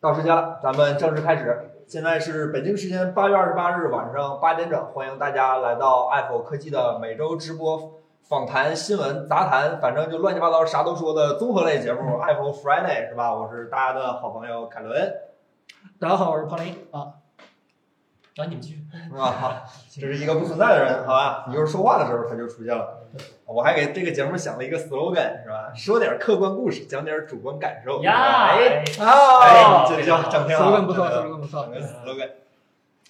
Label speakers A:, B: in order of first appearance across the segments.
A: 到时间了，咱们正式开始。现在是北京时间八月二十八日晚上八点整，欢迎大家来到爱否科技的每周直播访谈、新闻杂谈，反正就乱七八糟啥都说的综合类节目《爱否 Friday》是吧？我是大家的好朋友凯伦，
B: 大家好，我是庞林啊。来，你们继续。
A: 啊， 好，这是一个不存在的人，好吧？一会儿说话的时候他就出现了。我还给这个节目想了一个 slogan 是吧？说点客观故事，讲点主观感受。
C: 呀，
A: 哎，
C: 哎
A: 哎
B: 哦，
A: 这叫整啊挺好，
B: slogan 不错
A: 整挺好
B: ，slogan 不错。
A: 整个 slogan。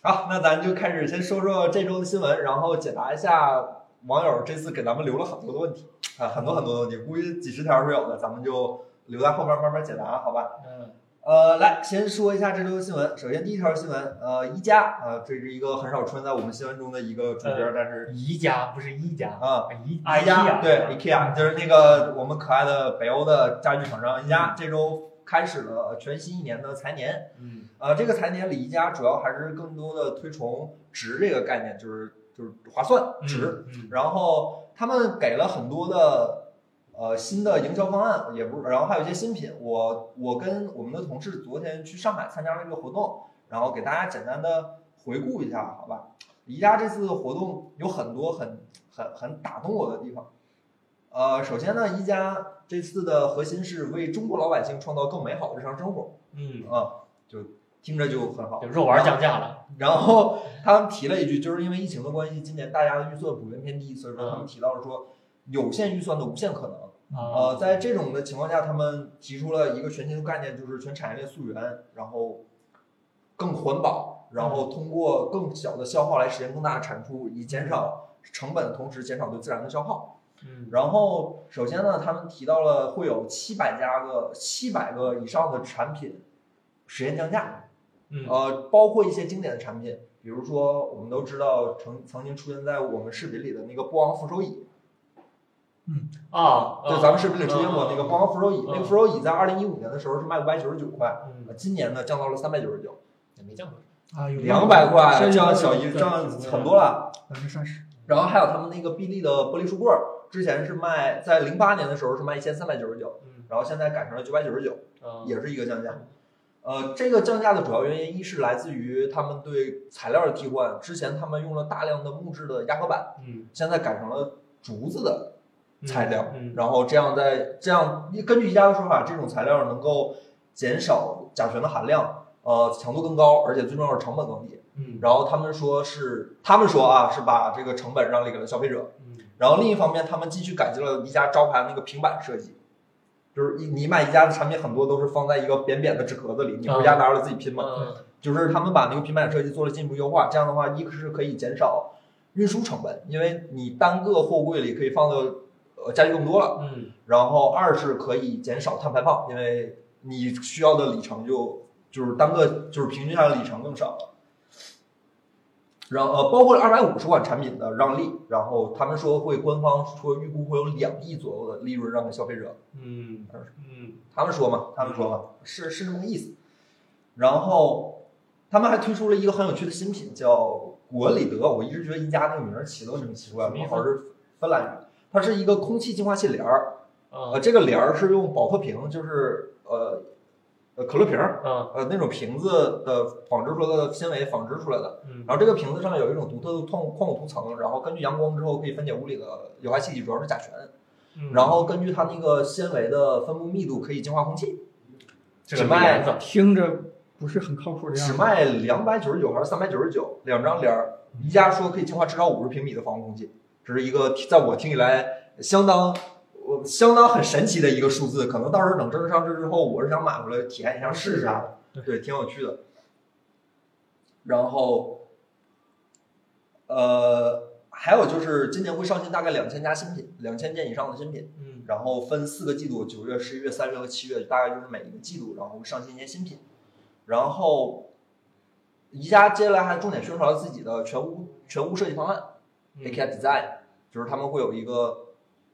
A: 好，那咱就开始先说说这周的新闻，然后解答一下网友这次给咱们留了很多的问题啊，很多很多的问题，估计几十条是有的，咱们就留在后面慢慢解答，好吧？
C: 嗯，
A: 呃，来先说一下这周的新闻。首先第一条新闻，呃，宜家啊、这是一个很少出现在我们新闻中的一个主角，
C: 呃
A: 但是
C: 宜家不是一家，
A: 啊，
C: 宜
A: 宜家对
C: IKEA
A: IKEA 就是那个我们可爱的北欧的家具厂商宜家，这周开始了全新一年的财年。
C: 嗯，
A: 呃，这个财年里宜家主要还是更多的推崇值这个概念，就是就是划算值。
C: 嗯，
A: 然后他们给了很多的呃新的营销方案，也不，然后还有一些新品。我我跟我们的同事昨天去上海参加了这个活动，然后给大家简单的回顾一下，好吧？宜家这次活动有很多很很很打动我的地方。呃，首先呢，宜家这次的核心是为中国老百姓创造更美好的日常生活，
C: 嗯，
A: 啊、就听着就很好
C: 有。肉丸降价了，
A: 然后他们提了一句，就是因为疫情的关系，今年大家的预算普遍偏低，所以说他们提到了说有限预算的无限可能。
C: 啊
A: 呃，在这种的情况下，他们提出了一个全新的概念，就是全产业链溯源，然后更环保，然后通过更小的消耗来实现更大的产出，以减少成本，同时减少对自然的消耗。
C: 嗯，
A: 然后，首先呢，他们提到了会有七百家个、七百个以上的产品实现降价。
C: 嗯，
A: 呃，包括一些经典的产品，比如说我们都知道曾曾经出现在我们视频里的那个波昂扶手椅，
C: 啊，
A: 对，咱们视频里出现过那个波昂扶手椅，
C: 嗯
A: 那个扶手椅在二零一五年的时候是卖五百九十九块，
C: 嗯，
A: 今年呢降到了三百九十九，
C: 也没降过，
B: 啊，有
A: 两百块，
B: 升级
A: 降
B: 了
A: 小一
B: 对
A: 降很多了。
B: 百分之三十。
A: 然后还有他们那个臂力的玻璃书柜儿，之前是卖在零八年的时候是卖一千三百九十九，
C: 嗯，
A: 然后现在改成了九百九十九。
C: 啊，
A: 也是一个降价。呃，这个降价的主要原因，一是来自于他们对材料的替换，之前他们用了大量的木质的压合板，
C: 嗯，
A: 现在改成了竹子的
C: 嗯
A: 材料，
C: 嗯，
A: 然后这样在这样根据宜家的说法，这种材料能够减少甲醛的含量，呃，强度更高，而且最重要是成本更低。
C: 嗯，
A: 然后他们说是他们说啊，是把这个成本让利给了消费者。
C: 嗯，
A: 然后另一方面，他们继续改进了宜家招牌那个平板设计，就是你你买宜家的产品很多都是放在一个扁扁的纸壳子里，你回家拿出来自己拼嘛。
C: 嗯，
A: 就是他们把那个平板设计做了进一步优化，这样的话，一个是可以减少运输成本，因为你单个货柜里可以放的呃家具更多了；
C: 嗯，
A: 然后二是可以减少碳排放，因为你需要的里程就就是单个就是平均下的里程更少了。然后呃，包括二百五十款产品的让利，然后他们说会官方说预估会有两亿左右的利润让给消费者，
C: 嗯，嗯，
A: 他们说嘛，他们说嘛，是是这么个意思。然后他们还推出了一个很有趣的新品，叫果里德。我一直觉得宜家那个名儿起的很奇怪，
C: 什么意思
A: 好像是芬兰语。它是一个空气净化器帘儿，
C: 啊
A: 呃，，这个帘儿是用保特瓶，就是呃呃可乐瓶儿，
C: 啊，
A: 呃那种瓶子的纺织出来的纤维纺织出来的。
C: 嗯，
A: 然后这个瓶子上有一种独特的矿矿物涂层，然后根据阳光之后可以分解屋里的有害气体，主要是甲醛。
C: 嗯
A: 然后根据它那个纤维的分布密度，可以净化空气。
C: 这个
A: 只卖
C: 帘子，
B: 听着不是很靠谱的样
A: 只
B: 子。
A: 卖两百九十九还是三百九十九，两张帘儿，宜家说可以净化至少五十平米的房屋空气，这是一个在我听起来相当。我相当很神奇的一个数字，可能到时候等正式上市之后，我是想买回来体验一下试试啥
B: 啊
A: 的，对，挺有趣的。然后，呃，还有就是今年会上新大概两千家新品，两千件以上的新品，
C: 嗯，
A: 然后分四个季度，九月、十一月、三月和七月，大概就是每一个季度，然后上新一些新品。然后，宜家接下来还重点宣传了自己的全屋全屋设计方案、a k i Design，就是他们会有一个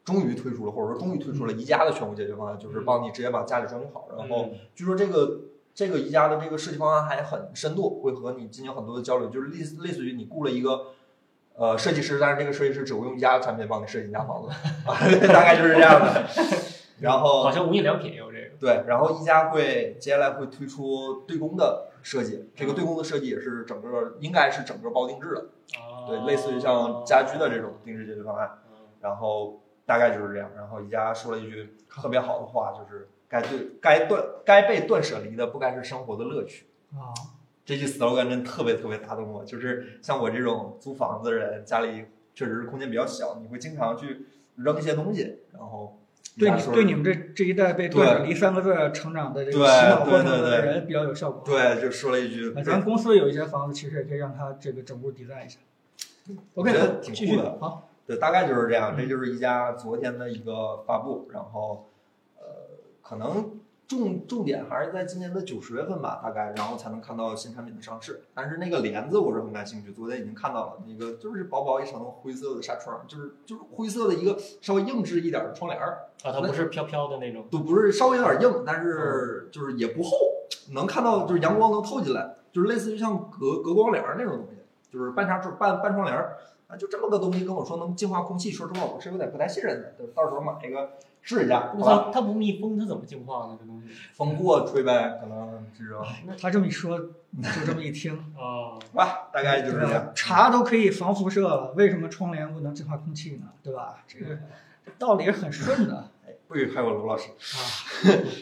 A: 终于推出了，或者说终于推出了宜家的全屋解决方案，就是帮你直接把家里装修好。然后，据说这个这个宜家的这个设计方案还很深度，会和你进行很多的交流，就是类似类似于你雇了一个。呃，设计师，但是这个设计师只会用宜家的 产品帮你设计你家房子，啊大概就是这样的。然后
C: 好像无印良品也有这个，
A: 对，然后一加会接下来会推出对公的设计，这个对公的设计也是整个应该是整个包定制的，
C: 哦
A: 对，类似于像家居的这种定制解决方案。
C: 啊
A: 然后大概就是这样。然后宜家说了一句特别好的话，就是该对该断该被断舍离的，不该是生活的乐趣。
B: 啊，
A: 这句 slogan 真特别特别打动我，就是像我这种租房子的人，家里确实是空间比较小，你会经常去扔一些东西，然后
B: 对
A: 宜
B: 你
A: 家说
B: 对你们这这一代被“断舍离”三个字成长的这个
A: 对
B: 洗脑过程
A: 对对
B: 的
A: 对
B: 人比较有效果。
A: 对就说了一句，
B: 啊，咱公司有一些房子，其实也可以让它这个整屋 design 一下。OK，
A: 觉得
B: 好
A: 挺
B: 继续
A: 酷的
B: 好，
A: 对，大概就是这样。
B: 嗯
A: 这就是宜家昨天的一个发布，然后呃，可能重重点还是在今年的九十月份吧，大概，然后才能看到新产品的上市。但是那个帘子我是很感兴趣，昨天已经看到了，那个就是薄薄一层灰色的纱窗，就是就是灰色的一个稍微硬质一点的窗帘儿，
C: 啊，它不是飘飘的那种，
A: 都不是稍微有点硬，但是就是也不厚，能看到就是阳光能透进来，就是类似于像隔隔光帘儿那种东西，就是半纱窗半半窗帘儿啊，就这么个东西跟我说能净化空气，说实话我是有点不太信任的，就是到时候买一个试一下，好
C: 那
A: 吧？
C: 它它不密封，它怎么净化呢？这东西
A: 风过吹呗，可能这种，
B: 他这么一说，就这么一听，
C: 啊，
A: 好吧， 大概就是这样。
B: 茶都可以防辐射了，为什么窗帘不能净化空气呢？对吧？这
A: 嗯
B: 个道理是很顺的。
A: 不许害我罗老师。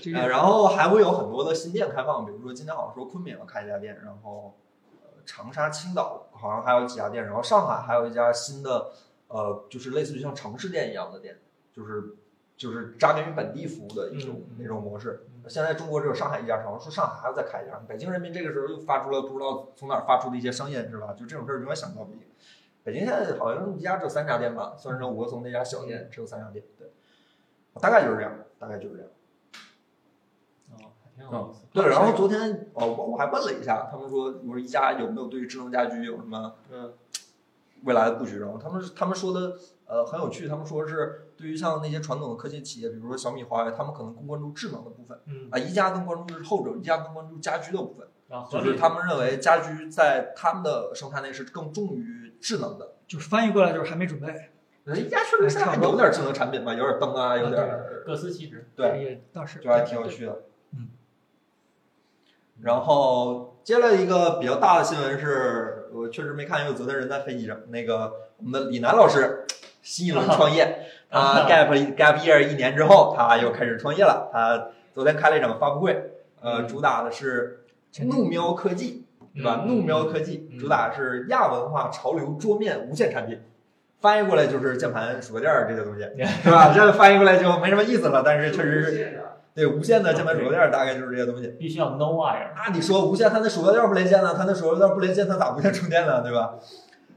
B: 这
A: 呃，
B: 个
A: 然后还会有很多的新店开放，比如说今天好像说昆明要开一家店，然后呃长沙、青岛好像还有几家店，然后上海还有一家新的，呃，就是类似于像城市店一样的店，就是就是扎根于本地服务的一种、
C: 嗯嗯
A: 那种模式
C: 嗯。
A: 现在中国只有上海一家，然后说上海还要再开一家，北京人民这个时候又发出了不知道从哪儿发出的一些声音，是吧？就这种事儿永远想不到北京。北京现在好像一家只有三家店吧，算上吴哥松那家小店，只有三家店。对，大概就是这样，大概就是这样。
C: 哦，还挺有意思。
A: 嗯对，然后昨天哦，我我还问了一下，他们说我说宜家有没有对于智能家居有什么
C: 嗯
A: 未来的布局？然后他们他们说的呃很有趣，他们说是对于像那些传统的科技企业，比如说小米、华为，他们可能更关注智能的部分
C: 嗯
A: 啊，宜家更关注的是后者，宜家更关注家居的部分，
C: 啊，合
A: 就
C: 理
A: 是他们认为家居在他们的生态内是更重于智能的。哎
B: 就翻译过来就是还没准备，
A: 宜家确实现在还有点智能产品吧，有点灯啊，有点儿
C: 各司其职。
A: 对，
B: 也倒是
A: 就还挺有趣的。
B: 嗯。
A: 然后接了一个比较大的新闻是，我确实没看，因为昨天人在飞机上。那个我们的李楠老师新一轮创 业，
C: 啊
A: 他 gap gap year 一年之后，他又开始创业了。他昨天开了一场发布会，呃，
C: 嗯
A: 主打的是
B: 前
A: 怒喵科技，对吧？
C: 嗯
A: 怒喵科技
C: 嗯
A: 主打是亚文化潮流桌面无线产品，翻译过来就是键盘、鼠标垫儿这些东 西，对吧？这翻译过来就没什么意思了，但是确实是对，无线的键
C: 啊
A: 盘鼠标垫儿大概就是这些东西。
C: 嗯必须要 no wire。
A: 那你说无线，它那鼠标垫儿不连线呢？它那鼠标垫儿不连线，它咋无线充电呢？对吧？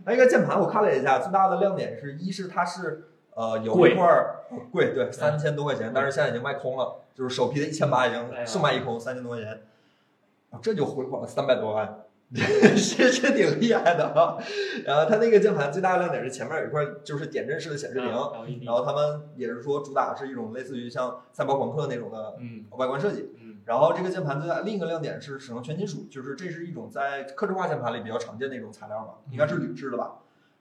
A: 那一个键盘我看了一下，最大的亮点是一是它是呃有
C: 贵嗯
A: 一块儿哦贵，对，三千多块钱，但是现在已经卖空了，就是首批的一千八已
C: 哎呀
A: 经售卖一空，三千多块钱，哦这就回款了三百多万。 是是挺厉害的啊，然后它那个键盘最大的亮点是前面有一块就是点阵式的显示屏，
C: 啊
A: 然后他们也是说主打是一种类似于像赛博朋克那种的
C: 嗯
A: 外观设计。
C: 嗯
A: 然后这个键盘最大另一个亮点是使用全金属，就是这是一种在客制化键盘里比较常见的一种材料嘛，应该是铝制的吧。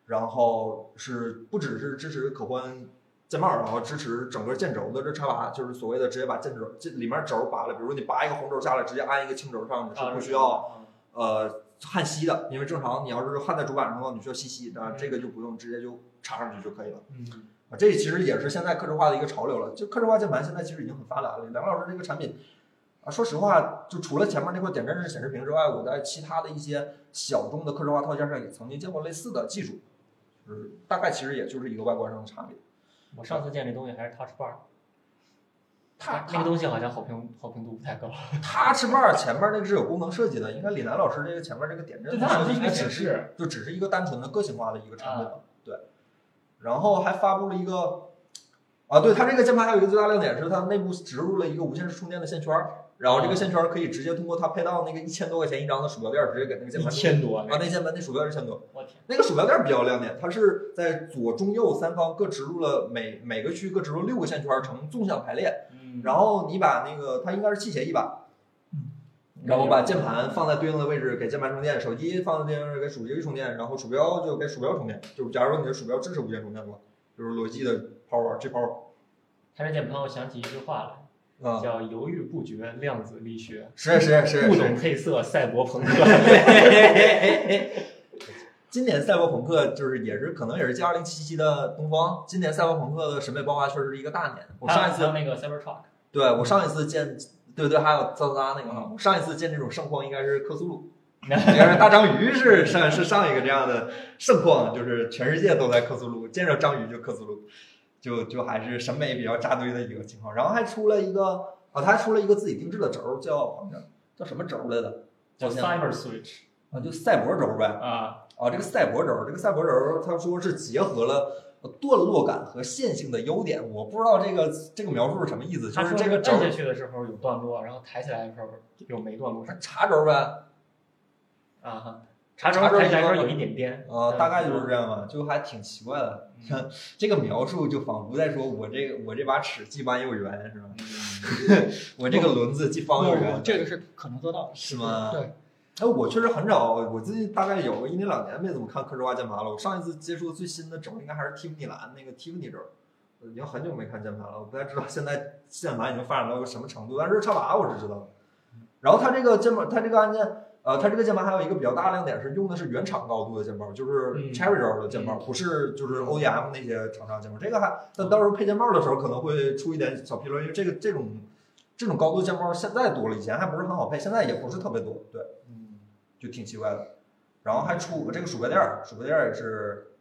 A: 然后是不只是支持可换键帽，然后支持整个键轴的这插拔，就是所谓的直接把键轴这里面轴拔了，比如你拔一个红轴下来，直接安一个青轴上，你
C: 啊
A: 是不需要呃焊锡的，因为正常你要是焊在主板上的话，你需要吸锡，那这个就不用，直接就插上去就可以了。
C: 嗯
A: 啊，这其实也是现在客制化的一个潮流了。就客制化键盘现在其实已经很发达了。梁老师这个产品，啊，说实话，就除了前面那块点阵式显示屏之外，我在其他的一些小众的客制化套件上也曾经见过类似的技术，就是大概其实也就是一个外观上的差别。
C: 我上次见这东西还是 touch bar，
A: 它
C: 那个
A: 它
C: 东西好像好评好评度不太高。
A: 它翅膀前面那个是有功能设计的，应该李楠老师这个前面这个点阵
C: 对，
A: 式
C: 它好
A: 设计应
C: 像是一
A: 该
C: 个啊
A: 只
C: 显
A: 是
C: 示，
A: 就只是一个单纯的个性化的一个产品了。对，然后还发布了一个，啊，对，它这个键盘还有一个最大亮点是它内部植入了一个无线式充电的线圈儿，然后这个线圈儿可以直接通过它配到那个一千多块钱一张的鼠标垫儿，直接给那个键
C: 一
A: 盘充
C: 千多，
A: 啊，那键盘那鼠标垫儿一千多，
C: 我天，
A: 那个鼠标垫儿比较亮点，它是在左、中、右三方各植入了每每个区各植入六个线圈儿，呈纵向排列，
C: 嗯
A: 然后你把那个它应该是器械一把，然后把键盘放在对应的位置给键盘充电，手机放在对应的位置给手机充电，然后鼠标就给鼠标充电。就是假如说你的鼠标支持无线充电的话，就是罗技的 Power G Power。
C: 开始键盘，我想起一句话来，
A: 啊，
C: 叫犹豫不决量子力学，
A: 是是是
C: 不
A: 是
C: 懂。配色赛博朋克。
A: 今年赛博朋克就是也是可能也是继二零七七的东方，今年赛博朋克的审美爆发确实是一个大年。我上一
C: 还有
A: 次
C: 那个 Cybertruck，
A: 对
C: 嗯
A: 我上一次见，对对，还有特斯拉那个哈，我上一次见这种盛况应该是克苏 鲁，应该是大章鱼是上是上一个这样的盛况，就是全世界都在克苏鲁，见着章鱼就克苏鲁，就就还是审美比较扎堆的一个情况。然后还出了一个啊，他还出了一个自己定制的轴儿，叫好像叫什么轴儿来的
C: 叫 Cyber Switch
A: 啊，就赛博轴儿呗。
C: 啊，
A: 啊，这个赛博轴儿，这个赛博轴儿，他说是结合了段落感和线性的优点。我不知道这个这个描述是什么意思，
C: 它
A: 就是
C: 说
A: 这个轴
C: 摁下
A: 儿，
C: 去的时候有段落，然后抬起来的时候有没段落
A: 它茶轴儿呗，
C: 啊哈。查
A: 查
C: 轴
A: 轴
C: 抬起来的时
A: 一
C: 候
A: 个
C: 有一点边，
A: 呃，大概就是这样吧，就还挺奇怪的。
B: 嗯
A: 这个描述就仿佛在说我这个我这把尺既弯又圆，是吧？我这个轮子既方又
B: 我
A: 圆，
B: 这个是可能做到的。
A: 是吗？
B: 对。
A: 哎，我确实很少，我最近大概有个一年两年没怎么看科技化键盘了。我上一次接触最新的轴儿应该还是蒂芙尼蓝那个蒂芙尼轴儿，已经很久没看键盘了。我不太知道现在键盘已经发展到什么程度，但是叉八我是知道的。然后它这个键盘，它这个按键，呃，它这个键盘还有一个比较大的亮点是用的是原厂高度的键帽，就是
C: 嗯嗯
A: Cherry 轴儿的键帽，不是就是 OEM 那些厂商键帽。这个还，但到时候配键帽的时候可能会出一点小纰漏，因为这个这种这种高度键帽现在多了，以前还不是很好配，现在也不是特别多，对。
C: 嗯，
A: 就挺奇怪的。然后还出这个鼠标垫儿，鼠标垫儿也是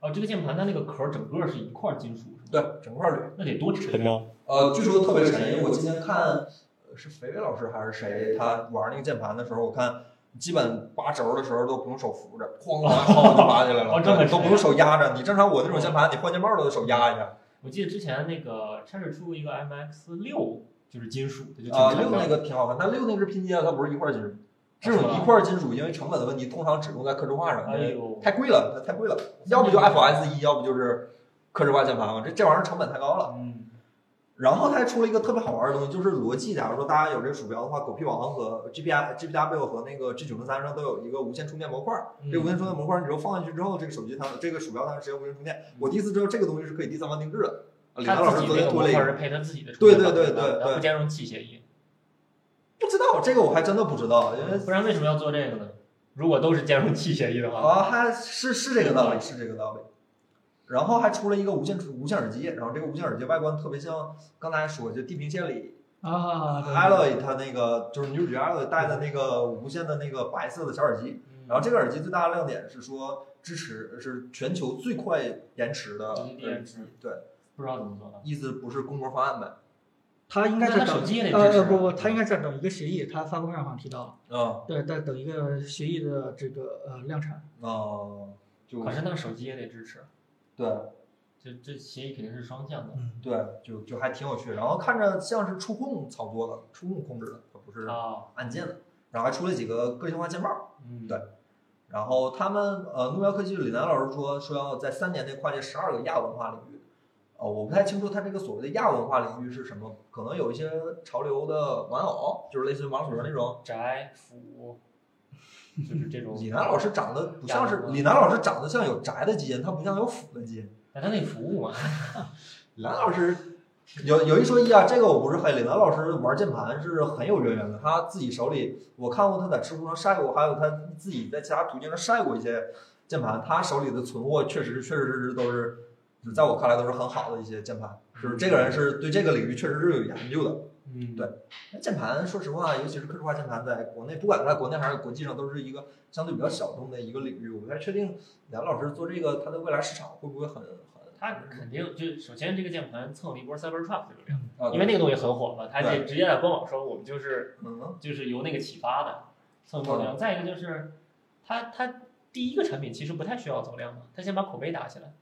C: 哦，这个键盘它那个壳儿整个是一块金属，是吧
A: 对整块铝，
C: 那得多沉啊！
A: 呃，据说特别沉。因为我今天看呃是肥伟老师还是谁，他玩那个键盘的时候，我看基本扒轴的时候都不用手扶着，哐哐哐就拔起来了，
C: 哦这么
A: 对
C: 沉
A: 都不用手压着。你正常我这种键盘，你换键帽都得手压一下。
C: 我记得之前那个 Cherry 出过一个 MX 六，就是金属的，就挺
A: 啊，
C: 沉
A: 六那
C: 的。啊
A: 个挺好看，但六那个是拼接的，它不是一块金属。这种一块金属，因为成本的问题，通常只用在刻制化上，
C: 哎
A: 因为
C: 呦，嗯
A: 太贵了，它太贵了。要不就 FS 一，要不就是刻制化键盘嘛，这这玩意儿成本太高了。
C: 嗯，
A: 然后它还出了一个特别好玩的东西，就是逻辑。假如说大家有这个鼠标的话，狗屁王和 G P I G P W 和那个 G 九零三上都有一个无线充电模块。
C: 嗯
A: 这个无线充电模块，你只要放进去之后，这个手机它这个鼠标它是直接无线充电。我第一次知道这个东西是可以第三方定制的。啊李楠
C: 他
A: 老
C: 自
A: 师昨天
C: 己那个
A: 推
C: 模
A: 了一
C: 块
A: 个，
C: 是配他自己的
A: 对
C: 主板
A: 对对
C: 的
A: 对
C: 然后
A: 对
C: 不兼容器协议。
A: 不知道这个我还真的不知道，因为
C: 不然为什么要做这个呢？如果都是兼容器协议的话，
A: 啊，还是是这个道理，是这个道理。然后还出了一个无线无线耳机，然后这个无线耳机外观特别像刚才说，就《地平线》里
B: 啊，对
A: Alloy 它那个就是女主角 Alloy 戴的那个无线的那个白色的小耳机。
C: 嗯
A: 然后这个耳机最大的亮点是说支持是全球最快延迟的
C: 极低
A: 耳
C: 延
A: 机
C: 迟，
A: 对，
C: 嗯不知道怎么做的。啊
A: 意思不是公模方案呗？
B: 他应该
C: 那
B: 是
C: 他
B: 等
C: 手机也得
B: 呃
C: 支持
B: 呃
C: 啊
B: 不不，他应该是等一个协议，他发布会上好像提到了，
A: 啊
B: 对，在等一个协议的这个呃量产。
A: 啊，就
C: 可是那手机也得支持，
A: 对
C: 这这协议肯定是双向的
B: 嗯，
A: 对，就就还挺有趣。然后看着像是触控操作的，触控控制的，它不是
C: 啊。
A: 按键的。然后还出了几个个性化键帽。
C: 嗯，
A: 对然后他们呃，目标科技李楠老师说说要在三年内跨界十二个亚文化领域。呃，我不太清楚他这个所谓的亚文化领域是什么，可能有一些潮流的玩偶，就是类似于王老师那种。。
C: 宅腐就是这 种
A: 李楠老师长得不像
C: 亚
A: 是
C: 文化
A: 李楠老师长得像有宅的基因，他不像有腐的基因。
C: 但他那服务嘛，
A: 李楠老师有有一说一啊，这个我不是黑。李楠老师玩键盘是很有渊源的，他自己手里我看过他在知乎上晒过，还有他自己在其他途径上晒过一些键盘，他手里的存货确实确实是都是。就在我看来都是很好的一些键盘，就是这个人是对这个领域确实是有研究的。
C: 嗯
A: 对那键盘说实话，尤其是客制化键盘，在国内不管在国内还是国际上，都是一个相对比较小众的一个领域。我不太确定梁老师做这个，他的未来市场会不会很很
C: 他肯定就首先这个键盘蹭了一波 Cybertruck 的流量，
A: 啊？
C: 因为那个东西很火嘛，他
A: 对
C: 这直接在官网说我们就是
A: 嗯
C: 就是由那个启发的蹭流量。再一个就是，它它第一个产品其实不太需要走量嘛，它先把口碑打起来。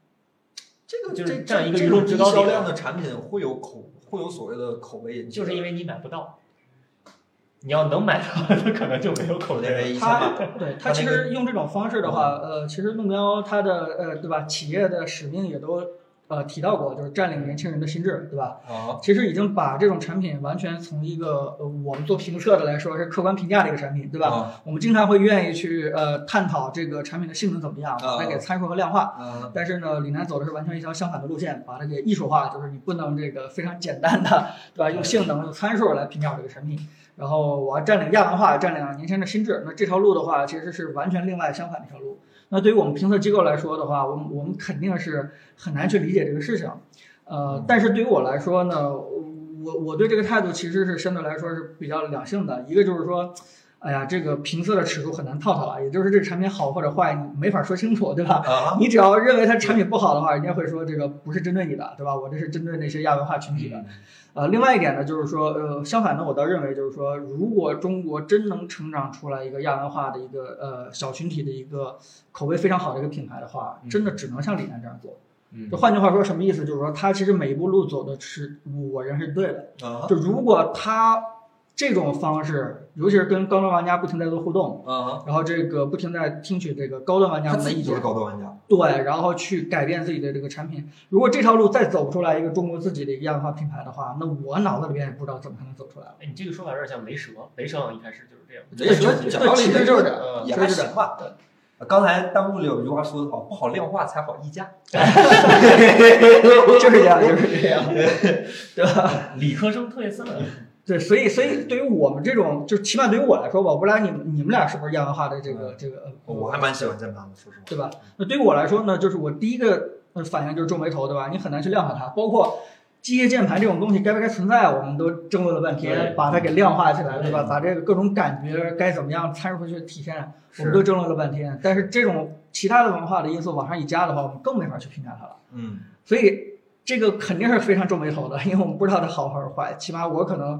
A: 这个
C: 就是
A: 这
C: 这样一个
A: 这
C: 舆论制
A: 这
C: 高
A: 种低销
C: 点啊
A: 量的产品会有口会有所谓的口碑引起，
C: 就是因为你买不到，你要能买到， 它可能就没有口
A: 口
C: 碑
A: 碑人
C: 了。
A: 一千
B: 他
A: 万。
B: 对
A: 他
B: 他其
A: 那个嗯
B: 实用这种方式的话，呃，其实目标它的呃对吧，企业的使命也都呃提到过，就是占领年轻人的心智，对吧？
A: 啊，
B: 其实已经把这种产品完全从一个呃我们做评测的来说是客观评价的一个产品，对
A: 对
B: 吧？？我们经常会愿意去呃探讨这个产品的性能怎么样，把它给参数和量化。
A: 嗯，
B: 但是呢，李楠走的是完全一条相反的路线，把它给艺术化，就是你不能这个非常简单的，对吧？用性能、用参数来评价我这个产品。然后我要占领亚文化，占领年轻人的心智。那这条路的话，其实是完全另外相反的一条路。那对于我们评测机构来说的话，我们我们肯定是很难去理解这个事情。呃
A: 嗯，
B: 但是对于我来说呢，我我对这个态度其实是相对来说是比较两性的，一个就是说。哎呀，这个评测的尺度很难套套啊，也就是这个产品好或者坏，你没法说清楚，对吧？
A: 啊，
B: 你只要认为它产品不好的话，人家会说这个不是针对你的，对吧？我这是针对那些亚文化群
A: 嗯
B: 体的。呃，另外一点呢，就是说，呃，相反呢，我倒认为就是说，如果中国真能成长出来一个亚文化的一个呃小群体的一个口碑非常好的一个品牌的话，真
A: 嗯
B: 的只能像李楠这样做。
D: 嗯
B: 就换句话说，什么意思？就是说，他其实每一步路走的是我认为是对的。
A: 啊，
B: 就如果他这种方式，尤其是跟高端玩家不停在做互动，
A: 啊，
B: 然后这个不停在听取这个高端玩家
A: 他
B: 们的
A: 自己
B: 意见
A: 就是，高端玩家，
B: 对，然后去改变自己的这个产品。如果这条路再走不出来一个中国自己的一个亚文化品牌的话，那我脑子里面也不知道怎么才能走出来了。
C: 哎，你这个说法有点像雷蛇，雷蛇好像一开始就是这样。呃
A: 雷蛇
B: 对
A: 讲道理
B: 其实就是这样
A: 也
B: 就
A: 还
B: 是这
A: 行
B: 样
A: 吧。呃刚才弹幕里有一句话说的好，不好量化才好议价，
B: 就是这样，就是这样，对吧？
C: 理科生特别森冷。
B: 对，所以所以对于我们这种，就是起码对于我来说吧，我不知道你们你们俩是不是亚文化的这个这个，呃
A: 我还蛮喜欢键盘的，说实话。
B: 对吧？那对于我来说呢，就是我第一个呃反应就是皱眉头，对吧？你很难去量化它，包括机械键盘这种东西该不该存在，我们都争论了半
C: 对
B: 天，把它给量化起来，对吧？
A: 嗯
B: 把这个各种感觉该怎么样参数去体现，我
A: 是，
B: 们都争论了半天。但是这种其他的文化的因素往上一加的话，我们更没法去评价它了。
A: 嗯，
B: 所以这个肯定是非常皱眉头的，因为我们不知道它好还是坏。起码我可能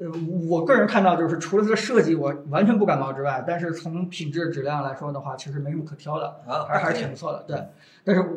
B: 呃，我个人看到就是除了它的设计我完全不感冒之外，但是从品质质量来说的话，其实没什么可挑的，
A: 啊，
B: 还还是挺不错的。对，但是我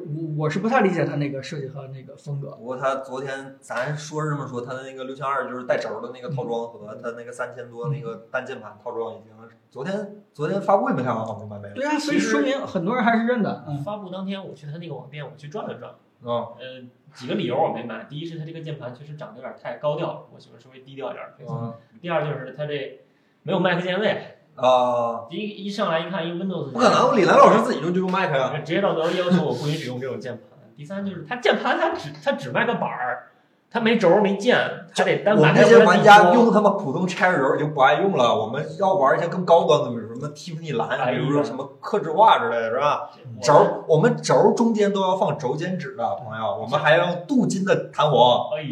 B: 我是不太理解它那个设计和那个风格。
A: 不过他昨天咱说是这么说，他的那个六千二就是带轴的那个套装和他那个三千多那个单键盘套装已经，昨天昨天发布会没看完，好像卖没了。
B: 对啊，所以
C: 其实
B: 说明很多人还是认的。嗯，
C: 发布当天，我去他那个网店，我去转了转，
A: 啊，
C: 呃，几个理由我没买。第一是他这个键盘确实长得有点太高调了，我喜欢稍微低调一点的配色。
A: 嗯
C: 第二就是他这没有麦克键位，
A: 啊，
C: 一一上来一看，一 Windows
A: 不可能，李楠老师自己用就用 Mac 呀。
C: 职业道德要求我不允许用这种键盘。第三就是它键盘它只它只卖个板儿，它没轴儿没键，还得单
A: 我们
C: 买。
A: 这些玩家用他妈普通拆轴已经不爱用了，我们要玩一些更高端的，比如什么 Tiffany 蓝，啊
B: 哎
A: 比如说什么克制化之类的，是吧？轴，我们轴中间都要放轴间纸的，朋友，我们还要用镀金的弹簧，
C: 哎，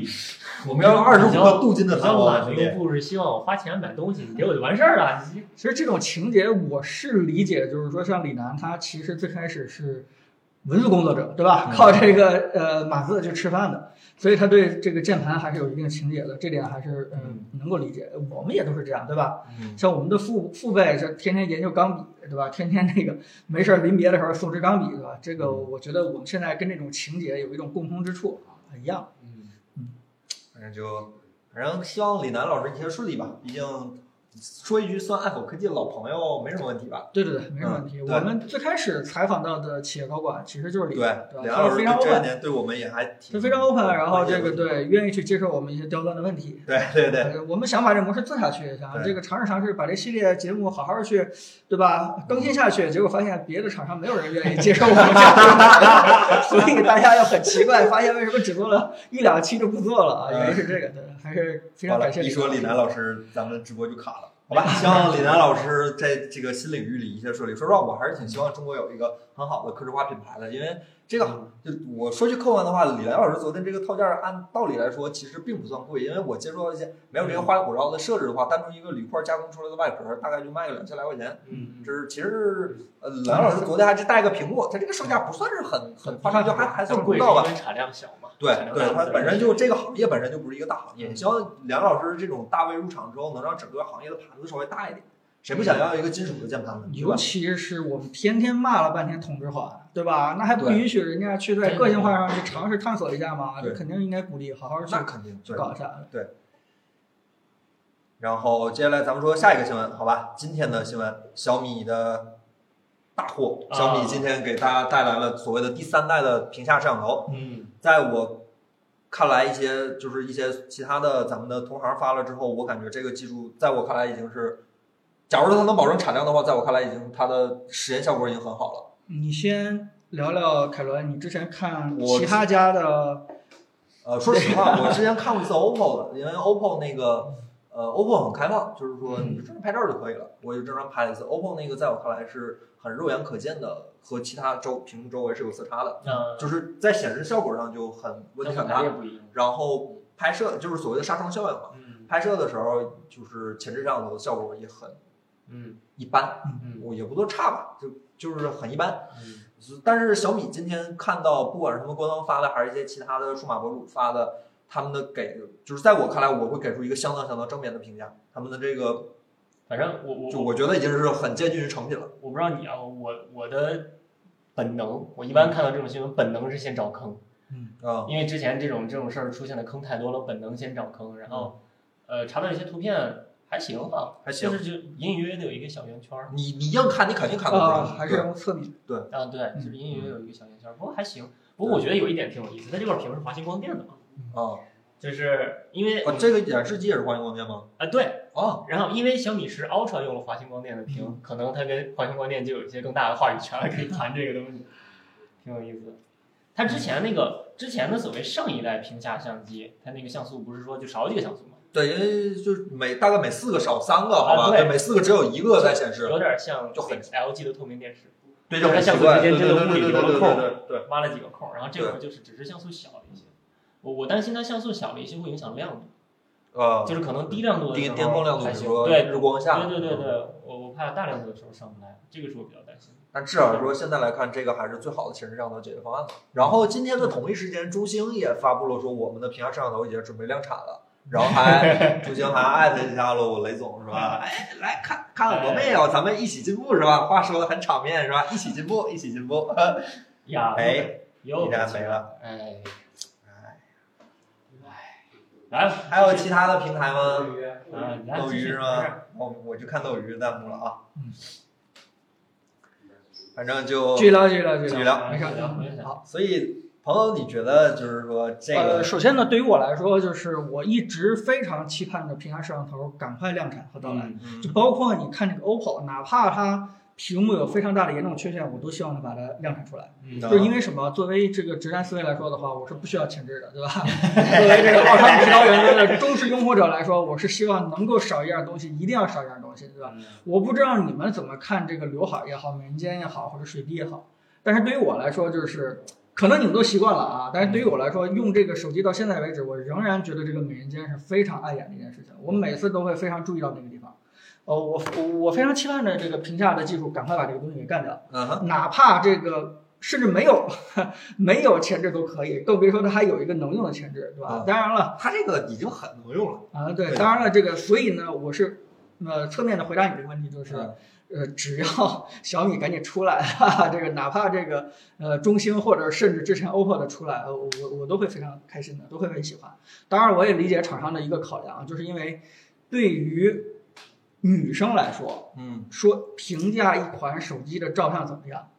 A: 我们要用二十五个镀金
C: 比
A: 的弹
C: 较
A: 簧，
C: 懒
A: 兄
C: 的
A: 弟
C: 用。户是希望我花钱买东西，你给我就完事儿了。你
B: 其实这种情节我是理解，就是说像李楠他其实最开始是文字工作者，对吧？
A: 嗯
B: 靠这个呃码字去吃饭的，所以他对这个键盘还是有一定情节的，这点还是嗯能够理解。我们也都是这样，对吧？
A: 嗯
B: 像我们的父父辈是天天研究钢笔，对吧？天天那个没事儿临别的时候送支钢笔，对吧？这个
A: 嗯
B: 我觉得我们现在跟这种情节有一种共通之处啊，很一样。
A: 反正就，反正希望李楠老师一切顺利吧。毕竟说一句算爱否科技的老朋友没什么问题吧？
B: 对对对，没什么问题。
A: 嗯对
B: 我们最开始采访到的企业高管其实就是李
A: 对，
B: 楠，
A: 李
B: 对
A: 楠老
B: 吧？
A: 师
B: 非常
A: 这两
B: open，
A: 年对我们也还挺
B: 他非常 open，然后这
A: 关
B: 个
A: 心的
B: 对愿意去接受我们一些刁钻的问题。
A: 对对对，
B: 呃我们想把这模式做下去，想
A: 对
B: 这个尝试尝试，把这系列节目好好去，对吧？更新下去，结果发现别的厂商没有人愿意接受我们这样， 所以大家又很奇怪，发现为什么只做了一两期就不做了啊？
A: 嗯
B: 原因是这个，对，还是非
A: 好
B: 常
A: 了，
B: 感谢
A: 一说李楠老师，咱们直播就卡了。好吧，希望李楠老师在这个新领域里一切顺利。说实话，我还是挺希望中国有一个很好的客制化品牌的，因为这个就我说句客观的话，李楠老师昨天这个套件儿按道理来说其实并不算贵，因为我接触到一些没有这些花里胡哨的设置的话，单纯一个铝块加工出来的外壳，大概就卖个两千来块钱。
C: 嗯，
A: 这是其实呃，李楠老师昨天还是带个屏幕，它这个售价不算是很很夸张，就还还算公
C: 它贵是
A: 道吧
C: 因。为产量小嘛？
A: 对
C: 产量大
A: 对，它
C: 自然
A: 本身
C: 就
A: 就这个行业本身就不是一个大行业。
C: 嗯
A: 希望梁老师这种大 V 入场之后，能让整个行业的盘子稍微大一点。谁不想要一个金属的键盘
C: 嗯
A: 呢？对
B: 尤
A: 吧？
B: 其是我们天天骂了半天同质化，对吧？那还不
A: 对
B: 允许人家去在个性化上去尝试探索一下吗？
A: 对
B: 这肯定应该鼓励，好好去
A: 那肯定
B: 去
A: 对。
B: 搞一下。
A: 然后接下来咱们说下一个新闻，好吧？今天的新闻，小米的大获。
C: 啊
A: 小米今天给大家带来了所谓的第三代的屏下摄像头，
C: 嗯
A: 在我看来，一些就是一些其他的咱们的同行发了之后，我感觉这个技术在我看来已经是，假如说它能保证产量的话，在我看来已经它的实验效果已经很好了。
B: 你先聊聊凯伦，你之前看
A: 我
B: 其他家的，
A: 呃，说实话，我之前看过一次 OPPO 的，因为 OPPO 那个呃 OPPO 很开放，就是说
C: 嗯
A: 你就正常拍照就可以了，我就正常拍了一次 OPPO 那个，在我看来是很肉眼可见的，和其他周屏幕周围是有色差的，
C: 嗯，
A: 就是在显示效果上就很问题很
C: 它
A: 大
C: 也。不一样。
A: 然后拍摄就是所谓的纱窗效应嘛，
C: 嗯
A: 拍摄的时候就是前置摄像头的效果也很
C: 嗯
A: 一般，
C: 嗯
A: 我也不说差吧，就就是很一般。
C: 嗯
A: 但是小米今天看到，不管是他们官方发的，还是一些其他的数码博主发的，他们的给就是在我看来，我会给出一个相当相当正面的评价。他们的这个
C: 反正我我
A: 就我觉得已经是很接近于成品了。
C: 我不知道你啊，我我的本能，我一般看到这种新闻，本能是先找坑，
A: 啊、
C: 因为之前这种这种事儿出现的坑太多了，本能先找坑，然后呃查到一些图片还行吧，
A: 还行
C: 就是就隐隐约约的有一个小圆圈儿
A: 你你硬看，你肯定看不出
B: 呃，
A: 来，啊
B: 还是用侧面，
C: 啊，对，
B: 嗯
C: 就是隐隐约约有一个小圆圈儿，不过还行。不过我觉得有一点挺有意思，它这块屏是华星光电的嘛，
A: 啊、
C: 就是因为
A: 啊，这个显示器也是光源光电吗？
C: 啊对，
A: 啊，
C: 然后因为小米十 Ultra 用了华星光电的屏，可能它跟华星光电就有一些更大的话语权了，可以谈这个东西，挺有意思的。它之前那个之前的所谓上一代屏下相机，它那个像素不是说就少几个像素嘛，
A: 对，因为就是每大概每四个少三个，好吧？
C: 啊对
A: 每四个只有一个在显示。
C: 有点像
A: 就很
C: LG 的透明电视，
A: 对，
C: 就
A: 就
C: 很
A: 很
C: 奇
A: 奇
C: 怪
A: 怪，
C: 对对对对对对
A: 对对，
C: 挖了几个空，然后这会儿就是只是像素小了一些。我我担心它像素小了一些会影响亮度，
A: 呃，
C: 就是可能低亮度的时
A: 巅
C: 候
A: 巅峰亮度，
C: 还
A: 比如
C: 行，
A: 说
C: 对
A: 日光下，嗯
C: 对对对。对，我我怕大亮度的时候上不来，这个是我比较担心的。
A: 但至少说现在来看，这个还是最好的显示摄像头解决方案了。然后今天的同一时间，中兴也发布了说我们的屏下摄像头已经准备量产了。然后 还中兴还艾特一下了我雷总是吧？哎，来看看看我们也有，咱们一起进步是吧？话说的很场面是吧？一起进步，一起进步。
C: 呀，
A: 哎，
C: 又
A: 依然没了，
C: 哎，
A: 哎
C: 来吧，
A: 还有其他的平台吗？
C: 啊，你来
A: 斗
C: 继
A: 鱼
C: 续
A: 是吗？我我就看斗鱼弹幕了啊。
B: 嗯
A: 反正就
B: 继续聊，继续聊，继
A: 继
B: 续
A: 续
B: 聊。
A: 聊
C: 啊
B: 没事
C: 聊没事
B: 好
A: 所以朋友，你觉得就是说这
B: 呃，
A: 个
B: 首先呢，对于我来说，就是我一直非常期盼着屏下摄像头赶快量产和到来。
C: 嗯
A: 嗯
B: 就包括你看这个 OPPO，哪怕它屏幕有非常大的严重缺陷，我都希望它把它量产出来。
C: 嗯
A: 啊
B: 就是因为什么？作为这个直男思维来说的话，我是不需要前置的，对吧？ 作为这个奥创指导原则的忠实拥护者来说，我是希望能够少一样东西，一定要少一样东西，对吧？
C: 嗯
B: 我不知道你们怎么看这个刘海也好，美人尖也好，或者水滴也好，但是对于我来说，就是可能你们都习惯了啊，但是对于我来说，用这个手机到现在为止，我仍然觉得这个美人尖是非常碍眼的一件事情，我每次都会非常注意到那个地方。呃，我我我非常期盼着这个屏下的技术赶快把这个东西给干掉，
A: 嗯哼
B: 哪怕这个。甚至没有 没有前置都可以，更别说它还有一个能用的前置，对吧？
A: 嗯
B: 当然了，
A: 它这个已经很能用了，
B: 啊，对，
A: 对
B: 当然了，这个，所以呢，我是呃侧面的回答你这个问题，就是、
A: 嗯
B: 呃，只要小米赶紧出来， 哈哈，这个哪怕这个呃中兴或者甚至之前 OPPO 的出来，呃我我我都会非常开心的，都会很喜欢。当然，我也理解厂商的一个考量，就是因为对于女生来说，
A: 嗯，
B: 说评价一款手机的照相怎么样，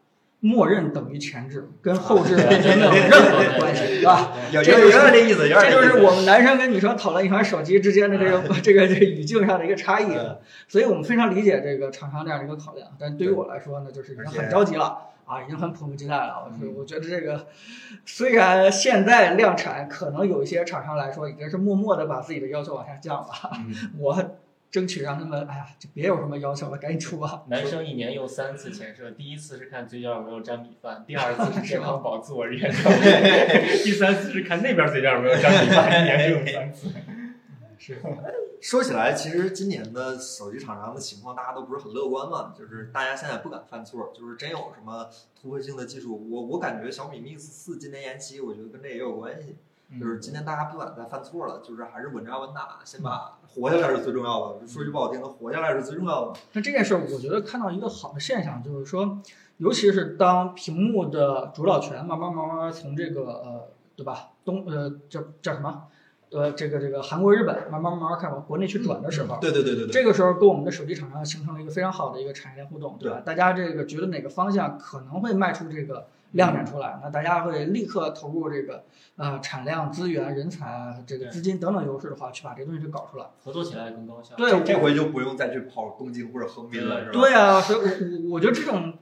B: 默认等于前置，跟后置没有任何的关系，对吧？
A: 有
B: 这
A: 有
B: 就是
A: 有点这意思，有点
B: 这就是嗯
A: 意思
B: 我们男生跟女生讨论一款手机之间的这个 这个这个语境上的一个差异，
A: 嗯
B: 所以我们非常理解这个厂商这样的一个考量。但对于我来说呢，就是已经很着急了啊，已经很迫不及待了。我
A: 嗯
B: 我觉得这个虽然现在量产，可能有一些厂商来说已经是默默的把自己的要求往下降了， 我争取让他们哎呀，就别有什么要求了，赶紧出吧。
C: 男生一年用三次前摄，第一次是看嘴角有没有沾米饭，第二 次是健康宝自我认证，第三次是看那边嘴角有没有沾米饭，一年只用三次。
B: 是，
A: 说起来，其实今年的手机厂商的情况大家都不是很乐观嘛，就是大家现在不敢犯错，就是真有什么突破性的技术，我我感觉小米 Mix 四今年延期，我觉得跟这也有关系，就是今年大家不敢再犯错了，就是还是稳扎稳打，先把活下来是最重要的。说句不好听的，活下来是最重要的。
B: 那这件事，我觉得看到一个好的现象，就是说，尤其是当屏幕的主导权慢慢慢慢从这个呃，对吧，东呃叫叫什么，呃这个这个韩国、日本慢慢慢慢开始往国内去转的时候，嗯
A: 对对对对对，
B: 这个时候跟我们的手机厂商形成了一个非常好的一个产业链互动，对吧？大家这个觉得哪个方向可能会迈出这个亮点出来，那大家会立刻投入这个呃产量、资源、人才、啊这个
C: 对
B: 资金等等优势的话，去把这东西给搞出来。
C: 合作起来更高效。
B: 对，
A: 这回就不用再去跑东京或者横滨了，是吧？
B: 对啊，所以我我我觉得这种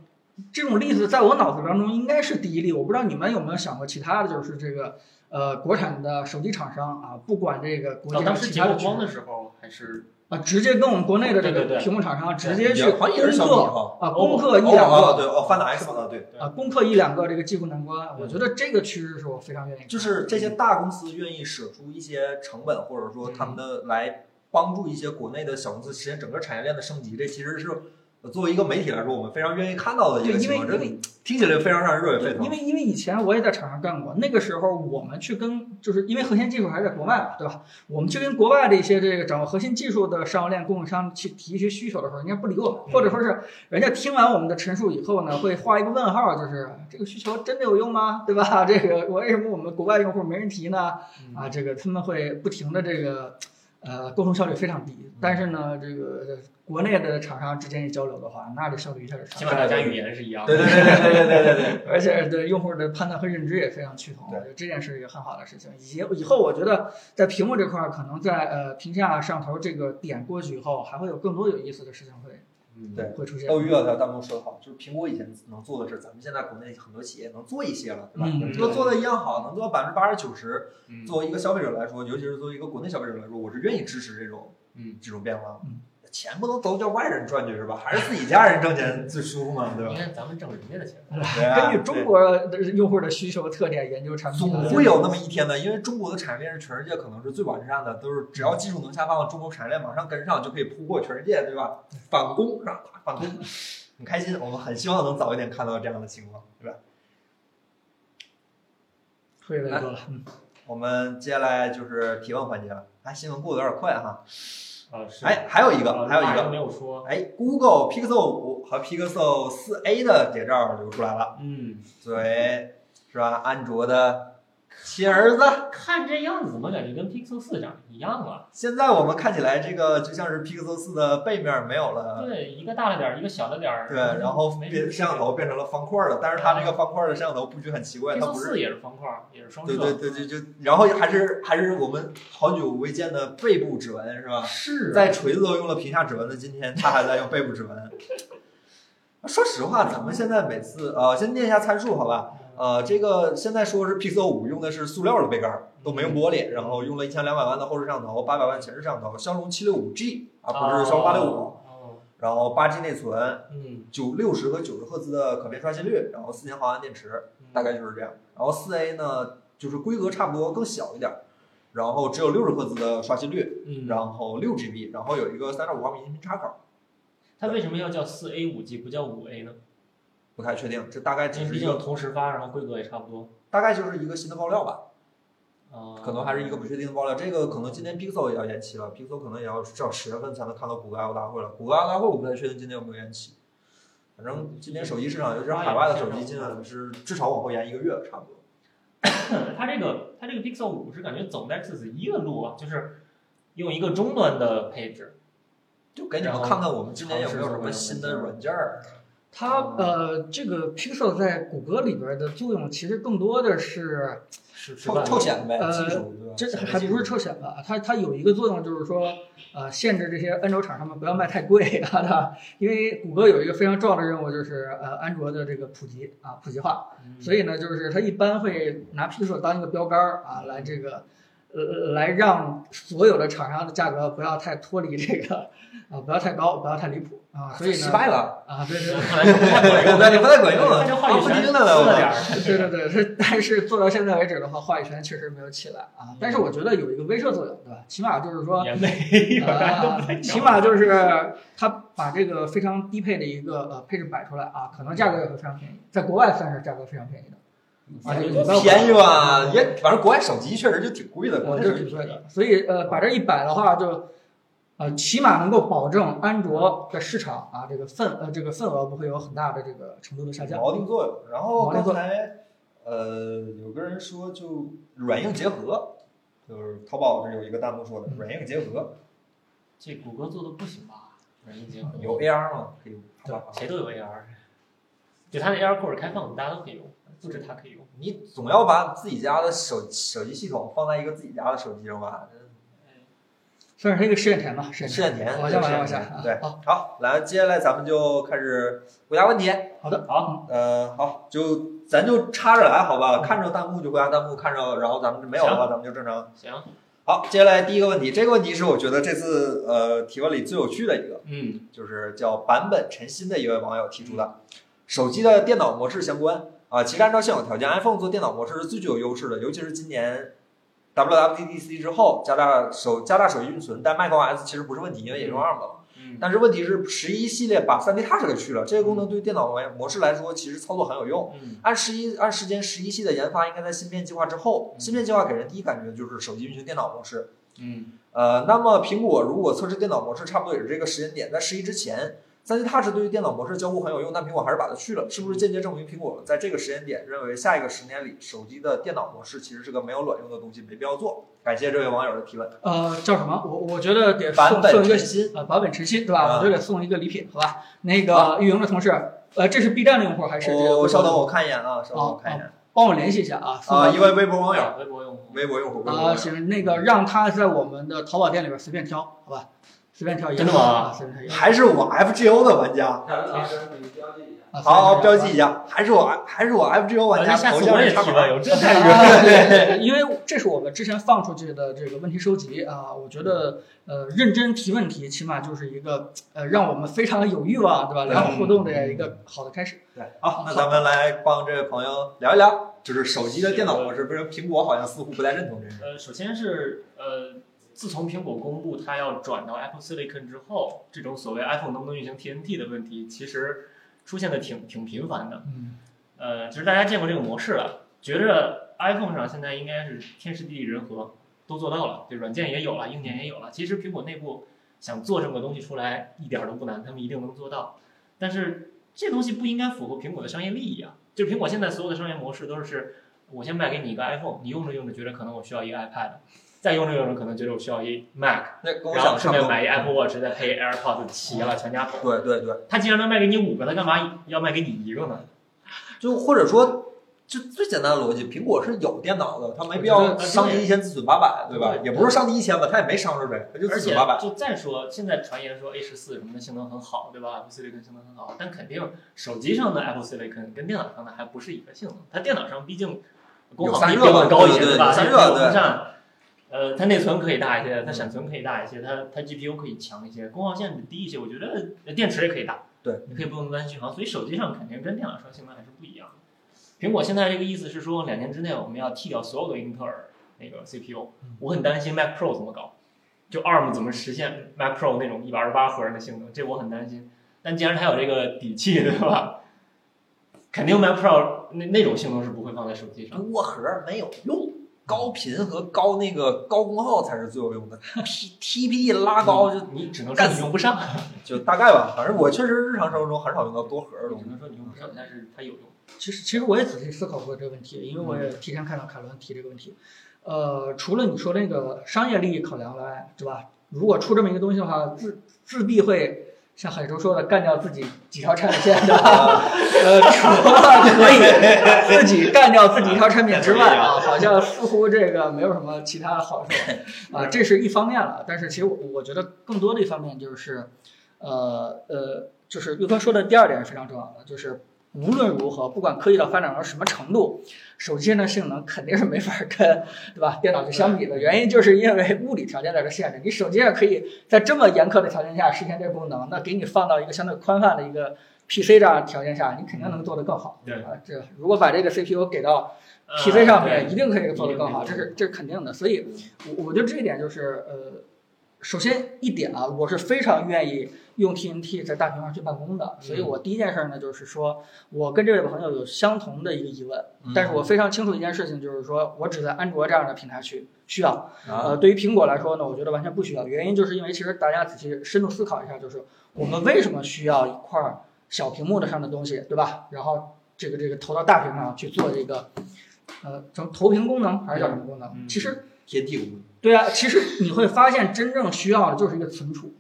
B: 这种例子在我脑子当中应该是第一例。我不知道你们有没有想过其他的，就是这个呃国产的手机厂商啊，不管这个国
C: 然后哦当
B: 际上
C: 时
B: 其
C: 结
B: 他
C: 过
B: 的
C: 光
B: 厂
C: 的时候还是
B: 啊，直接跟我们国内的
C: 对
B: 这
C: 对
B: 个
C: 对
B: 屏幕厂商直接
A: 也
B: 去
A: 好像也是
B: 攻
A: 小米
B: 克
A: 哈，
B: 啊，
C: 欧盟
B: 攻克一
A: 哦
B: 两
A: 哦
B: 个
A: 对哦，发达 X 啊，对，
B: 啊，攻克一两个这个技术难关，我
C: 嗯
B: 觉得这个趋势是我非常愿意看的。
A: 就是这些大公司愿意舍出一些成本，或者说他们的来帮助一些国内的小公司实现整个产业链的升级，这其实是呃作为一个媒体来说，我们非常愿意看到的一
B: 对，
A: 个
B: 因
A: 情
B: 为
A: 况。这
B: 因为
A: 听起来非常让人热血沸腾。
B: 因为因为以前我也在厂上干过，那个时候我们去跟就是因为核心技术还是在国外嘛，对吧？我们去跟国外的一些这个掌握核心技术的商业链供应商去提一些需求的时候，人家不理我们，
C: 嗯
B: 或者说是人家听完我们的陈述以后呢，会画一个问号，就是这个需求真的有用吗？对吧？ 这个我为什么我们国外用户没人提呢？
A: 嗯
B: 啊，这个他们会不停的这个。呃，沟通效率非常低，但是呢，这个呃国内的厂商之间一交流的话，那这效率一下就上
C: 起
B: 来
C: 码
B: 了。
C: 大家语言是一样的。
A: 对对对对对对对对。
B: 而且对用户的判断和认知也非常趋同，我
A: 对
B: 觉得这件事是一个很好的事情。以及以后我觉得在屏幕这块，儿，可能在呃屏下摄像头这个点过去以后，还会有更多有意思的事情会
C: 嗯
A: 对
B: 会出现。
A: 斗鱼有条啊弹幕说的好，就是苹果以前能做的事，咱们现在国内很多企业能做一些了，对吧？
B: 嗯
A: 能做做的一样好，能做到百分之八十九十。
C: 嗯
A: 作为一个消费者来说，尤其是作为一个国内消费者来说，我是愿意支持这种
C: 嗯，
A: 这种变化。
B: 嗯，
A: 钱不能都叫外人赚去是吧？还是自己家人挣钱最舒服嘛，对
C: 你
A: 吧？
C: 看咱们挣人家的钱，
A: 对啊
B: 根据中国的用户的需求特点研究产
A: 对
B: 品啊，
A: 总会有那么一天的，因为中国的产业链是全世界可能是最完善的，都是只要技术能下放，中国产业链马上跟上就可以扑过全世界，对吧？反攻让它反攻，很开心，我们很希望能早一点看到这样的情况，对吧？
B: 会越来越多了。嗯，
A: 我们接下来就是提问环节了。哎，新闻过得有点快哈。
C: 啊是，
A: 哎，还有一个，
C: 啊
A: 还有
C: 大
A: 一
C: 家都
A: 个，
C: 没有说，
A: 哎，Google Pixel 五和 Pixel 四 A 的谍照流出来了，
C: 嗯，
A: 作为是吧？安卓的亲儿子。
C: 看这样子怎么感觉跟 Pixel 四长得一样啊？
A: 现在我们看起来这个就像是 Pixel 四的背面没有了，
C: 对，一个大了点儿，一个小了点儿。
A: 对，然后
C: 没
A: 变摄像头变成了方块了，但是它这个方块的摄像头布局很奇怪，它
C: Pixel
A: 不是。
C: 四也是方啊块儿，也是双摄。
A: 对对对对，就然后还是还是我们好久未见的背部指纹是吧？
B: 啊
C: 是
A: 在锤子都用了屏下指纹的今天，他还在用背部指纹。说实话，咱们现在每次呃，先念一下参数好吧？呃，这个现在说是 Pixel 五用的是塑料的杯盖儿，都没用玻璃，然后用了一千两百万的后置摄像头，八百万前置摄像头，骁龙七六五 G 啊，不是骁龙八六五，
C: 五。
A: 然后八 G 内存，
C: 嗯，
A: 九六十和九十赫兹的可变刷新率，然后四千毫安电池，大概就是这样。然后四 A 呢，就是规格差不多更小一点儿，然后只有六十赫兹的刷新率，
C: 嗯，
A: 然后六 GB，然后有一个三点五毫米音频插口，
C: 它为什么要叫四 A 五 G 不叫五 A 呢？
A: 不太确定，这大概只
C: 因为
A: 是
C: 毕
A: 一
C: 竟
A: 个
C: 同时发，然后规格也差不多。
A: 大概就是一个新的爆料吧，
C: 啊，
A: 可能还是一个不确定的爆料。这个可能今天 Pixel 也要延期了，Pixel 可能也要至少十月份才能看到谷歌 I/O 大会了。谷歌 I/O 大会我不太确定今天有没有延期，反正今年手机市场，尤其是海外的手机，基本是至少往后延一个月差不多。
C: 它这个它这个 Pixel 五是感觉走 Nexus 一个路啊，就是用一个终端的配置。
A: 就给你们
C: 然后
A: 看看我们今年有没有什么新的软件儿。
B: 它呃这个 Pixel 在谷歌里边的作用其实更多的是
C: 是是
A: 臭
C: 吧
A: 臭显呗，
B: 呃
A: 技术对吧？
B: 这
A: 显示
B: 还
A: 技
B: 不是
A: 术
B: 臭显吧？它它有一个作用，就是说，呃，限制这些安卓厂商们不要卖太贵啊，对吧？因为谷歌有一个非常重要的任务，就是呃，安卓的这个普及啊，普及化。
C: 嗯
B: 所以呢，就是它一般会拿 Pixel 当一个标杆儿啊，来这个，呃，来让所有的厂商的价格不要太脱离这个，啊，不要太高，不要太离谱啊。所以
A: 失
B: 呢，
A: 败了，
B: 啊，对对对。
C: 看来是不太管用，
A: 对，你不太管用了，啊
C: 它这话语
A: 不听
C: 权
A: 的了，
C: 了
A: 我
C: 点儿。
B: 对对对，是，但是做到现在为止的话，话语权确实没有起来啊。但是我觉得有一个威慑作用，对吧？起码就是说，
C: 也没有，大家都不太
B: 啊，
C: 讲
B: 起码就是他把这个非常低配的一个呃配置摆出来啊，可能价格也会非常便宜，在国外算是价格非常便宜的，啊，这个
A: 便宜啊吧，也反正国外手机确实就挺贵的，国
B: 我
A: 内
B: 嗯这
A: 手
B: 是
A: 机
B: 挺贵的，所以呃，把这一摆的话就，呃，起码能够保证安卓的市场啊，这个份呃这个份额不会有很大的这个程度的下降。
A: 锚定作用。然后
B: 锚定
A: 刚
B: 作
A: 才呃有个人说就软硬结合，就是淘宝是有一个弹幕说的
B: 嗯
A: 软硬结合，
C: 这谷歌做的不行吧？软硬结合
A: 有 AR 嘛，可以啪啪啪
C: 对，谁都有 AR，就它的 AR 库是开放的，大家都可以用，不止它可以用。
A: 你总要把自己家的手手机系统放在一个自己家的手机上吧，
B: 算是一个试验田吧，试验
A: 试验田，
B: 往下往
A: 试
B: 下
A: 验
B: 往下
A: 田
B: 啊。
A: 对，
C: 好
A: 好，来，接下来咱们就开始回答问题。
B: 好的，
C: 好，
A: 呃，好，就咱就插着来，好
B: 嗯
A: 吧？看着弹幕就回答弹幕，看着，然后咱们没有的话，咱们就正常。
C: 行，
A: 好，接下来第一个问题，这个问题是我觉得这次呃提问里最有趣的一个，
C: 嗯，
A: 就是叫版本陈新的一位网友提出的，手机的电脑模式相关啊，其实按照现有条件，iPhone 做电脑模式是最具有优势的，尤其是今年 WWDC 之后，加大手加大手机运存，但 macOS 其实不是问题，因为也用 ARM 了。
C: 嗯，
A: 但是问题是，十一系列把3 D Touch 给去了，这个功能对电脑模模式来说，其实操作很有用。
C: 嗯，
A: 按十一按时间，十一系的研发应该在芯片计划之后。
C: 嗯
A: 芯片计划给人第一感觉就是手机运行电脑模式。
C: 嗯，
A: 呃，那么苹果如果测试电脑模式，差不多也是这个时间点，在十一之前。3 D Touch 对于电脑模式交互很有用，但苹果还是把它去了，是不是间接证明苹果在这个时间点认为下一个十年里手机的电脑模式其实是个没有卵用的东西，没必要做？感谢这位网友的提问。
B: 呃，叫什么？我我觉得得
A: 版
B: 送
A: 本
B: 送一个
A: 更新，
B: 呃版本晨曦，对吧？
A: 啊
B: 我就得送一个礼品，好吧？那个运营的同事，呃，这是 B 站的用户还是这个
A: 我
B: 微
A: 哦稍
B: 博
A: 等，
B: 的？
A: 我看一眼啊，稍等我看一眼
B: 帮我联系一下啊，送
A: 啊，
B: 到
A: 一位微博网友。
C: 微博用户，
A: 微博用户，微博用户
B: 啊，行，那个让他在我们的淘宝店里边随便挑，好吧？随便挑一个，
C: 真的吗
B: 啊随便挑一个，
A: 还是我 FGO 的玩家，好好标。
B: 啊随便挑一个
A: 记一下，还是我还是我 FGO 玩家，
C: 那下
A: 头
C: 次
A: 像
C: 我也
A: 是
C: 提
A: 插
C: 吧，
A: 板。
C: 有 这太热。
B: 啊 对对对，因为这是我们之前放出去的这个问题收集啊，我觉得呃认真提问题，起码就是一个呃让我们非常有欲望，对吧？良好互动的
A: 嗯
B: 一个好的开始。
A: 对，好，那咱们来帮这位朋友聊一聊，就是手机的电脑模式，不是苹果好像似乎不太认同这个。
C: 呃，首先是呃，自从苹果公布它要转到 Apple Silicon 之后，这种所谓 iPhone 能不能运行 TNT 的问题，其实出现的挺挺频繁的。
B: 嗯，
C: 呃，其实大家见过这个模式了，觉着 iPhone 上现在应该是天时地利人和都做到了，对，软件也有了，硬件也有了。其实苹果内部想做这么个东西出来一点儿都不难，他们一定能做到。但是这东西不应该符合苹果的商业利益啊！就苹果现在所有的商业模式都是，我先卖给你一个 iPhone，你用着用着觉得可能我需要一个 iPad，再用着用着可能觉得我需要一 Mac，
A: 那跟我
C: 然后
A: 想上嗯
C: 顺便
A: 头，
C: 买一 Apple Watch，再配 AirPods，齐了全家桶。
A: 对对对，
C: 他既然能卖给你五个，他干嘛要卖给你一个呢？
A: 就或者说，就最简单的逻辑，苹果是有电脑的，它没必要上帝一千自损八百，对吧？
C: 呃对
A: 也不是上帝一千吧，它也没上着呗，它就
C: 而
A: 自损
C: 且
A: 八百。
C: 就再说，现在传言说 A 十四什么的性能很好，对吧？Apple Silicon 性能很好，但肯定手机上的 Apple Silicon 跟电脑上的还不是一个性能。它电脑上毕竟功
A: 有
C: 耗
A: 散
C: 比
A: 热
C: 苹果
A: 嘛
C: 高一
A: 对
C: 些，
A: 对
C: 吧？
A: 有
C: 它
A: 散
C: 有
A: 热
C: 风
A: 对
C: 扇，呃，它内存可以大一些，它
A: 嗯
C: 闪存可以大一些，它它 GPU 可以强一些，功耗线低一些。我觉得呃电池也可以大，
A: 对，
C: 你可以不用担心续航。所以手机上肯定跟电脑上性能还是不一样的。苹果现在这个意思是说，两年之内我们要剃掉所有的英特尔那个 CPU，
A: 嗯
C: 我很担心 Mac Pro 怎么搞。就 ARM 怎么实
A: 嗯
C: 现 Mac Pro 那种一百二十八核的性能，这我很担心。但既然它有这个底气，对吧？肯定 Mac Pro 那那种性能是不会放在手机上。
A: 多核没有用，高频和高那个高功耗才是最有用 的。P TPE 拉高就
C: 你只能说你用不上，
A: 就大概吧，反正我确实日常生活中很少用到多核的
C: 你
A: 东
C: 只
A: 西。
C: 能说你用不上，但是它有用。
B: 其实其实我也仔细思考过这个问题，因为我也提前看到凯伦提这个问题。呃，除了你说那个商业利益考量来，对吧？如果出这么一个东西的话，自自必会像海州说的，干掉自己几条产品线，对吧？呃，除了可以自己干掉自己一条产品之外啊，好像似乎这个没有什么其他的好处啊，这是一方面了。但是其实我我觉得更多的一方面就是，呃呃，就是岳哥说的第二点是非常重要的，就是无论如何，不管科技的发展到什么程度，手机的性能肯定是没法跟对吧电脑去相比的。原因就是因为物理条件在这限制，你手机上可以在这么严苛的条件下实现这个功能，那给你放到一个相对宽泛的一个 PC 这样的条件下，你肯定能做得更好。
C: 对
B: 啊，这如果把这个 CPU 给到
A: 嗯
C: 呃
B: PC 上面，一定可以做得更好，
C: 一
B: 这
C: 定可以
B: 是这是肯定的。所以，我我觉得这一点就是呃，首先一点啊，我是非常愿意用 TNT 在大屏上去办公的，所以我第一件事呢就是说我跟这位朋友有相同的一个疑问，
A: 嗯
B: 但是我非常清楚一件事情，就是说我只在安卓这样的平台去需要，
A: 啊，
B: 呃，对于苹果来说呢，我觉得完全不需要。原因就是因为其实大家仔细深度思考一下，就是我们为什么需要一块儿小屏幕的上的东西，对吧？然后这个这个投到大屏上去做这个，呃，什么投屏功能还是叫什么功能？
C: 嗯
B: 其实
A: 天地无
B: 对啊，其实你会发现，真正需要的就是一个存储。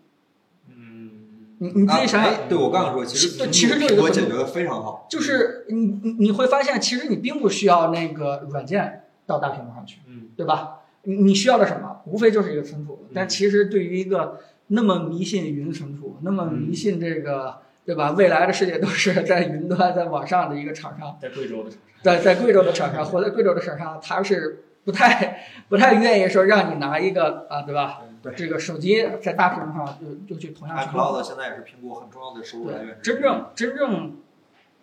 C: 嗯，
B: 你你自己想想，
A: 哎对我刚刚说，其实
B: 对其实就是一个
A: 我
B: 分
A: 解
B: 布
A: 决的非常好，
B: 就是你你你会发现，其实你并不需要那个软件到大屏幕上去，
C: 嗯，
B: 对吧？你你需要的什么？无非就是一个存储
C: 嗯。
B: 但其实对于一个那么迷信云存储、那么
C: 嗯
B: 迷信这个，对吧？未来的世界都是在云端、在网上的一个厂商，
C: 在贵州的城市，
B: 在在贵州的厂商，活在贵州的厂商，他是不太不太愿意说让你拿一个啊，对吧？
A: 对
B: 这个手机在大屏幕上就就去同样去用
A: iCloud 现在也是苹果很重要的收入来源。
B: 真正真正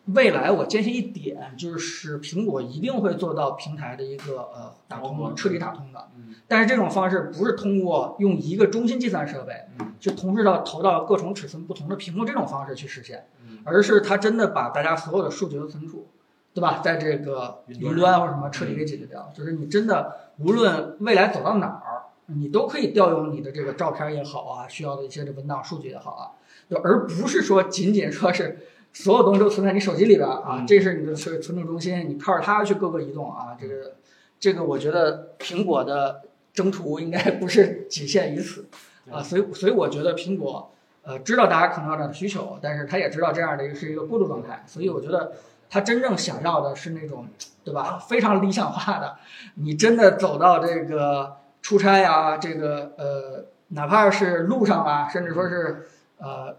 B: 未来，我坚信一点就是苹果一定会做到平台的一个呃打通
C: 哦
B: 的，彻底打通的。
C: 嗯
B: 但是这种方式不是通过用一个中心计算设备
C: 嗯
B: 去同时到投到各种尺寸不同的屏幕这种方式去实现，
C: 嗯
B: 而是它真的把大家所有的数据都存储。对吧？在这个
A: 云端
B: 云端或者什么彻底给解决掉，就是你真的无论未来走到哪儿，你都可以调用你的这个照片也好啊，需要的一些这文档数据也好啊，就而不是说仅仅说是所有东西都存在你手机里边儿啊
C: 嗯，
B: 这是你的存存储中心，你靠着它去各个移动啊，这个这个我觉得苹果的征途应该不是仅限于此啊，
C: 对
B: 所以所以我觉得苹果呃知道大家可能有这样的需求，但是他也知道这样的一个是一个过渡状态，所以我觉得他真正想要的是那种对吧非常理想化的，你真的走到这个出差啊，这个呃哪怕是路上啊，甚至说是呃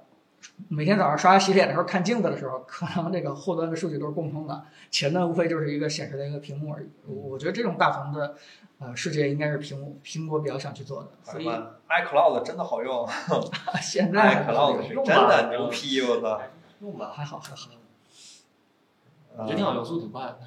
B: 每天早上刷牙洗脸的时候看镜子的时候，可能这个后端的数据都是共通的，前端无非就是一个显示的一个屏幕而已。我我觉得这种大屏的呃世界应该是苹果苹果比较想去做的，所以
A: iCloud 真的好用
B: 现
A: 哎
B: 在
A: ，iCloud 是真的牛批，我操！
C: 用吧，
B: 还好还好，
A: 啊
B: 嗯
C: 我觉得挺好，流速挺快的，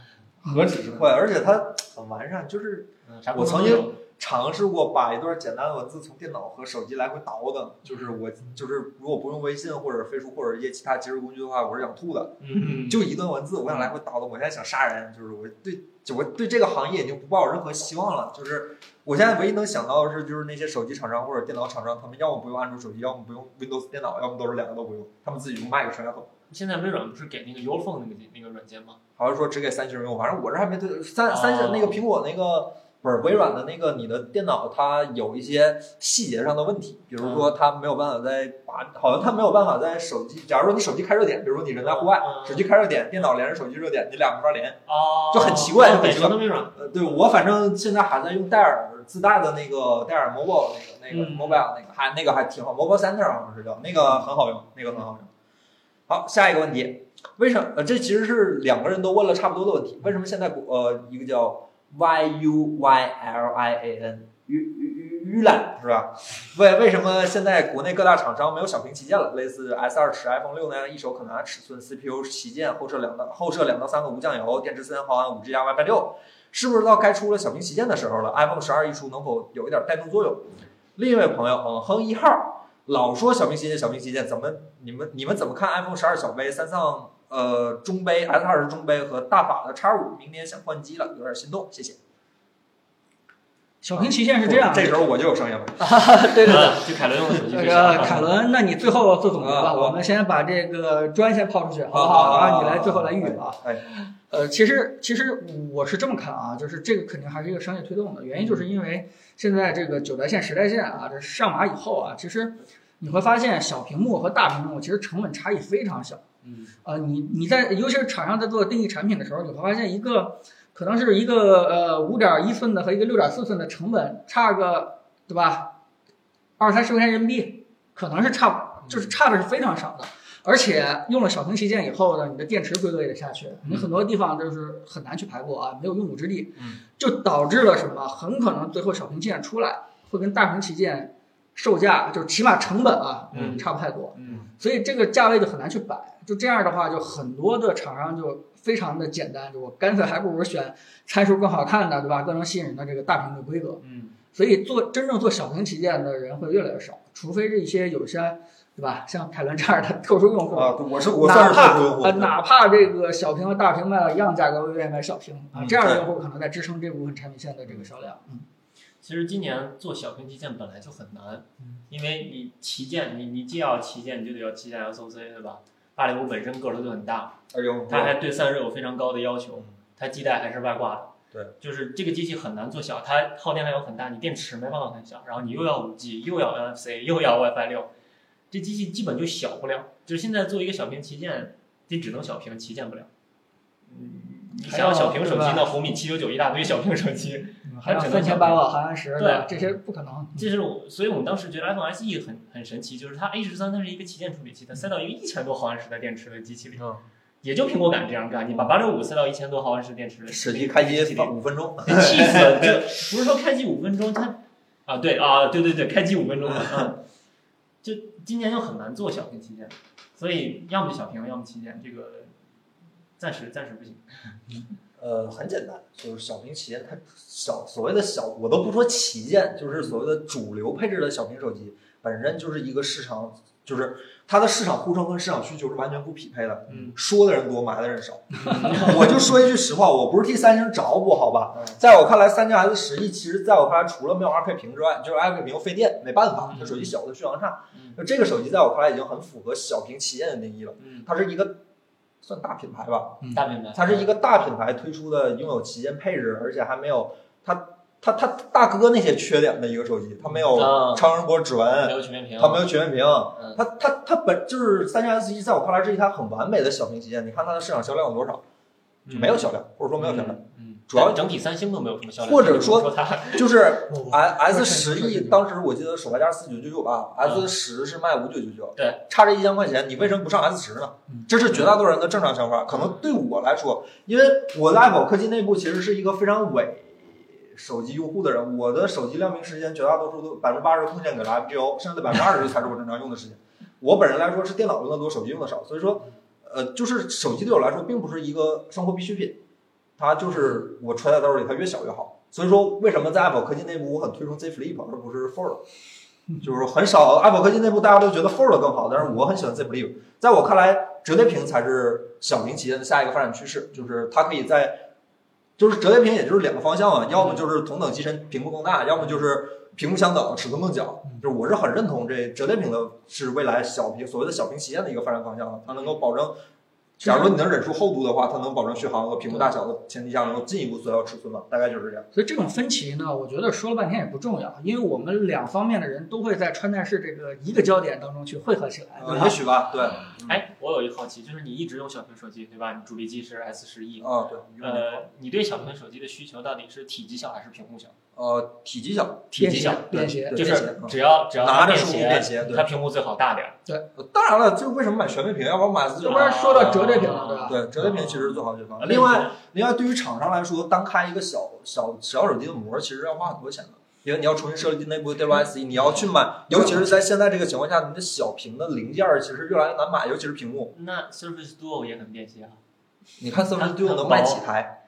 A: 嗯何止是快，而且它很完善，啊就是
C: 嗯，啥
A: 我
C: 功能
A: 曾经
C: 都有
A: 尝试过把一段简单的文字从电脑和手机来回倒腾，就是我就是如果不用微信或者飞书或者一些其他即时工具的话，我是想吐的。
C: 嗯嗯
A: 就一段文字，我想来回倒腾，我现在想杀人，就是我对就我对这个行业已经不抱有任何希望了。就是我现在唯一能想到的是，就是那些手机厂商或者电脑厂商，他们要么不用安卓手机，要么不用 Windows 电脑，要么都是两个都不用，他们自己用 Mac 全家桶。
C: 现在微软不是给那个 U Phone 那个那个软件吗？
A: 好像说只给三星人用，反正我这还没对三
C: 哦
A: 三星那个苹果那个不是微软的那个你的电脑，它有一些细节上的问题，比如说它没有办法在把，好像它没有办法在手机，假如说你手机开热点，比如说你人在户外，
C: 嗯
A: 手机开热点，电脑连着手机热点，你俩没法连。
C: 哦，
A: 就很奇怪
C: 哦
A: 很
C: 北
A: 奇
C: 京
A: 怪
C: 的微软，
A: 呃，对我反正现在还在用戴尔自带的那个戴尔 mobile 那个那个
C: 嗯
A: mobile 那个还那个还挺好，mobile center 好像是叫那个很好用，那个很好用。好，下一个问题，为什么？呃，这其实是两个人都问了差不多的问题，为什么现在国呃一个叫 y u y l i a n 预预预预览是吧？为为什么现在国内各大厂商没有小屏旗舰了？类似 S 二十、iPhone 六那样一手可拿尺寸、CPU 旗舰，后摄两到后摄两到三个无酱油，电池三毫安，五 G 加 WiFi 六，是不是到该出了小屏旗舰的时候了？iPhone 十二一出，能否有一点带动作用？另一位朋友，嗯，哼一号老说小屏旗舰，小屏旗舰，怎么你们你们怎么看 iPhone 十二小杯、三藏呃中杯、S 二十中杯和大法的叉五？明年想换机了，有点心动，谢谢。
B: 小屏旗舰是这样的
A: 这，时候我就有声音了。
B: 对对对。
C: 嗯就凯伦用的手机
B: 那
C: 是
B: 个
C: 啥？嗯
B: 凯伦，那你最后做总结
A: 啊
B: 吧，
A: 好
B: 我们先把这个砖先抛出去，好不
A: 好
B: 好？
A: 好
B: 然后
A: 好
B: 你来最后来预
A: 好
B: 啊。
A: 啊哎，
B: 呃，其实其实我是这么看啊，就是这个肯定还是一个商业推动的，原因就是因为现在这个九代线、十代线啊，这上马以后啊，其实你会发现小屏幕和大屏幕其实成本差异非常小。
C: 嗯
B: 呃，你你在尤其是厂商在做定义产品的时候，你会发现一个可能是一个呃五点一寸的和一个六点四寸的成本差个对吧，二三十块钱人民币，可能是差就是差的是非常少的。而且用了小屏旗舰以后呢，你的电池规格也得下去，你很多地方就是很难去排过啊，没有用武之地
A: 嗯，
B: 就导致了什么？很可能最后小屏旗舰出来会跟大屏旗舰售价，就是起码成本啊，
C: 嗯
B: 差不太多。
C: 嗯
B: 所以这个价位就很难去摆。就这样的话，就很多的厂商就非常的简单，就我干脆还不如选参数更好看的，对吧？更能吸引人的这个大屏的规格。
C: 嗯
B: 所以做真正做小屏旗舰的人会越来越少，除非是一些有些，对吧？像凯伦这样的特殊用户，
A: 啊，我是我算
B: 哪
A: 是
B: 怕
A: 特殊用户
B: 呃，哪怕这个小屏和大屏卖到一样价格，我也愿意买小屏啊
A: 嗯。
B: 这样的
A: 对
B: 用户可能在支撑这部分产品线的这个销量。嗯，
C: 其实今年做小屏旗舰本来就很难，因为你旗舰，你你既要旗舰，你就得要旗舰 SOC 对吧？八零五本身个头就很大，
A: 哎呦，
C: 它还对散热有非常高的要求，它基带还是外挂的，
A: 对，
C: 就是这个机器很难做小，它耗电量又很大，你电池没办法很小，然后你又要五 G，又要 NFC，又要 WiFi 六，这机器基本就小不了。就是现在做一个小屏旗舰，这只能小屏旗舰不了。嗯，你想要小屏手机
B: 还要对
C: 呢，红米七九九一大堆小屏手机，
B: 还要三千八万毫安时，
C: 嗯对
B: 吧？这些不可能。嗯
C: 这是我，所以我们当时觉得 iPhone SE 很很神奇，就是它 A 十三它是一个旗舰处理器，它塞到一个一千多毫安时的电池的机器里，
A: 嗯，
C: 也就苹果敢这样干，你把八六五塞到一千多毫安时电池里，
A: 手机开机
C: 机里
B: 嗯
A: 放五分钟，
C: 得气死了！这不是说开机五分钟，它啊对啊对对对，开机五分钟的啊，就今年就很难做小屏旗舰，所以要么就小屏，要么旗舰，这个暂时暂时不行。
A: 呃，很简单，就是小屏旗舰，它小所谓的小，我都不说旗舰，就是所谓的主流配置的小屏手机，本身就是一个市场，就是它的市场呼声和市场需求是完全不匹配的。
C: 嗯，
A: 说的人多，买的人少。 我就说一句实话，我不是替三星找补，好吧？在我看来，三星 S 十一其实在我看来，除了没有 2K 屏之外，就是 2K 屏费电，没办
C: 嗯
A: 法，它手机小的续航差。就这个手机在我看来已经很符合小屏旗舰的定义了，
C: 嗯，
A: 它是一个算大品牌吧，
C: 大品牌，
A: 它是一个大品牌推出的拥有旗舰配置，而且还没有它它它大哥那些缺点的一个手机，它没有
C: 啊，
A: 超声波指
C: 没
A: 纹，
C: 有全面屏，啊
A: 它没有全面屏，
C: 嗯
A: 它它它本就是三星 S 一，在我看来是一台很完美的小屏旗舰。你看它的市场销量有多少？就没有销量，或者说没有销量，
C: 嗯，嗯，
A: 主要
C: 整体三星都没有什么销量，
A: 或者
C: 说
A: 说
C: 它
A: 就是
B: 不不
A: S
B: 不
A: 十
B: 是
A: 亿，当时我记得首发价四九九九吧，S
B: 嗯
A: 十是卖五九九九，
C: 对，
A: 差这一千块钱，你为什么不上 S 十呢
B: 嗯？
A: 这是绝大多数人的正常想法。可能对我来说，因为我在 Apple 科技内部其实是一个非常伪手机用户的人，我的手机亮屏时间绝大多数都百分之八十贡献给了 MGO，剩下的百分之二十才是我正常用的时间。我本人来说是电脑用的多，手机用的少，所以说，呃，就是手机对我来说并不是一个生活必需品，它就是我揣在兜里，它越小越好。所以说，为什么在 Apple 科技内部我很推崇 Z Flip 而不是 Fold？就是说很少 Apple 科技内部大家都觉得 Fold 更好，但是我很喜欢 Z Flip。在我看来，折叠屏才是小屏旗舰的下一个发展趋势，就是它可以在，就是折叠屏也就是两个方向啊，要么就是同等机身屏幕更大，要么就是屏幕相等，尺寸更小。就是我是很认同这折叠屏的是未来小屏所谓的小屏旗舰的一个发展方向了，它能够保证。假如说你能忍受厚度的话，它能保证续航和屏幕大小的前提下，能够进一步缩小尺寸嘛？大概就是这样。
B: 所以这种分歧呢，我觉得说了半天也不重要，因为我们两方面的人都会在穿戴式这个一个焦点当中去汇合起来，
A: 呃
B: 对吧
A: 也？许吧，对，
C: 哎，我有一个好奇，就是你一直用小屏手机对吧？你主力机是 S 十一，
A: 啊，对，
C: 呃，你对小屏手机的需求到底是体积小还是屏幕小？
A: 呃，体积小，
C: 体积小，
B: 便
A: 对
B: 携，
C: 就
A: 便携
C: 是
A: 嗯
C: 只要只要
A: 拿
C: 它
A: 着
C: 便
A: 手柄便
C: 携，
A: 携，对
C: 它。屏幕最好大点儿。
A: 呃当然了，就为什么买全面屏，要不然买四
B: 这
A: 九
B: 不是
A: 八。
B: 说到折叠屏了，对吧？
A: 对，折叠屏其实是最好的解放。
C: 啊
A: 另外，，另外对于厂商来说，单开一个小小小手机的模，其实要花很多钱的，因为你要重新设计内部的电路
C: 嗯
A: IC，你 E，要去买，尤其是在现在这个情况下，你的小屏的零件儿其实越来越难买，尤其是屏幕。
C: 那 Surface Duo 也很便携啊。
A: 你看 Surface Duo 能卖几台？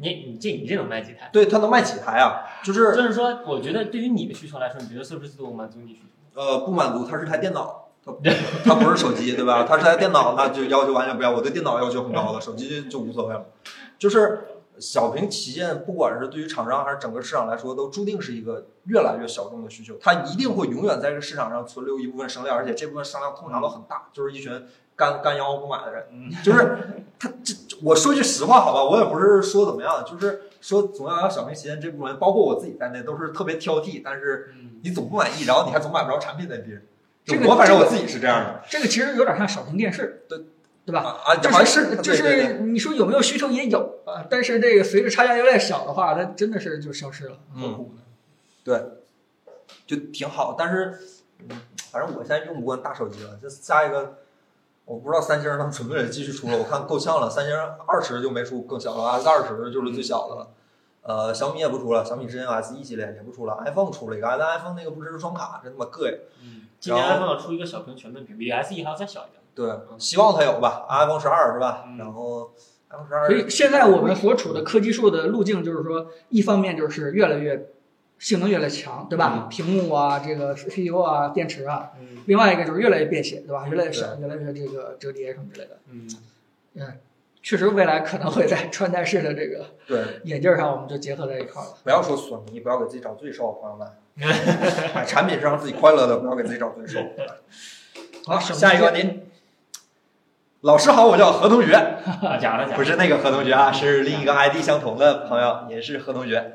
C: 你你这你这能卖几台？
A: 对，它能卖几台啊？就是
C: 就是说，我觉得对于你的需求来说，你觉得 Surface Duo 满足你需求？
A: 呃，不满足，它是台电脑，它它不是手机，对吧？它是台电脑，那就要求完全不一样。我对电脑要求很高的，手机就就无所谓了。就是小屏旗舰，不管是对于厂商还是整个市场来说，都注定是一个越来越小众的需求。它一定会永远在这个市场上存留一部分声量，而且这部分声量通常都很大，就是一群干干吆喝不买的人。
C: 嗯，
A: 就是他这，我说句实话，好吧，我也不是说怎么样，就是说总要有小屏旗舰这部分，包括我自己在内，都是特别挑剔，但是。你总不满意，然后你还总买不着产品在逼人。就
B: 这个
A: 我反正我自己是这样的
B: 这个其实有点像小屏电视，
A: 对
B: 对吧？
A: 啊，
B: 就
A: 好像
B: 是
A: 是
B: 就
A: 对对对
B: 是你说有没有需求也有啊，但是这个随着差价越来越小的话，它真的是就消失了，
A: 嗯
B: 何苦呢？
A: 就挺好，但是嗯，反正我现在用不惯大手机了，这下一个。我不知道三星他们准备着继续出了，我看够呛了。三星二十就没出更小了，S 二十就是最小的了。呃，小米也不出了，小米之前有 S 一系列也不出了，iPhone 出了一个，但 iPhone 那个不支持双卡，真他妈膈应。
C: 嗯，今年 iPhone 要出一个小屏全面屏，比 SE 还要再小一点。
A: 对，希望它有吧，iPhone 十二是吧？
C: 嗯
A: 然后 iPhone 十二
B: 所，以现在我们所处的科技树的路径就是说，一方面就是越来越性能越来越强，对吧？
A: 嗯
B: 屏幕啊，这个 CPU 啊，电池啊，
C: 嗯
B: 另外一个就是越来越便携，对吧？越来越小，越来越这个折叠什么之类的。
C: 嗯，
B: 确实，未来可能会在 穿戴式的这个
A: 对，
B: 眼镜上，我们就结合在一块儿了。
A: 不要说索尼，不要给自己找罪受，朋友们。买产品是
B: 啊
A: 让自己快乐的，不要给自己找罪受。
B: 好，
A: 下一个您，老师好，我叫何同学，
C: 啊， 假的假的，
A: 不是那个何同学啊，是另一个 ID 相同的朋友，也是何同学，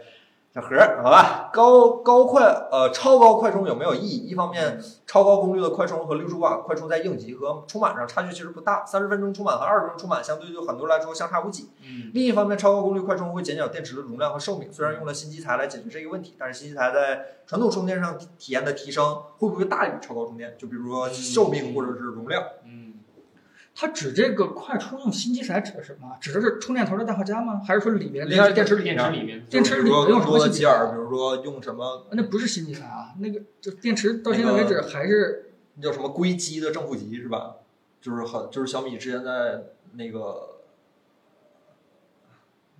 A: 小何，好吧。高高快呃超高快充有没有意义？一方面，超高功率的快充和六十瓦快充在应急和充满上差距其实不大，三十分钟充满和二十分钟充满相对对很多来说相差无几。
C: 嗯，
A: 另一方面，超高功率快充会减小电池的容量和寿命。虽然用了新机材来解决这个问题，但是新机材在传统充电上体体验的提升会不会大于超高充电？就比如说寿命或者是容量。
C: 嗯
B: 它指这个快充用新机材指的是什么？啊指的是充电头的大化加吗？还是说里面
A: 里面
B: 连嗯电池里
C: 电
B: 面？
C: 池里面，
B: 电池里
A: 就是比如
B: 用
A: 说多的
B: 什么啊芯
A: 吉
B: 片
A: 尔，比如说用什么
B: 那不是新机材啊，那个就电池到现在为止还是
A: 叫什么硅基的正负极是吧？就是很就是小米之前在那个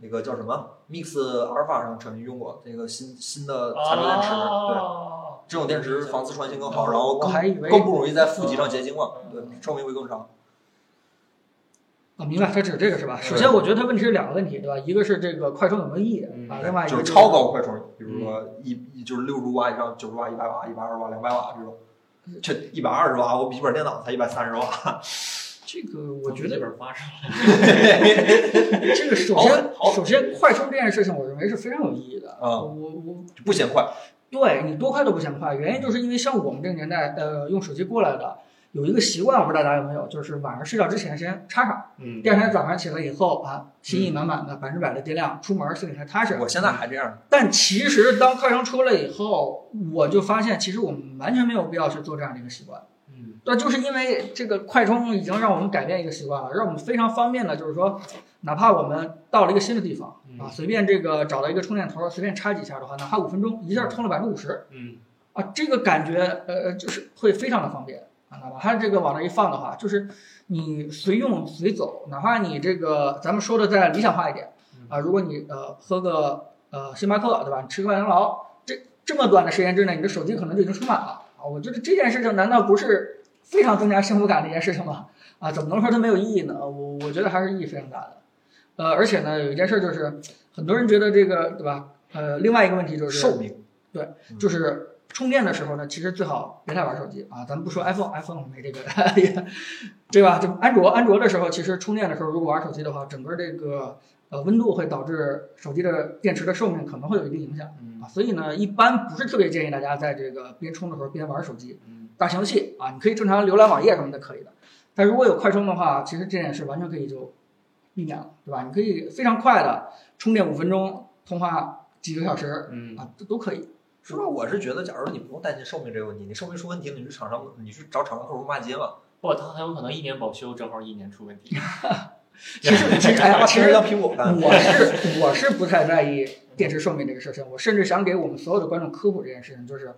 A: 那个叫什么 Mix 阿尔法上曾经用过那个新新的
B: 哦
A: 材料电池，对，
C: 哦，
A: 这种电池防磁传性更好，然后
B: 我
A: 更
B: 还以为
A: 更不容易在负极上结晶嘛，对
C: 嗯，
A: 寿命会更长。
B: 啊，明白，它指这个是吧？
A: 对
B: 首先，我觉得它问题是两个问题，对吧？一个是这个快充有没有意义
C: 嗯
B: 啊，另外一
A: 就
B: 个嗯
A: 是超高快充，比如说一一就是六十五瓦以上、九十瓦、一百瓦、一百二十瓦、两百瓦这种，
B: 嗯
A: 这一百二十瓦，我笔记本电脑才一百三十 瓦，
B: 这个，我觉得
C: 这本发烧，
B: 这个首先首先快充这件事情，我认为是非常有意义的。
A: 嗯
B: 我我
A: 就不嫌快。
B: 对你多快都不嫌快，原因就是因为像我们这个年代，呃，用手机过来的。有一个习惯，我不知道大家有没有，就是晚上睡觉之前先插上，
C: 嗯，
B: 第二天早上起来以后啊，心意满满的，百分之百的电量，出门心里还踏实。
A: 我现在还这样，
B: 但其实当快充出来以后，我就发现，其实我们完全没有必要去做这样的一个习惯。
C: 嗯，
B: 对，就是因为这个快充已经让我们改变一个习惯了，让我们非常方便的，就是说，哪怕我们到了一个新的地方
C: 嗯
B: 啊，随便这个找到一个充电头，随便插几下的话，哪怕五分钟，一下充了百分之五十
C: 嗯
B: 啊，这个感觉呃呃就是会非常的方便啊，哪怕这个往那一放的话，就是你随用随走，哪怕你这个咱们说的再理想化一点
A: 嗯
B: 啊，如果你呃喝个呃星巴克对吧，你吃个麦当劳，这这么短的时间之内，你的手机可能就已经充满了啊，我觉得这件事情难道不是非常增加幸福感的一件事情吧。啊，怎么能说它没有意义呢？我我觉得还是意义非常大的。呃，而且呢，有一件事就是，很多人觉得这个对吧？呃，另外一个问题就是
A: 寿命
B: 就是充电的时候呢，其实最好别太玩手机啊。咱们不说 iPhone，iPhone 没这个， 对吧？就安卓，安卓的时候，其实充电的时候如果玩手机的话，整个这个呃温度会导致手机的电池的寿命可能会有一定影响
C: 嗯
B: 啊。所以呢，一般不是特别建议大家在这个边充的时候边玩手机。
C: 嗯
B: 大型游戏啊，你可以正常浏览网页什么的可以的。但如果有快充的话，其实这件事完全可以就避免了，对吧？你可以非常快的充电五分钟，通话几个小时
C: 嗯，
B: 啊，这都可以。
A: 说实话，我是觉得，假如你不用担心寿命这个问题，你寿命出问题了，你去厂商，你去找厂商客服骂街嘛。
C: 不，它很有可能一年保修，正好一年出问 题。
B: 其实， 其实，哎呀，
A: 其
B: 其
A: 实
B: 实
A: 要嗯苹果干，
B: 我是我是不太在意电池寿命这个事情，我甚至想给我们所有的观众科普这件事情，就是。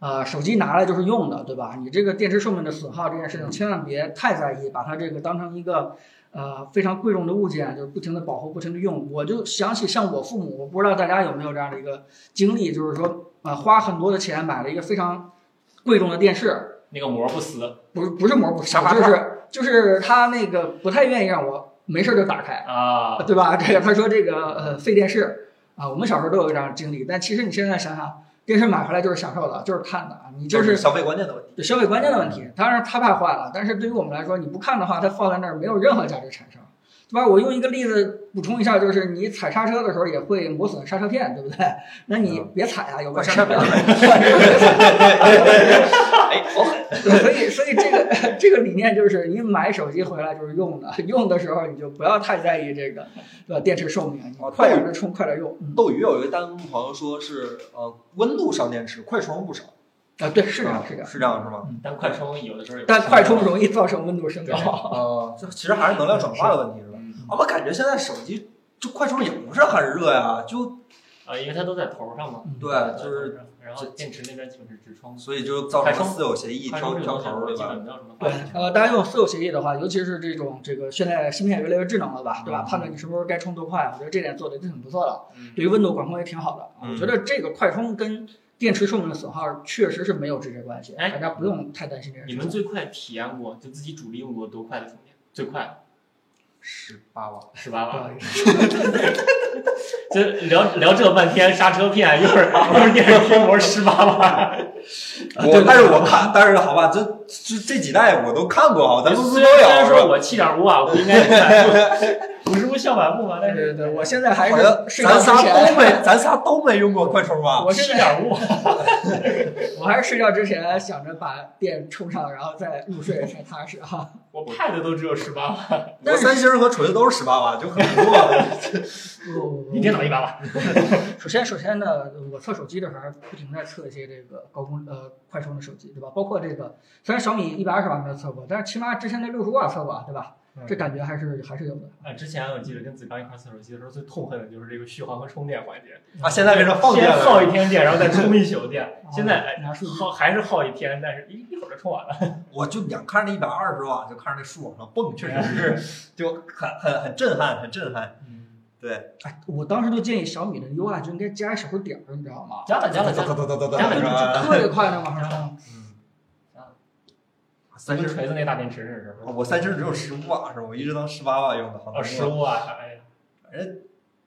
B: 呃，手机拿来就是用的，对吧？你这个电池寿命的损耗这件事
A: 嗯
B: 情，千万别太在意，把它这个当成一个呃非常贵重的物件，就是不停的保护，不停的用。我就想起像我父母，我不知道大家有没有这样的一个经历，就是说啊、花很多的钱买了一个非常贵重的电视，
C: 那个膜不撕
B: 不是不是膜不
A: 沙发
B: 就是就是他那个不太愿意让我没事儿就打开，
C: 啊，
B: 对吧？ 这个他说这个呃费电视啊，我们小时候都有这样的经历，但其实你现在想想，电视买回来就是享受的，就是看的啊，你就
A: 这是
B: 是
A: 消费观念的问题。
B: 对消费观念的问题。当然它怕坏了，但是对于我们来说，你不看的话，它放在那儿没有任何价值产生，对吧？我用一个例子补充一下，就是你踩刹车的时候也会磨损刹车片，对不对？那你别踩啊，有
A: 我
B: 个
A: 上上边儿来， 哎，好狠！
B: 对，所以所以这个这个理念就是，你买手机回来就是用的，用的时候你就不要太在意这个，对吧？电池寿命，你
A: 哦
B: 快点的充，快点用。嗯
A: 斗鱼有一个弹幕朋友说是，呃，温度伤电池，快充不少，
B: 啊，对，是这样，是这样。
A: 是这样是吗？
C: 但快充有的时候有，
B: 但快充容易造成温度升高。
A: 呃，这其实还是能量转化的问题是吧？
C: 嗯
A: 啊，我感觉现在手机就快充也不是很热呀，就
C: 啊，因为它都在头上 嘛，
B: 嗯
A: 对，就是
C: 然后电池那边基本是直充，
A: 所以就造成了私有协议
C: 快
A: 挑
C: 充这
A: 挑
C: 个东西
A: 头
C: 我
A: 对
C: 基
A: 吧？
C: 本没有什么话
B: 对
C: 题，
B: 呃，大家用私有协议的话，尤其是这种这个现在芯片越来越智能了吧，对吧？
A: 嗯
B: 判断你什么时候该充多快，我觉得这点做的就挺不错的，
C: 嗯
B: 对于温度管控也挺好的。啊
A: 嗯
B: 我觉得这个快充跟电池寿命的损耗确实是没有直接关系，
C: 哎
B: 大家不用太担心这件
C: 你
B: 事
C: 们
B: 情。
C: 最快体验过就自己主力用过多快的充电？最快
A: 十八瓦，
C: 十八瓦，
B: 对
C: 就聊聊这半天，刹车片又是又是电视贴膜十八瓦，
B: 对
A: 我但是我看，但是好吧，这这这几代我都看过啊，咱公司
C: 虽
A: 都
C: 然虽然说
A: 有。
C: 我七点五瓦，我应该五百 步，五十步笑百步嘛，但
B: 对
C: 是
B: 对对，我现在还是
A: 好像
B: 睡觉
A: 咱
B: 之
A: 仨
B: 前，
A: 都没，咱仨都没用过快充啊吧？
B: 我
C: 七
B: 现在
C: 点五瓦，
B: 我还是睡觉之前想着把电充上，然后再入睡才踏实哈。
C: 我 pad 都只有十八瓦，
A: 我三星儿和锤子都是十八瓦，就很啊不错 了。哦
B: 不
C: 你电脑一百瓦，
B: 首先，首先呢，我测手机的时候还不停的测一些这个高功呃快充的手机，对吧？包括这个，虽然小米一百二十瓦没有测过，但是起码之前的六十瓦测过啊，对吧？这感觉还是还是有的。
C: 啊，之前我记得跟子刚一块儿测手机的时候，最痛恨的就是这个续航和充电环节。
A: 啊，现在变成放电
C: 先耗
A: 了。
C: 一天电，然后再充一宿电。现在哎
B: 拿数据
C: 耗还是耗一天，但是一一会儿就充完了。
A: 我就眼看着一百二十瓦，就看着那树往上蹦，确实
C: 嗯
A: 是， 就很很很震撼，很震撼。对，
B: 哎，我当时就建议小米的 UI 就应该加一小数点儿，你知道吗？
C: 加了加了加了，
A: 哒哒哒哒
C: 加了
A: 哒
B: 特别快能往上升。
A: 嗯
C: 啊，
A: 三
C: 跟
A: 星儿，
C: 锤子那大电池似的。
A: 我三星儿只有十五瓦是吧？我一直当十八瓦用的。好
C: 哦，十五瓦，哎呀，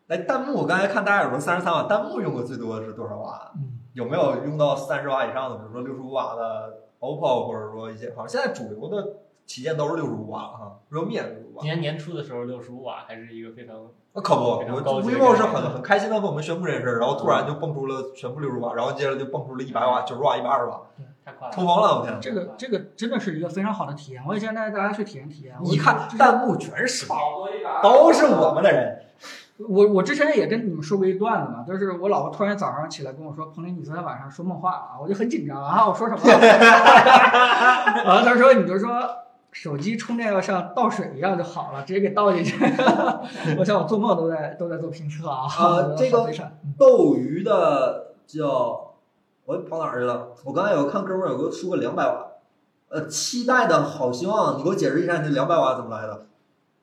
A: 哎，弹幕我刚才看大家有说三十三瓦，弹幕用过最多的是多少瓦？
B: 嗯，
A: 有没有用到三十瓦以上的？比如说六十五瓦的 OPPO，或者说一些，好像现在主流的旗舰都是六十五瓦啊，realme 也是六十五瓦。
C: 年年初的时候六十五瓦还是一个非常
A: 那可不，我
C: 非常高级的
A: vivo 是
C: 概
A: 很
C: 念
A: 很开心的跟我们宣布这件事儿，然后突然就蹦出了全部六十瓦，然后接着就蹦出了一百瓦、九十瓦、一百二十瓦，
C: 太快
A: 抽
C: 了。
A: 风了！我天，
B: 这个这个真的是一个非常好的体验，我也建议大家去体验体验。我
A: 你看
B: 之前
A: 弹幕全是十八，
D: 好多一把
A: 都是我们的人，
B: 我我之前也跟你们说过一段子嘛，就是我老婆突然早上起来跟我说：“彭林，你昨天晚上说梦话啊？”我就很紧张啊，我说什 么了？然后她说：“你就说手机充电要像倒水一样就好了，直接给倒进去。” 我想我做梦都在都在做评测啊。
A: 呃这个
B: 好悲惨
A: 斗鱼的叫我跑哪儿去了？我刚才有看哥们儿有个说过两百瓦，呃，期待的好希望，你给我解释一下你这两百瓦怎么来的？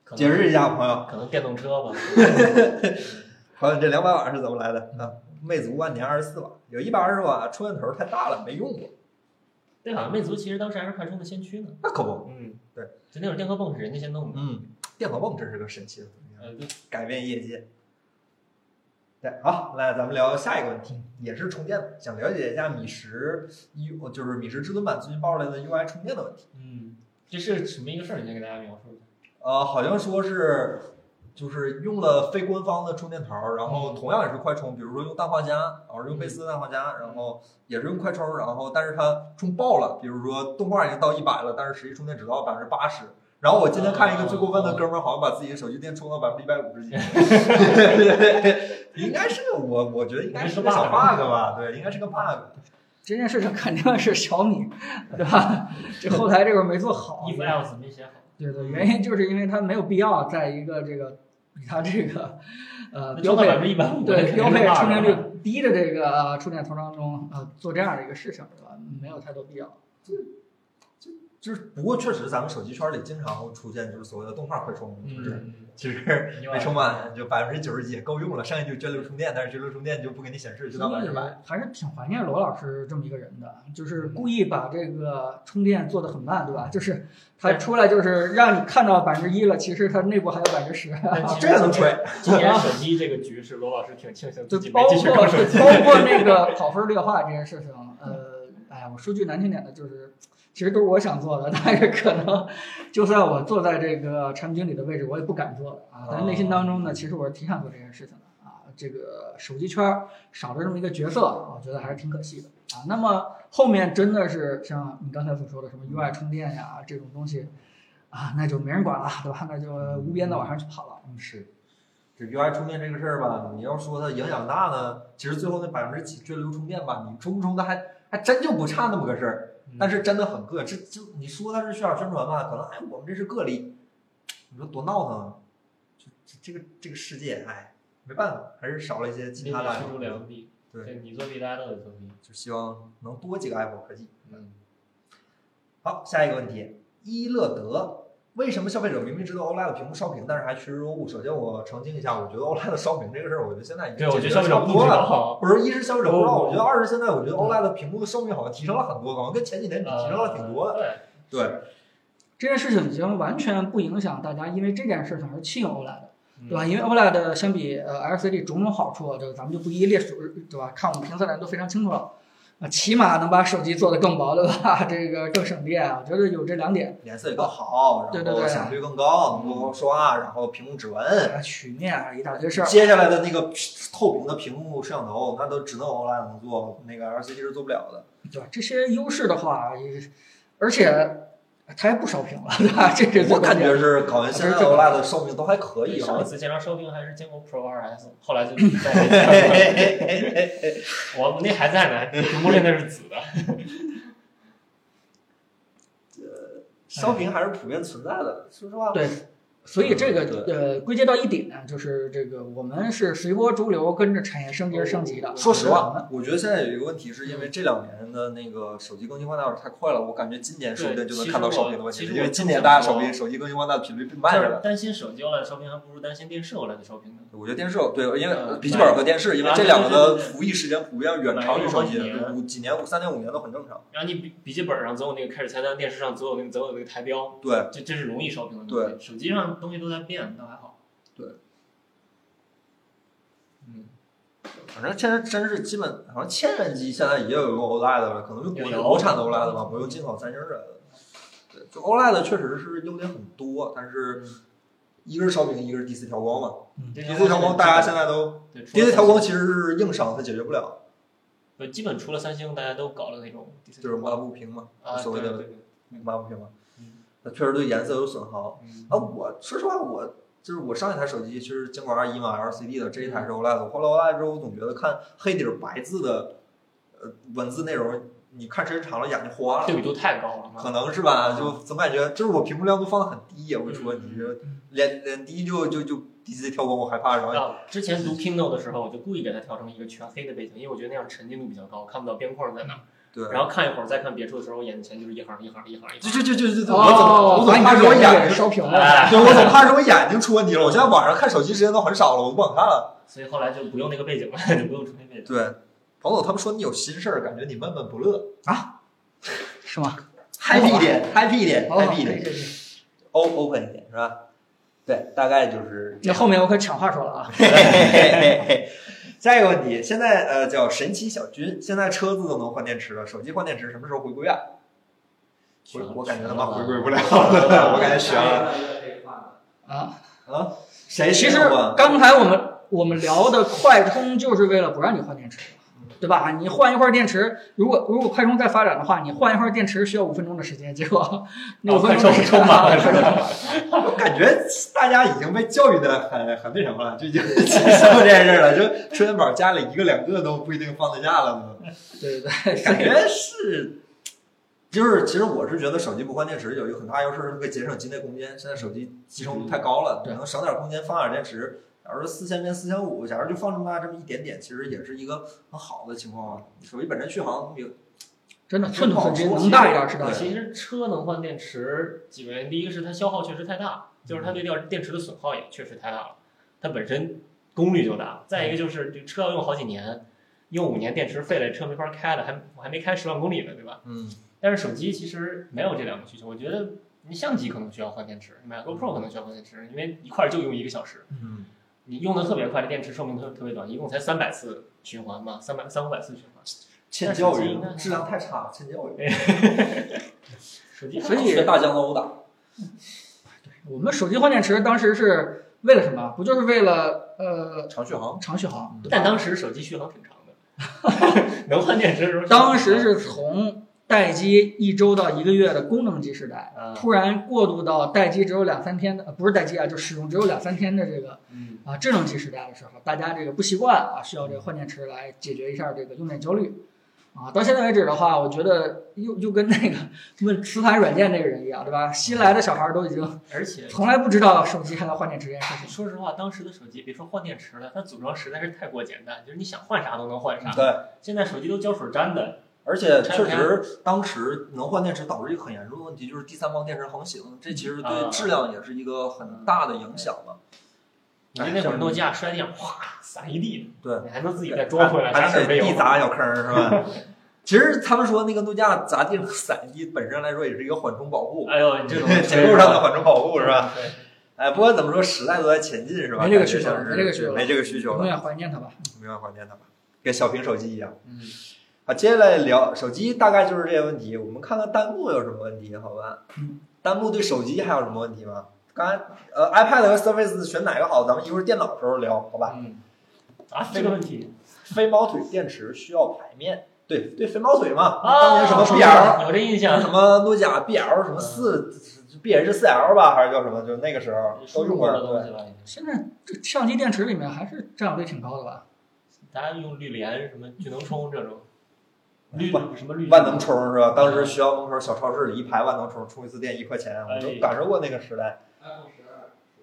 C: 可能
A: 解释一下，朋友，
C: 可能电动车吧。
A: 朋友，这两百瓦是怎么来的？啊，魅族万年二十四瓦，有一百二十瓦充电头太大了，没用过。
C: 对，好像魅族其实当时还是快充的先驱呢。
A: 那可不，
C: 嗯，
A: 对，
C: 就那种电荷泵是人家先弄的。
A: 嗯，电脑泵真是个神奇的东西。
C: 呃，对
A: 改变业界。对，好，来咱们聊下一个问题，也是充电的，想了解一下米十一，就是米十至尊版最近爆出来的 UI 充电的问题。
C: 嗯，这是什么一个事儿？你先给大家描述一下。
A: 呃，好像说是就是用了非官方的充电头，然后同样也是快充，比如说用氮化镓，然后用贝斯氮化镓，然后也是用快充，然后但是它充爆了，比如说动画已经到一百了，但是实际充电只到百分之八十。然后我今天看一个最过分的哥们儿，好像把自己的手机电充到百分之一百五 十几，应该是我，我觉得应该是个小 bug 吧，对，应该是个 bug。
B: 这件事情肯定是小米，对吧？这后台这块没做好。
C: if else 没写好。
B: 对对，原因就是因为它没有必要在一个这个比它这个呃
C: 那充
B: 标
C: 到
B: 配
C: 百分之一百五，
B: 对标配充电
C: 电
B: 率低的这个呃充电头当中，呃，做这样的一个事情，对吧？没有太多必要。
A: 就是不过确实咱们手机圈里经常会出现就是所谓的动画快充，就是
C: 嗯，
A: 其实
C: 嗯
A: 没充满就百分之九十几够用了，剩下就涓流充电，但是涓流充电就不给你显示，就到百分之百。
B: 还是挺怀念罗老师这么一个人的，就是故意把这个充电做得很慢，对吧？就是他出来就是让你看到百分之一了，其实它内部还有百分之十。
C: 但其实
A: 啊这也能吹？
C: 今年手机这个局是罗老师挺庆幸自
B: 就
C: 己没
B: 包括
C: 继续搞手机。
B: 包括那个跑分劣化这件事情，呃，哎呀，我说句难听点的，就是其实都是我想做的，但是可能就算我坐在这个产品经理的位置，我也不敢做的啊。但是内心当
C: 哦
B: 中呢，其实我是挺想做这件事情的啊。这个手机圈儿少了这么一个角色，我觉得还是挺可惜的啊。那么后面真的是像你刚才所说的什么 UI 充电呀这种东西。啊，那就没人管了，对吧？那就无边的往上去跑了。嗯
A: 是，这 UI 充电这个事儿吧，你要说它影响大呢，其实最后那百分之几涓流充电吧，你充不充的还还真就不差那么个事儿，嗯但是真的很个，这就你说它是虚假宣传吧，可能哎我们这是个例，你说多闹腾啊，就这这个这个世界哎没办法，还是少了一些
C: 今
A: 其
C: 天
A: 他的爱
C: 出
A: 好
C: 出，良币，
A: 对，
C: 你作弊，大家都得作弊。
A: 就希望能多几个 Apple 科技。
C: 嗯，
A: 好，下一个问题，伊乐德。为什么消费者明明知道 OLED 屏幕烧屏，但是还趋之若鹜？首先，我澄清一下，我觉得 OLED 烧屏这个事儿，我觉得现在已经
C: 对，我
A: 解
C: 觉得
A: 决
C: 消费者
A: 差
C: 不
A: 不
C: 知
A: 多了。
C: 道，哦
A: 不是，一是消费者不知道，
C: 不
A: 我觉得二是现在我觉得 OLED 屏幕的寿命好像提升了很多，好像跟前几年比
C: 呃
A: 提升了挺多的。
C: 的。
A: 对，
B: 这件事情已经完全不影响大家因为这件事情而弃用 OLED 了
C: 嗯
B: 对吧？因为 E OLED 相比呃 LCD 种种好处，这咱们就不一一列举，对吧？看我们评测的人都非常清楚了。啊，起码能把手机做得更薄，对吧？这个更省电，啊我觉得有这两点。
A: 呃颜色也更好，
B: 对
A: 然
B: 对对
A: 后响率更高，能够刷，然后屏幕指纹。
B: 啊，曲面啊，一大堆事儿。
A: 接下来的那个透明的屏幕摄像头，那都只能 OLED 能做，那个 LCD 是做不了的。
B: 对吧？这些优势的话，也是而且它还不烧屏了，对吧？这是最
A: 我感
B: 关键
A: 觉是搞
C: 啊
A: 完现在 OLED 的寿命都还可以，啊好
C: 上一
A: 像
C: 次经常收屏还是坚果 Pro 2S，后 来就再没见过我们那还在呢，屏幕那那是 紫的。
A: 烧
C: 哎
A: 屏还是普遍存在的。说实话，
B: 对，所以这个
A: 嗯
B: 呃，归结到一点呢，就是这个我们是随波逐流，跟着产业升级而升级的。
A: 说实
B: 我们，
A: 话，我觉得现在有一个问题，是因为这两年的那个手机更新换代有点太快了，我感觉今年说不定就能看到烧屏的问题
C: 对其实
A: 了，
C: 我
A: 因为今年大家手机手机更新换代的频率并慢
C: 就
A: 着
C: 是
A: 了。
C: 担心手机 E OLED 烧屏，还不如担心电视 E OLED 烧屏呢。
A: 我觉得电视有对，因为
C: 嗯
A: 笔记本和电视，因为
C: 啊
A: 这两个的
C: 对对对
A: 服役时间普遍远长于手机
C: 买一个好几，年
A: 五几年、五三年、五年都很正常。
C: 然后你笔笔记本上总有那个开始菜单，电视上总有那个总有那个台标，
A: 对，
C: 这这是容易烧屏的东西。手机上东西都在变，倒还好。
A: 对。
C: 嗯，
A: 反正现在真是基本，好像千元机现在也有用 OLED 的了，可能就国
C: 有
A: 国产的 OLED 吧，不用进口三星的。对，就 OLED 确实是优点很多，但是一个是烧屏，一个是 DC 调光嘛。
C: 这
A: DC 调光大家现在都
C: 对除了
A: ，DC
C: 三
A: 调光
C: 星
A: 其实是硬伤，它解决不了，
C: 呃基本除了三星，大家都搞了那种
A: 就是抹布屏嘛，
C: 啊，
A: 所
C: 对
A: 谓
C: 对
A: 的
C: 对，
A: 抹布屏嘛
C: 嗯，
A: 那确实对颜色有损耗。
C: 嗯
A: 啊，我说实话，我就是我上一台手机其实坚果 R 一嘛，LCD 的，这一台是 OLED 的。我换了 OLED E 之后，我总觉得看黑底儿白字的，呃，文字内容，你看时间长了眼睛花了，
C: 对比度太高了嘛。
A: 可能是吧？就总感觉，就是我屏幕亮度放的很低，我跟你说，你这脸脸低就就就 DC 跳光，我害怕，然后
C: 啊，之前读 Kindle 的时候，我就故意给它调成一个全黑的背景，因为我觉得那样沉浸度比较高，看不到边框在哪儿。
A: 对，
C: 然后看一会儿再看别处的时候，我眼前就是一行一行一行一
A: 就
C: 行。
A: 就就就就就，我
B: 哦，
A: 总我总怕
B: 把你
A: 是我
B: 的眼
A: 眼
B: 给
A: 睛，
B: 烧屏了。
C: 哎，
A: 对我总怕是我眼睛出问题了。我现在晚上看手机时间都很少了，我都不敢看了。
C: 所以后来就不用那个背景了，就不用出那背景。
A: 对，彭总他们说你有心事儿，感觉你闷闷不乐。
B: 是吗
A: happy 一点，happy 哦一点
B: 好好
A: ，happy 一点
B: 这这
A: ，O open 一点是吧？对，大概就是这
B: 这
A: 样。
B: 后面我可抢话说了啊。
A: 嘿嘿嘿嘿嘿下一个问题，现在呃叫神奇小军，现在车子都能换电池了，手机换电池什么时候回归啊？我我感觉他妈回归不了了，我感觉悬 了
B: 啊，
A: 啊！谁
B: 其实
A: 先换
B: 刚才我们我们聊的快充就是为了不让你换电池，对吧？你换一块电池，如果如果快充再发展的话，你换一块电池需要五分钟的时间，结果那五分钟的时间
C: 哦充满了是吧？
A: 我感觉大家已经被教育的很很那什么了，就已经 接受这件事了，就充电宝家里一个两个都不一定放得下了呢。
B: 对对对，
A: 感觉是，就是其实我是觉得手机不换电池有一个很大优势，是可以节省机内空间。现在手机集成度太高了，
B: 嗯对
A: 可能省点空间放点电池。假如四千变四千五，假如就放这么大这么一点点，其实也是一个很好的情况啊。手机本身续航有
B: 真的寸土寸金，能大一点是大
A: 对
B: 一
C: 其
B: 点。
C: 实车能换电池，几个原因：第一个是它消耗确实太大，就是
B: 嗯
C: 它对电电池的损耗也确实太大了，它本身功率就大；再
B: 嗯
C: 一个就是这车要用好几年，用五年电池废了，车没法开了，还我还没开十万公里呢，对吧？
A: 嗯，
C: 但是手机其实没有这两个需求，我觉得你相机可能需要换电池，你买 GoPro 可能需要换电池，因为一块儿就用一个小时，
A: 嗯，
C: 你用的特别快，这电池寿命特特别短，一共才三百次循环嘛，三百三五百次循环。
A: 欠教
C: 但手机
A: 育
C: 应该，还
A: 质量太差了，欠教育。
C: 手机
B: 所以
A: 学大疆的殴打，
B: 我们手机换电池当时是为了什么？不就是为了呃
A: 长续航。
B: 长续航？对吧
C: 但当时手机续航挺长的， 能换电池的时候。
B: 当时是从待机一周到一个月的功能机时代，
C: 啊，
B: 突然过渡到待机只有两三天的，呃不是待机啊，就使用只有两三天的这个
C: 嗯，
B: 啊智能机时代的时候，大家这个不习惯啊，需要这个换电池来解决一下这个用电焦虑。啊，到现在为止的话，我觉得又又跟那个问磁盘软件那个人一样，对吧？新来的小孩儿都已经
C: 而且
B: 从来不知道手机还能换电池这件事情。
C: 说实话，当时的手机别说换电池了，它组装实在是太过简单，就是你想换啥都能换啥。
A: 对，
C: 现在手机都胶水粘的，
A: 而且确实，当时能换电池导致一个很严重的问题，就是第三方电池横行，这其实对质量也是一个很大的影响嘛。
C: 你
A: 哎
C: 就那会儿诺基亚摔地上，哗撒一地，
A: 对，
C: 你还能自己再装回来，啥
A: 还
C: 事儿
A: 得
C: 没有
A: 地。砸小坑儿是 吧？其实他们说那个诺基亚砸地上散地本身来说也是一个缓冲保 护，
C: 哎呦，你这种
A: 结构上的缓冲保护是吧？
C: 对？
A: 哎，不管怎么说，时代都在前进是吧？
B: 没这个需求啊
A: 感觉像是
B: 没这个需求
A: 没这个需求
B: 永
A: 了，
B: 远怀念它吧。
A: 没有怀念它吧，跟小屏手机一样。
C: 嗯，
A: 好，接下来聊手机，大概就是这些问题。我们看看弹幕有什么问题，好吧？
B: 嗯
A: 弹幕对手机还有什么问题吗？刚才呃，iPad 和 Surface 选哪个好？咱们一会儿电脑的时候聊，好吧？
C: 嗯，啊，这个问题
A: 飞毛腿电池需要排面，对对，飞毛腿嘛，
C: 啊，
A: 当年什么
C: 有
A: BL，
C: 有这印象
A: 像，什么诺基亚 BL 什么四 BH 四 L 吧，还是叫什么？就那个时候都用过
C: 的东
A: 对
C: 西了，已经
B: 现在这相机电池里面还是占有率挺高的吧？
C: 大家用绿联什么聚能充这种，绿
A: 万
C: 什么绿
A: 万能充是吧？当时学校门口小超市里一排万能充，充一次电一块钱，我
C: 哎
A: 就感受过那个时代。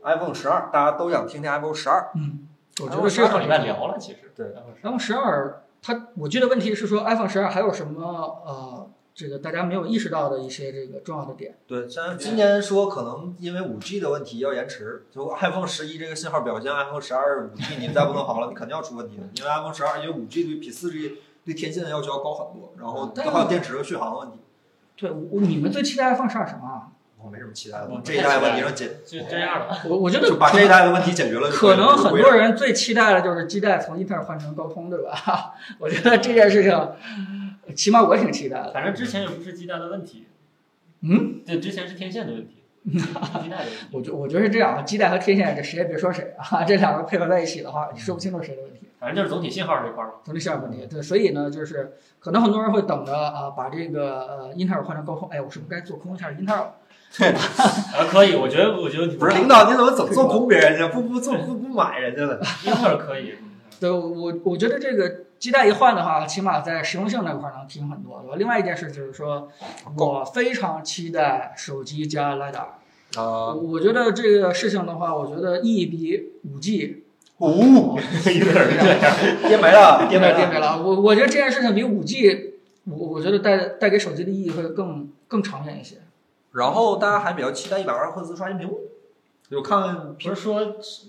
A: iPhone 十二，大家都想听听 iPhone 十二。
B: 嗯，我觉
C: 我
B: 得
C: 上
B: 这
C: 上礼拜聊了，其实
A: 对
C: 然后是
B: 然后十二，它我记得问题是说 iPhone 十二还有什么呃，这个大家没有意识到的一些这个重要的点。
A: 对，现在今年说可能因为五 G 的问题要延迟，就 iPhone 十一这个信号表现，iPhone 十二五 G 你再不弄好了，你肯定要出问题的。因为 iPhone 十二因为五 G 对比四 G 对天线的要求要高很多，然后
B: 但是
A: 还有电池和续航的问题，
B: 对，我你们最期待 iPhone 十二什么啊？
A: 我没什么期待的
C: 我。
A: 这一代问题上解，
C: 就这样了，
B: 我我觉得
A: 就把这
B: 可
A: 一
B: 能
A: 代的问题解决了就可以
B: 可
A: 了。
B: 能很
A: 就
B: 多
A: 归了
B: 人最期待的就是基带从英特尔换成高通，对吧？ 我觉得这件事情，起码我挺期待的。
C: 反正之前也不是鸡蛋的问题，
B: 嗯，
C: 对，之前是天线的问题，不是鸡蛋的问题，
B: 我觉我觉得是这样，基带和天线这谁也别说谁啊， 这两个配合在一起的话，你说不清楚谁的问题。
C: 反正就是总体信号这块儿嘛，
B: 从这项问题，对，所以呢，就是可能很多人会等着啊，把这个呃英特尔换成高通，哎，我是不是该做空一下英特尔？
C: 啊，可以，我觉得我觉得
A: 不是领导，你怎么总做空别人家，不不做不不买人家的？
C: 英特尔可以，嗯
B: 对我，我觉得这个基带一换的话，起码在实用性那块儿能提升很多，对吧？另外一件事就是说，我非常期待手机加 LiDAR。
A: 啊
B: 我，我觉得这个事情的话，我觉得意义比五 G
A: 哦，
C: 英特尔这样，
A: 跌没了，跌
B: 颠
A: 没
B: 没
A: 了
B: 颠。没了。我我觉得这件事情比五 G，我我觉得带带给手机的意义会更更长远一些。
A: 然后大家还比较期待一百二十赫兹刷新屏幕，有看
C: 不是说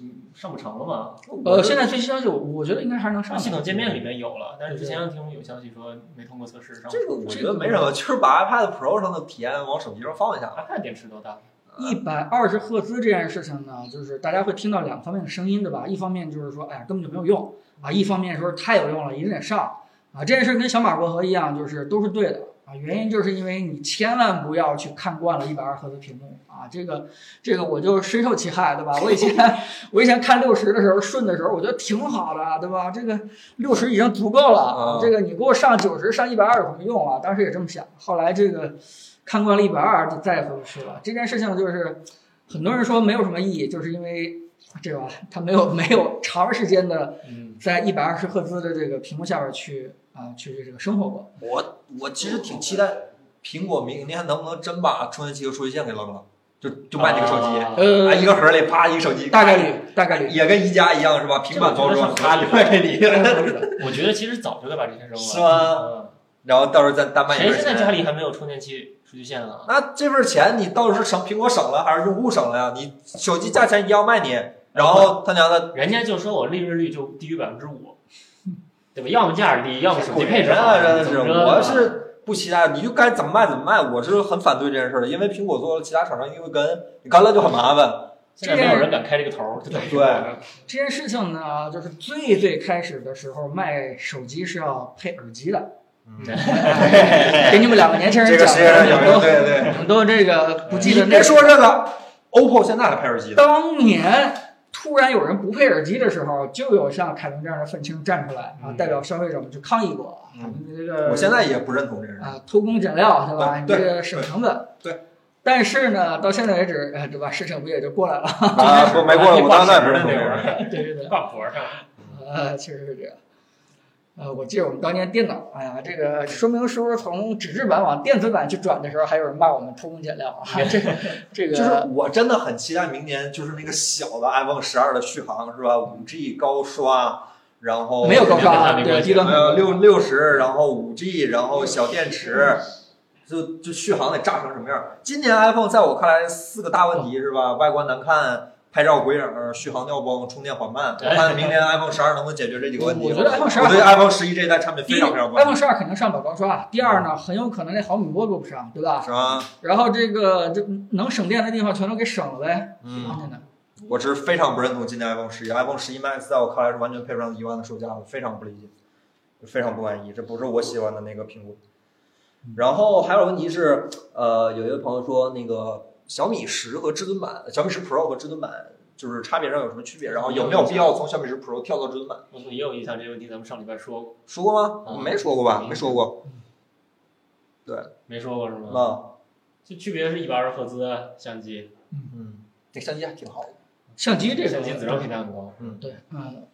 C: 嗯上不成了吗？
B: 呃，现在最新消息，我我觉得应该还是能上的。
C: 系统界面里面有了，但是之前听说有消息说没通过测试，上
A: 这个我觉得没什么，就是把 iPad Pro 上的体验往手机上放一下。
C: iPad 电池多大？
B: 一百二十赫兹这件事情呢，就是大家会听到两方面的声音，对吧？一方面就是说，哎呀，根本就没有用啊；一方面说太有用了，一定得上啊。这件事跟小马过河一样，就是都是对的啊。原因就是因为你千万不要去看惯了一百二赫兹屏幕啊，这个这个我就深受其害，对吧？我以前我以前看六十的时候顺的时候，我觉得挺好的，对吧？这个六十已经足够了，
A: 啊
B: 这个你给我上九十、上一百二有什么用啊？当时也这么想，后来这个。看惯了一百二就再也回不去了。这件事情就是很多人说没有什么意义，就是因为这个它没有没有长时间的
C: 嗯，
B: 在一百二十赫兹的这个屏幕下边去啊、去这个生活过。
A: 我我其实挺期待苹果明年能不能真把充电器和数据线给扔了，就就卖这个手机，
C: 啊
A: 啊，一
B: 呃，
A: 个盒里啪一个手机，
B: 大概率大概率。
A: 也跟宜家一样是吧？平板包装，
C: 这个
A: 啪
C: 真的是
A: 卖给你，
C: 我觉得其实早就该把这些扔了，
A: 是吗？
C: 嗯
A: 然后到时候再单卖一
C: 谁
A: 份
C: 现在家
A: 钱。
C: 里还没有充电器、数据线啊？
A: 那这份钱你到底是省苹果省了还是用户省了呀？你手机价钱一样卖你，然后他娘的
C: 人家就说我利润率就低于百分之五，对吧？要么价儿低，要么手机配置
A: 人
C: 好
A: 啊，真的
C: 怎
A: 是，
C: 么着
A: 我是不期待，你就该怎么卖怎么卖，我是很反对这件事儿的，因为苹果做了，其他厂商一定会跟，你干了就很麻烦。
C: 现在没有人敢开这个头儿，对吧
A: 对
B: 这件事情呢，啊就是最最开始的时候卖手机是要配耳机的， 哎给你们两个年轻人
A: 这
B: 讲
A: 个实验上有
B: 的，
A: 人对对，
B: 你们都这个不记得
A: 你
B: 那
A: 别
B: 个
A: 说这个，OPPO 现在还配耳机呢，
B: 当年突然有人不配耳机的时候，就有像凯文这样的愤青站出来啊，
C: 嗯
B: 代表消费者们去抗议过。啊
A: 嗯
B: 你这个
A: 我现在也不认同这件事。
B: 啊偷工减料，对吧？
A: 啊
B: 你
A: 对
B: 这个省成本。
A: 对。
B: 但是呢，到现在为止，呃，对吧？事情不也就过来了？
A: 啊，不没过来，我当时也不认同这
C: 那
A: 件
C: 会
A: 事。
C: 儿
B: 对对对。
C: 挂脖上，
B: 呃，确实是这样。呃，我记得我们当年电脑，哎呀，这个说明书从纸质版往电子版去转的时候，还有人骂我们偷工减料啊， 这个这个
A: 就是我真的很期待明年，就是那个小的 iPhone 十二的续航是吧？五 G 高刷，然后
B: 没有高刷，啊
C: 没关系
B: 对低端
A: 还
B: 很
A: 有
B: 多
A: 呃六六十，然后五 G，然后小电
B: 嗯
A: 池，就就续航得炸成什么样儿？今年 iPhone 在我看来四个大问题是吧？外观难看，拍照鬼影儿，续航尿崩，充电缓慢。我看明年 iPhone 十二能不能解决这几个问题？
B: 哎我觉得 iPhone 哎12
A: 我对 iPhone 十一这一代产品
B: 第
A: 非
B: 一
A: 常非常关注，
B: ，iPhone 十二肯定上不了高刷。啊第二呢，很有可能那毫米波够不上，对吧？
A: 是吧？
B: 然后这个这能省电的地方全都给省了呗，
A: 嗯，
B: 真的。
A: 我是非常不认同今年 iPhone 十一，iPhone 十一 Max 在我看来是完全配不上一万的售价的，非常不理解。就非常不满意，这不是我喜欢的那个苹果。然后还有问题是，呃，有一位朋友说那个小米十和至尊版，小米十 Pro 和至尊版就是差别上有什么区别？然后有没有必要从小米十 Pro 跳到至尊版？
C: 我怎么也有印象这个问题，咱们上礼拜说过，
A: 说过吗？
C: 嗯
A: 没说过吧？
C: 没
A: 没说过。
C: 没说过是吗？
A: 啊，
C: 就区别是一百二十赫兹相机，
A: 嗯，这相机还挺好的。
B: 相机这个
C: 相机紫外屏很高，
B: 对，嗯，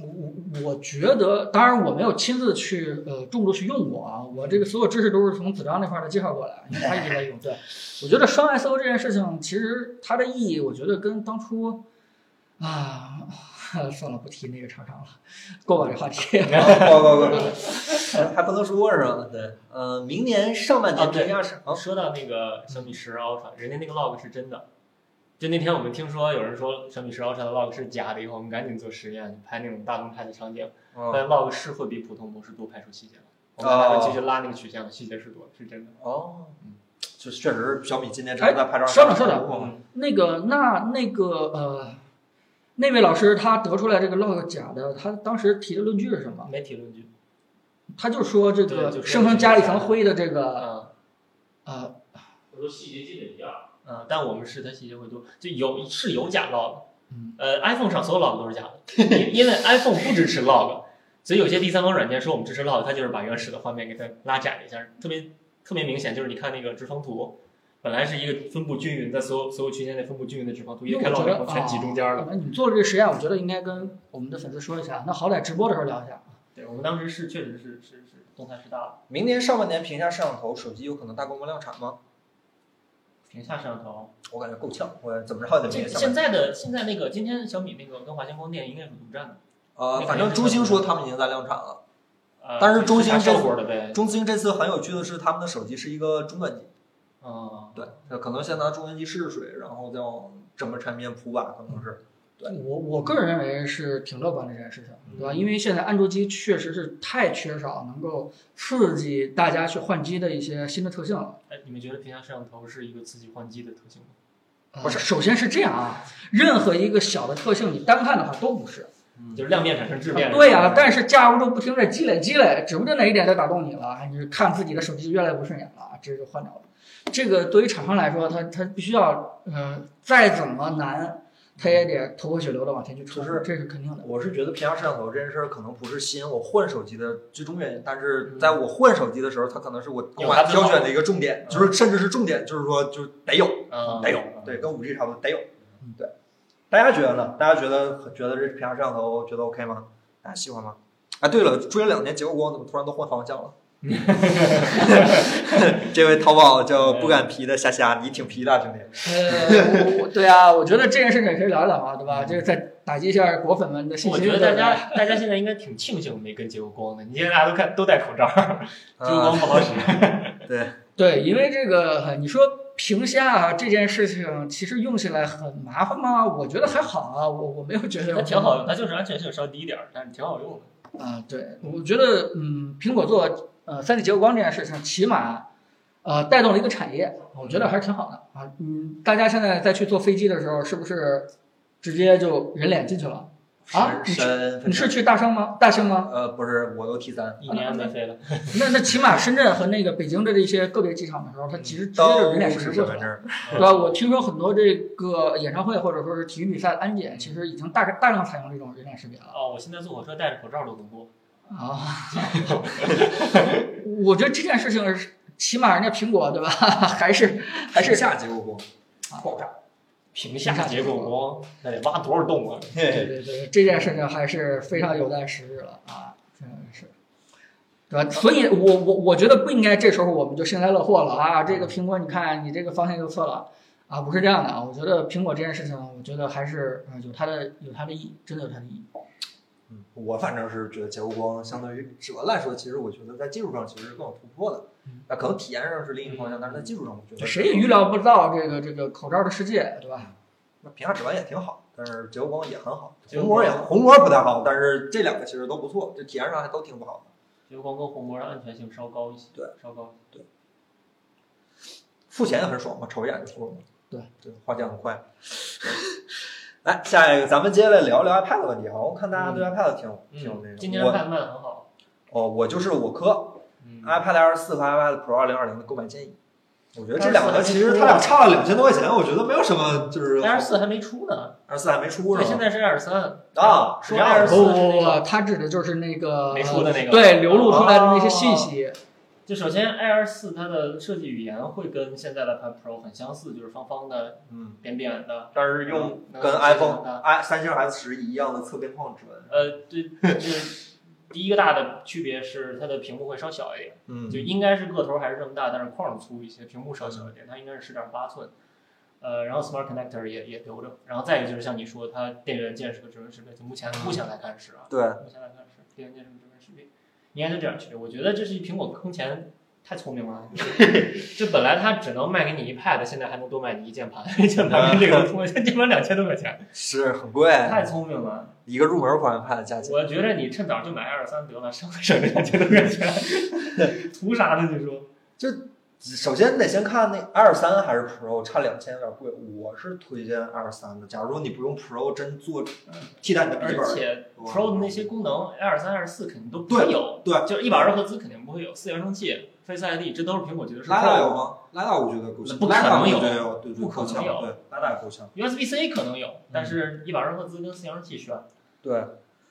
B: 我我我觉得，当然我没有亲自去呃重度去用过啊，我这个所有知识都是从子章那块儿的介绍过来，因为他一直在用。对，我觉得双 SO 这件事情，其实它的意义，我觉得跟当初啊。 算了，不提那个厂商了，过吧这话题。
A: 啊不不不不， 还不能说是吧？对，呃，明年上半
C: 啊
A: 年
C: 对
A: 评价是啊，
C: 说到那个小米十 Ultra，人家那个 log 是真的。就那天我们听说有人说小米十 Ultra 的 log 是假的，以后我们赶紧做实验，拍那种大动态的场景，
B: 哦
C: 发
A: 嗯
C: 现 log 是会比普通模式多拍出细节来。我们还会继续拉那个曲线了，细节是多，是真的。
A: 哦
C: 嗯，
A: 就确实小米今年真的在拍照。
B: 稍等稍等
C: 嗯
B: 那个，那那个呃，那位老师他得出来这个 log 假的，他当时提的论据是什么？
C: 媒体论据，
B: 他就说这
C: 对就
B: 个
C: 说
B: 生成加了一层灰的这个
C: 嗯
B: 呃
D: 我说细节基本一样，
C: 嗯，但我们是它细节会多，就有是有假 log，
B: 嗯
C: 呃，iPhone 上所有 log 都是假的，因因为 iPhone 不支持 log，所以有些第三方软件说我们支持 log，它就是把原始的画面给它拉窄一下，特别特别明显，就是你看那个直方图，本来是一个分布均匀在所有所有区间内分布均匀的直方图，一
B: 因为
C: 开
B: 我觉
C: log 以后
B: 得
C: 全挤中间了。
B: 啊。你们做了这个实验，我觉得应该跟我们的粉丝说一下，那好歹直播的时候聊一下。
C: 对我们当时是确实是是是动态是大的，
A: 明年上半年评价摄像头，手机有可能大规模量产吗？
C: 屏下摄像头。
A: 我感觉够呛，我怎么着也得明
C: 现
A: 年上半
C: 现
A: 年。
C: 在的现在那个今天小米那个跟华星光电应该是独占的，
A: 呃，反正中兴说他们已经在量产了。
C: 呃
A: 但是中兴
C: 它
A: 这
C: 收活的呗，
A: 中兴这次很有趣的是，他们的手机是一个中端机，
C: 嗯，
A: 对，它可能先拿中端机试试水，然后再往整个产品铺吧，可能是。对
B: 我我个人认为是挺乐观的这件事情，
C: 嗯
B: 对吧？因为现在安卓机确实是太缺少能够刺激大家去换机的一些新的特性了。
C: 哎，你们觉得屏下摄像头是一个刺激换机的特性吗？
B: 呃
A: 不是
B: 首先是这样啊，任何一个小的特性你单看的话都不是，
C: 就是量变产生质变。
B: 啊对呀、
C: 呀、
B: 但是架不住不停的积累积累，指不定哪一点就打动你了，哎你就看自己的手机越来越不顺眼了，这就换掉了。这个对于厂商来说，他他必须要，呃，再怎么难，他也得头破血流的往前去冲，
A: 就是
B: 这是肯定 的。
A: 我是觉得屏下摄像头这件事儿可能不是吸引我换手机的最终原因，但是在我换手机的时候，它可能是我购买挑选的一个重点，就是甚至是重点，就是说就得有，
C: 嗯，
A: 得有，对，跟五 G 差不多，得有，对。大家觉得呢？大家觉得觉得这屏下摄像头觉得 OK 吗？大家喜欢吗？啊，对了，追了两年结果光怎么突然都换方向了？ 这位淘宝叫不敢皮的虾虾，你挺皮的，啊兄弟。
B: 呃，我我对啊，我觉得这件事情也可以聊一聊啊，对吧？这个再打击一下果粉们的信
C: 嗯我
B: 心。
C: 觉得大
B: 对吧
C: 家大家现在应该挺庆幸没跟结过光的，你现在大家都看都戴口罩，结过
A: 啊
C: 光不好使。
B: 对，因为这个呃你说屏下这件事情，其实用起来很麻烦吗？我觉得还好啊，我我没有 觉得有
C: 它挺好用，它就是安全性稍低一点儿，但是挺好用的。
B: 啊，对，我觉得嗯，苹果做呃三 D 结构光这件事情，起码呃带动了一个产业，我觉得还是挺好的啊。嗯，大家现在再去坐飞机的时候，是不是直接就人脸进去了？啊你
A: 是身
B: 你
A: 份
B: 是去大兴吗？大兴吗？
A: 呃，不是，我都 T 三，
C: 一年没飞了，嗯
B: 那那起码深圳和那个北京的这些个别机场的时候，它其实直接就
A: 都
B: 人脸识
A: 是
B: 别
A: 身
B: 过
A: 份
B: 去了。
A: 证。
B: 对吧？我听说很多这个演唱会或者说是体育比赛的安检，其实已经大大量采用这种人脸识别了。
C: 哦，我现在坐火车戴着口罩都能过。
B: 啊，我觉得这件事情是，起码人家苹果对吧，还是还是
A: 下结果光，爆炸。
C: 屏下结构光，那得挖多少洞啊？
B: 对对对，这件事情还是非常有待时日了啊，真的是。对吧？所以我，我我觉得不应该这时候我们就幸灾乐祸了啊！这个苹果，你看你这个方向就错了啊，不是这样的啊！我觉得苹果这件事情，我觉得还是呃有它的有它的意义，真的有它的意义。
A: 嗯，我反正是觉得结构光相对于笔直观来说，其实我觉得在技术上其实是更有突破的
B: 嗯。
A: 那可能体验上是另一个方向，但是在技术上，我觉得
B: 谁也预料不到这个这个口罩的世界，对吧？
A: 那屏下指纹也挺好，但是结构光也很好，
C: 结构
A: 虹
C: 光
A: 膜也虹膜不太好，但是这两个其实都不错，这体验上还都挺不好的。
C: 结构光跟虹膜的安全性稍高一些，
A: 对，
C: 稍高。
A: 付钱也很爽嘛，瞅一眼就付了嘛。
B: 对
A: 对，花钱很快。来，下一个，咱们接下来聊聊 iPad 的问题啊。我看大家对 iPad 挺有挺有那
C: 嗯今
A: 个，
C: 年
A: 我
C: 卖卖的很好，
A: 哦，我就是我科
C: 嗯
A: iPad Air 四和 iPad Pro 二零二零的购买建议。我觉得这两个其实
C: 24
A: 它俩差了两千多块钱，我觉得没有什么就是
C: ，Air 四还没出呢，
A: 二四还没出
C: 对，
A: 是
C: 现
A: 吗？
C: 在是 Air
B: 呃
C: 三
A: 啊是
C: 说 Air
A: 24
C: 四
B: 不不
C: 那
B: 不
C: 个，
B: 不，它指的就是那个
C: 没出的那个哦
B: 对流露出来的那些信息。
C: 就首先 Air 四它的设计语言会跟现在的 iPad Pro 很相似，就是方方的、
A: 嗯，
C: 扁扁的，嗯
A: 但是用
C: 能
A: 跟
C: 能
A: iPhone i 三星 S 十一样的侧边框指纹。
C: 呃，对，就是第一个大的区别是它的屏幕会稍小一点，
A: 嗯
C: 就应该是个头还是这么大，但是框粗一些，屏幕稍小一
A: 嗯
C: 点，它应该是十点八寸。呃，然后 Smart Connector 也也留着，然后再一个就是像你说，它电源键是个指纹识别，就目前目前来看是啊，
A: 对，
C: 目前来看是电源键是个指纹识别，应该就这样区别。我觉得这是苹果坑钱太聪明 了，就本来它只能卖给你一 pad，现在还能多卖你一键 盘，键盘跟这个出，键盘两千多块钱，
A: 是很贵，
C: 太聪明了。
A: 一个入门款 iPad 的价钱。
C: 我觉得你趁早就买 Air 三得了，省省这 两千多块钱，图啥呢？你说？
A: 首先你得先看那 Air 三还是 Pro，差两千有点贵。我是推荐 Air 三的。假如你不用 Pro，真做替代你的笔记
C: 而
A: 本，
C: 且
A: 哇
C: Pro 的那些功能，Air 三、Air 四肯定都不会有，
A: 对
C: 就是一百二十赫兹肯定不会有，四扬声器、Face ID 这都是苹果觉得是
A: 拉大有啊
C: Pro。
A: 吗？拉大我觉得够呛，
C: 不可能有
A: 拉大我觉得有，对对，
C: 不可能
A: 够呛
C: 有
A: 对，拉大也够呛，
C: USB-C 可能有，但
A: 嗯
C: 是一百二十赫兹跟四扬声器悬，
A: 对，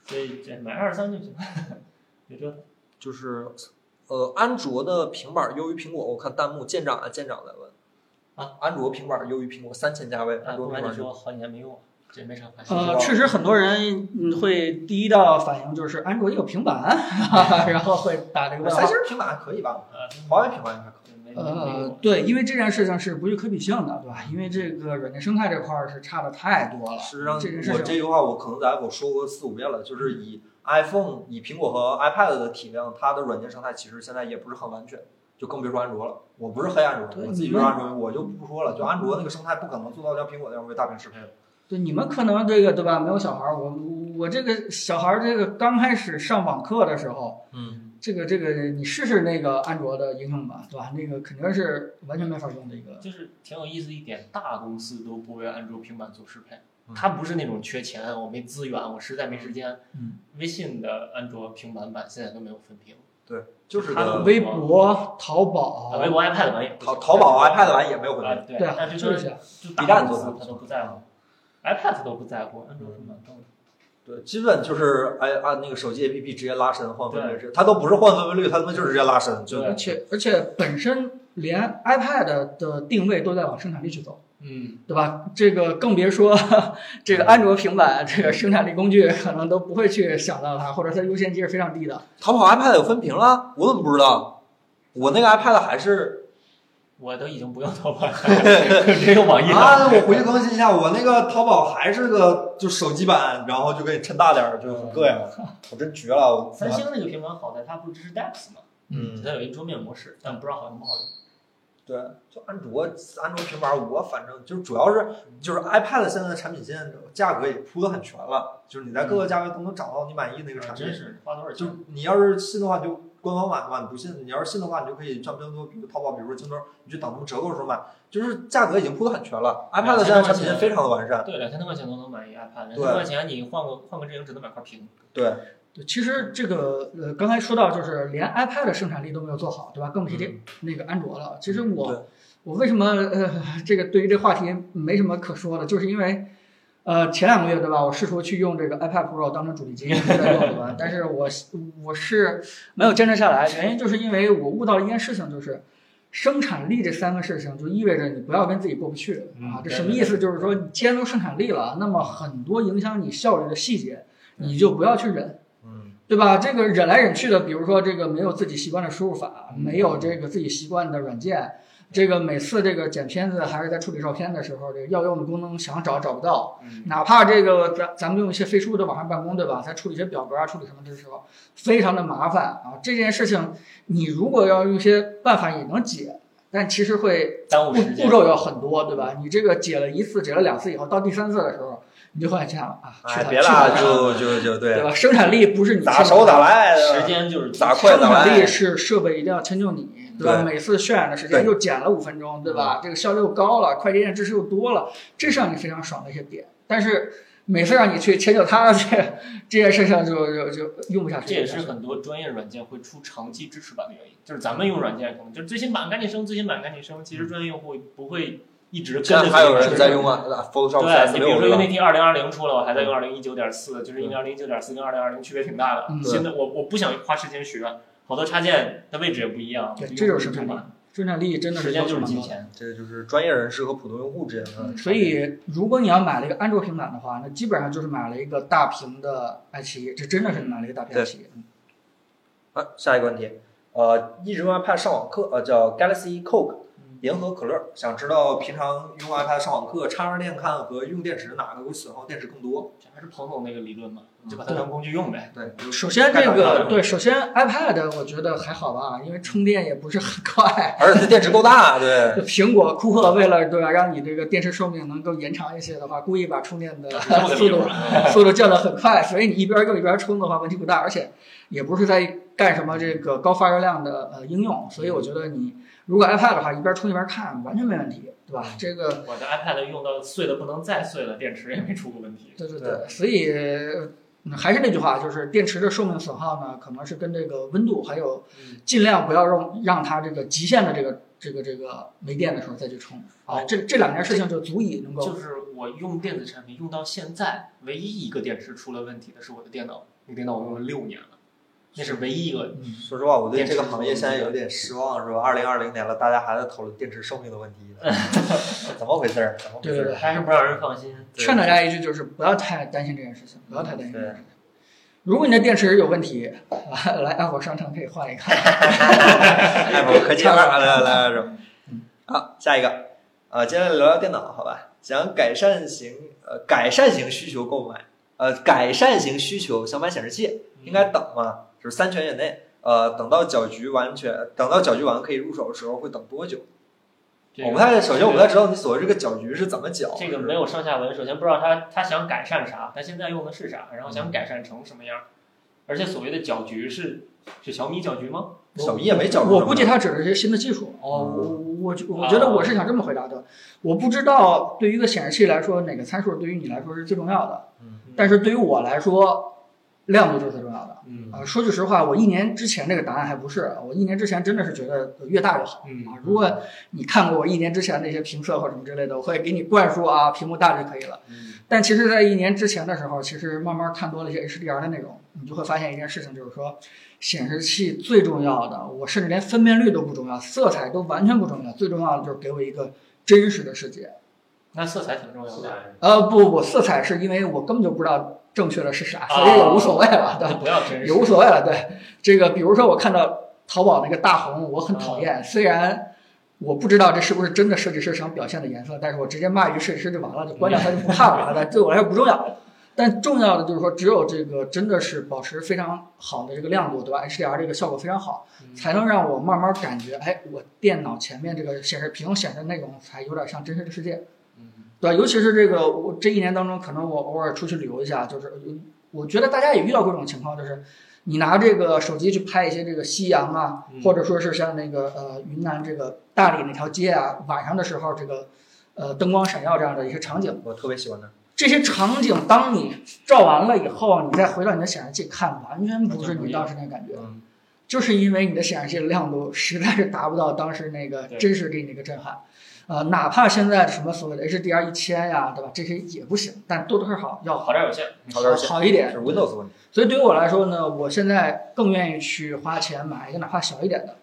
C: 所以这买 Air 三就行， 别折腾。
A: 就是，呃，安卓的平板优于苹果，我看弹幕舰长啊，舰长在问，
C: 啊，
A: 安卓平板优于苹果三千价位，安
C: 啊，
A: 卓
C: 不
A: 平
C: 瞒
A: 板
C: 你
A: 优于
C: 说，好几年没用了，这也没啥关系。
B: 呃，确实很多人嗯会第一道反应就是安卓有平板，然后会打这个问
A: 呃三
B: 号。
A: 星平板还可以吧？
C: 呃，
A: 华为平板应该可以。
C: 没没没
B: 呃
C: 用，。
B: 对，因为这件事情是不具可比性的，对吧？因为这个软件生态这块儿是差的太多了。
A: 事实上，
B: 这件事
A: 我这
B: 情，
A: 句话我可能在我说过四五遍了，就是以 iPhone、以苹果和 iPad 的体量，它的软件生态其实现在也不是很完全，就更别说安卓了。我不是黑安卓，
B: 对
A: 我自己
B: 你
A: 就是
B: 们
A: 安卓，我就不说了。就安卓那个生态不可能做到像苹果那样为大屏适配了。
B: 对你们可能这个对吧？没有小孩儿，我我这个小孩儿这个刚开始上网课的时候，
A: 嗯，
B: 这个这个你试试那个安卓的应用吧，对吧？那个肯定是完全没法用的一个。
C: 就是挺有意思一点，大公司都不为安卓平板做适配
A: 嗯，
C: 它不是那种缺钱，我没资源，我实在没时间。
B: 嗯
C: 微信的安卓平板版现在都没有分屏，
A: 就是
C: 它
A: 个
C: 们
B: 微博、淘宝
C: 啊，微，博 iPad 版也不行
A: 哦淘淘宝 iPad 版也没有分屏嗯
C: 啊对
B: 对啊
C: 但是
B: 就
C: 就是
B: 这样。
C: 就
A: 一
C: 大
A: 旦
C: 公
A: 做
C: 司它都不在乎，iPad 都不在乎，安卓平板
A: 嗯
C: 更
A: 对，基本就是哎按那个手机 APP 直接拉伸换分辨
C: 对
A: 率，它都不是换分辨率，它他妈就是直接拉伸，就
C: 对
B: 而且而且本身连 iPad 的定位都在往生产力去走。
C: 嗯，
B: 对吧？这个更别说这个安卓平板，这个生产力工具可能都不会去想到它，或者它优先级是非常低的。
A: 淘宝 iPad 有分屏了，我怎么不知道？我那个 iPad 还是
C: 我都已经不用淘宝了， 只有网易了。
A: 啊，我回去更新一下，我那个淘宝还是个就手机版，然后就给你抻大点儿，就很膈应，我真绝了。我
C: 三星那个平板好在它不支持 DeX 嘛，
A: 嗯，
C: 它有一桌面模式，但不知道好用不好用。
A: 对，就安卓安卓平板，我反正就主要是就是 iPad 现在的产品线价格也铺的很全了，就是你在各个价位都能找到你满意的一个
C: 啊
A: 产品
C: 真。是花多少
A: 就
C: 钱？
A: 你要是信的话，你就官方买嘛；你不信，你要是信的话，你就可以上拼多多，比如淘宝，比如说京东，你去等他们折扣的时候买。就是价格已经铺的很全了，iPad 现在产品线非常的完善。
C: 对，两千多块钱都能买一 iPad，两千
A: 对
C: 多块钱你换个换个阵营只能买块屏。
A: 对，
B: 对，其实这个呃，刚才说到就是连 iPad 的生产力都没有做好，对吧？更别提那个安卓了。其实
A: 对
B: 我我为什么呃，这个对于这话题没什么可说的，就是因为。呃，前两个月对吧，我试图去用这个 iPad Pro 当成主力机一直在用，对吧？但是我我是没有坚持下来，原因就是因为我悟到了一件事情，就是生产力这三个事情就意味着你不要跟自己过不去
C: 嗯
B: 啊。这
C: 对
B: 什么意思？就是说，你既然都生产力了，那么很多影响你效率的细节，
A: 对
B: 你就不要去忍。
A: 嗯，
B: 对吧？这个忍来忍去的，比如说这个没有自己习惯的输入法，
C: 嗯
B: 没有这个自己习惯的软件，这个每次这个剪片子还是在处理照片的时候，这个要用的功能想找找不到，
C: 嗯，
B: 哪怕这个咱咱们用一些飞书的网上办公，对吧？在处理一些表格啊、处理什么的时候，非常的麻烦啊。这件事情你如果要用一些办法也能解，但其实会
C: 耽误
B: 步
C: 时间
B: 步。骤有很多，对
A: 嗯
B: 吧？你这个解了一次、解了两次以后，到第三次的时候，你就会这样啊，去
A: 哎，
B: 它
A: 别
B: 去它
A: 啦，就就就
B: 对
A: 对，
B: 吧？生产力不是你
A: 咋
B: 欠的啊
A: 手咋来，
C: 时间就是
A: 咋快
B: 生
A: 咋
B: 产
A: 来
B: 力。是设备一定要迁就你，对吧？每次渲染的时间
A: 对嗯
B: 又减了五分钟，对吧？这个效率又高了，快捷键支持又多了，这是让你非常爽的一些点。但是每次让你去迁就它，这这件事情就就就用不下去。
C: 这也是很多专业软件会出长期支持版的原因，就是咱们用软件可能就是最新版赶紧升，最新版赶紧升。其实专业用户不会一直跟
A: 现
C: 着
A: 在还有人在
C: 用。
A: 用啊，Photoshop
C: 对，
A: CS
C: 你比
A: 六
C: 如说
A: 对吧
C: 用那？天二零二零出了，我还在用二零一九点四，就是因为二零一九点四跟二零二零区别挺大的
B: 嗯。
C: 新的我我不想花时间学，好多插件的位置也不一样。
B: 对
C: 就
B: 这就是
C: 用户
B: 生产
C: 不
B: 力生产力真的
C: 同
B: 是
C: 时
B: 要
C: 间
B: 求
C: 就是
B: 蛮
C: 金
B: 高的。
C: 钱。
A: 这就是专业人士和普通用户之间的。
B: 所，以，如果你要买了一个安卓平板的话，那基本上就是买了一个大屏的爱奇艺，这真的是买了一个大屏爱奇艺。嗯
A: 啊，下一个问题，呃，一直用 iPad 上网课，呃，叫 Galaxy Coke
B: 嗯
A: 联合可乐，想知道平常用 iPad 上网课插上电看和用电池哪个会损耗电池更多？
C: 这还是彭总那个理论嘛，
A: 嗯
C: 就把它当工具用呗。
A: 对，
B: 首先，这
A: 太好
B: 个
A: 了
B: 对，首先 iPad 我觉得还好吧，因为充电也不是很快。
A: 而且它电池够大，对
B: 就苹果、库克为了对吧，让你这个电池寿命能够延长一些的话，故意把充电 的
C: 这么个
B: 速
C: 理由
B: 度
A: 嗯
B: 速度降得很快，所以你一边用一边充的话，问题不大，而且也不是在干什么这个高发热量的呃应用，所以我觉得你如果 iPad 的话，一边充一边看完全没问题，对吧？
C: 嗯
B: 这个
C: 我的 iPad 用到碎的不能再碎了，电池也没出过问题。
B: 对对
A: 对
B: 对，呃所以嗯还是那句话，就是电池的寿命损耗呢，可能是跟这个温度还有
C: 嗯
B: 尽量不要让让它这个极限的这个这个这个没电的时候再去充啊，这这两件事情就足以能够。
C: 就是我用电子产品用到现在，唯一一个电池出了问题的是我的电脑，那个电脑我用了六年了，那是唯一一个。
B: 嗯
A: 说实话，我对这个行业现在有点失望，是吧？二零二零年了，大家还在讨论电池寿命的问题 呢，怎么回事儿？怎么回事
B: 对对
A: 儿？
B: 对
C: 还是不让人放心。
A: 对
B: 劝大家一句就是不要太担心这件事情，不要太担心这件
A: 对
B: 事情。如果你的电池有问题，啊来安火商城可以换一个。
A: Apple 科技二，来来来来来，好，下一个，呃，接下来聊聊电脑，好吧？想改善型呃改善型需求购买，呃改善型需求想买显示器，应该等吗？就是三全以内，呃，等到搅局完全，等到搅局完可以入手的时候会等多久？
C: 这个
A: 我不太首先我不太知道你所谓这个搅局是怎么搅，
C: 这个没有上下文，首先不知道他他想改善啥，他现在用的是啥，然后
A: 嗯
C: 想改善成什么样。而且所谓的搅局是是小米搅局吗？
A: 小米也没搅局什么
B: 我
A: 的，
B: 估计它指的是新的技术。哦，
A: 嗯
B: 我我觉我觉得我是想这么回答的。我不知道对于一个显示器来说，哪个参数对于你来说是最重要的，
A: 嗯
B: 但是对于我来说，亮度就是最重要的。
C: 嗯
B: 啊，说句实话，我一年之前这个答案还不是，我一年之前真的是觉得越大越好。
C: 嗯
B: 啊，如果你看过我一年之前那些评测或者什么之类的，我会给你灌输啊，屏幕大就可以了。
C: 嗯
B: 但其实，在一年之前的时候，其实慢慢看多了一些 HDR 的内容，你就会发现一件事情，就是说，显示器最重要的，我甚至连分辨率都不重要，色彩都完全不重要，最重要的就是给我一个真实的世界。
C: 那色彩挺重要
D: 色
C: 的，
D: 彩
B: 呃，不不，色彩是因为我根本就不知道正确的是啥，所以也无所谓了，对
C: 那
B: 吧
C: 不要真
B: 也
C: 实。
B: 无所谓了。对，这个比如说我看到淘宝那个大红，我很讨厌，虽然。我不知道这是不是真的设计师想表现的颜色，但是我直接骂一句设计师就完了，就关掉它就不看了，对，对我来说不重要。但重要的就是说，只有这个真的是保持非常好的这个亮度，对吧？HDR 这个效果非常好，才能让我慢慢感觉，哎，我电脑前面这个显示屏显示内容才有点像真实的世界。
C: 嗯
B: 对，尤其是这个，我这一年当中，可能我偶尔出去旅游一下，就是有我觉得大家也遇到过这种情况，就是你拿这个手机去拍一些这个夕阳啊，
C: 嗯
B: 或者说是像那个呃云南这个大理那条街啊，晚上的时候这个呃灯光闪耀这样的一些场景，
A: 我特别喜欢它，
B: 这些场景当你照完了以后，你再回到你的显示器看，完全不是你当时那感觉，
A: 嗯
B: 就是因为你的显示器的亮度实在是达不到当时那个
C: 对
B: 真实给你那个震撼，呃，哪怕现在什么所谓的 HDR 一千呀，对吧？这些也不行，但多多少少要
C: 好点有限，
A: 好点儿
B: 好一点
A: 是。Windows 问题，
B: 所以对于我来说呢，我现在更愿意去花钱买一个哪怕小一点的，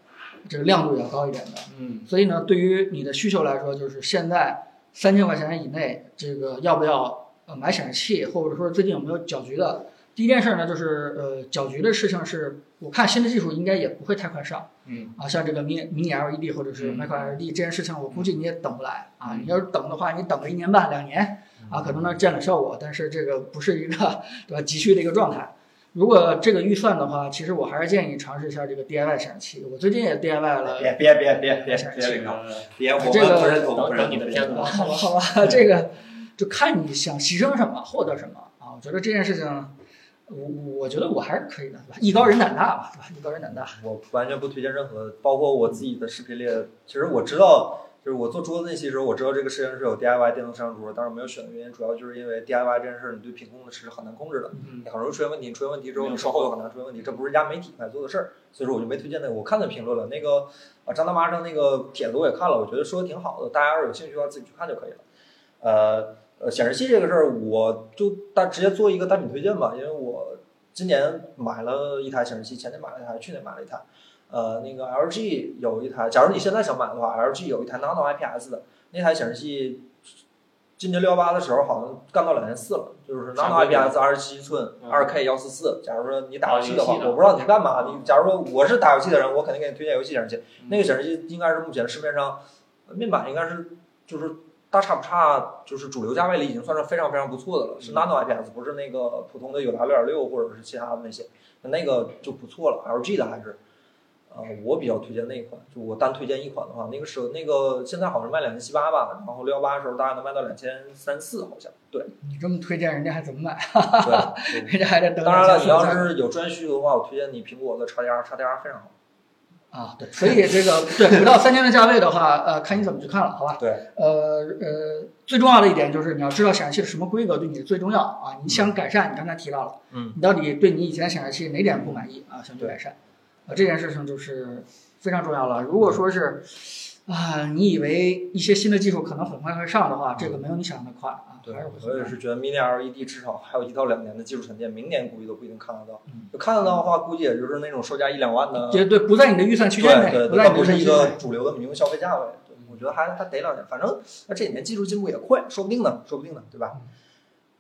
B: 这个亮度也要高一点的。
C: 嗯，
B: 所以呢，对于你的需求来说，就是现在三千块钱以内，这个要不要呃买显示器，或者说最近有没有搅局的？第一件事呢，就是呃搅局的事情是，我看新的技术应该也不会太快上，
C: 嗯
B: 啊，像这个迷迷你 LED 或者是
C: 嗯
B: micro LED 这件事情，我估计你也等不来啊。
C: 嗯
B: 你要是等的话，你等个一年半两年啊，可能能见了效果，但是这个不是一个对吧急需的一个状态。如果这个预算的话，其实我还是建议尝试一下这个 DIY 显示器。我最近也 DIY 了，
A: 别别别别别别
C: 这
A: 领导，
C: 个
A: 别我们
B: 这个
A: 不认同，
C: 等
A: 不认
C: 等
A: 同
C: 你的片子吧。
B: 好吧，好吧，这个就看你想牺牲什么，获得什么啊。我觉得这件事情，我我觉得我还是可以的，对吧？艺高人胆大嘛，对吧？艺高人胆大。
A: 我完全不推荐任何，包括我自己的视频列。其实我知道就是我做桌子那期的时候，我知道这个实验室有 DIY 电动摄像桌，当时没有选的原因，主要就是因为 DIY 这件事儿，你对品控的是很难控制的，
C: 嗯
A: 你很容易出现问题，你出现问题之后，
C: 没有
A: 你售后又很难出现问题，这不是一家媒体该做的事儿，所以说我就没推荐那个。我看的评论了，那个啊张大妈上那个帖子我也看了，我觉得说的挺好的，大家要是有兴趣的话自己去看就可以了。呃呃，显示器这个事儿，我就大直接做一个单品推荐吧，因为我今年买了一台显示器，前年买了一台，去年买了一台。呃，那个 LG 有一台，假如你现在想买的话，LG 有一台 Nano IPS 的那台显示器，今年六幺八的时候好像干到两千四了，就是
C: 啥
A: Nano
C: 规格
A: IPS 二十七寸，
C: 嗯
A: 二 K 幺四四。假如说你打游戏的话，
C: 哦游戏的
A: 我不知道你干嘛。你假如说我是打游戏的人，我肯定给你推荐游戏显示器。
C: 嗯
A: 那个显示器应该是目前市面上呃面板应该是就是大差不差，就是主流价位里已经算是非常非常不错的了。是
C: 嗯
A: Nano IPS，不是那个普通的有达六点六或者是其他的那些，那个就不错了。LG 的还是。呃，我比较推荐那一款，就我单推荐一款的话，那个手那个现在好像卖两千七八吧，然后六幺八的时候大概能卖到两千三四，好像对
B: 你这么推荐，人家还怎么买？
A: 对，
B: 人家还得等。
A: 当然了，你要是有专需求的话，我推荐你苹果的 XDR XDR 非常好。
B: 啊，对，所以这个对不到三千的价位的话，呃，看你怎么去看了，好吧？
A: 对，
B: 呃呃，最重要的一点就是你要知道显示器是什么规格对你最重要啊。你想改善，你刚才提到了，
A: 嗯，
B: 你到底对你以前显示器哪点不满意啊？想去改善，啊，这件事情就是非常重要了。如果说是啊，你以为一些新的技术可能很快会上的话，这个没有你想象的快啊，
A: 嗯对
B: 还是会，很
A: 我也
B: 慢
A: 是觉得 Mini LED 至少还有一到两年的技术沉淀，明年估计都不一定看得到
B: 嗯。
A: 就看得到的话，估计也就是那种售价一两万的，
B: 绝对不在你的预算区间
A: 对
B: 内，
A: 对
B: 不
A: 对，
B: 在
A: 它
B: 你的
A: 不
B: 预算
A: 是
B: 区
A: 一
B: 间内
A: 个。主流的民用消费价位。对，我觉得还还得两年，反正那这几年技术进步也快，说不定呢，说不定呢，对
B: 嗯
A: 吧？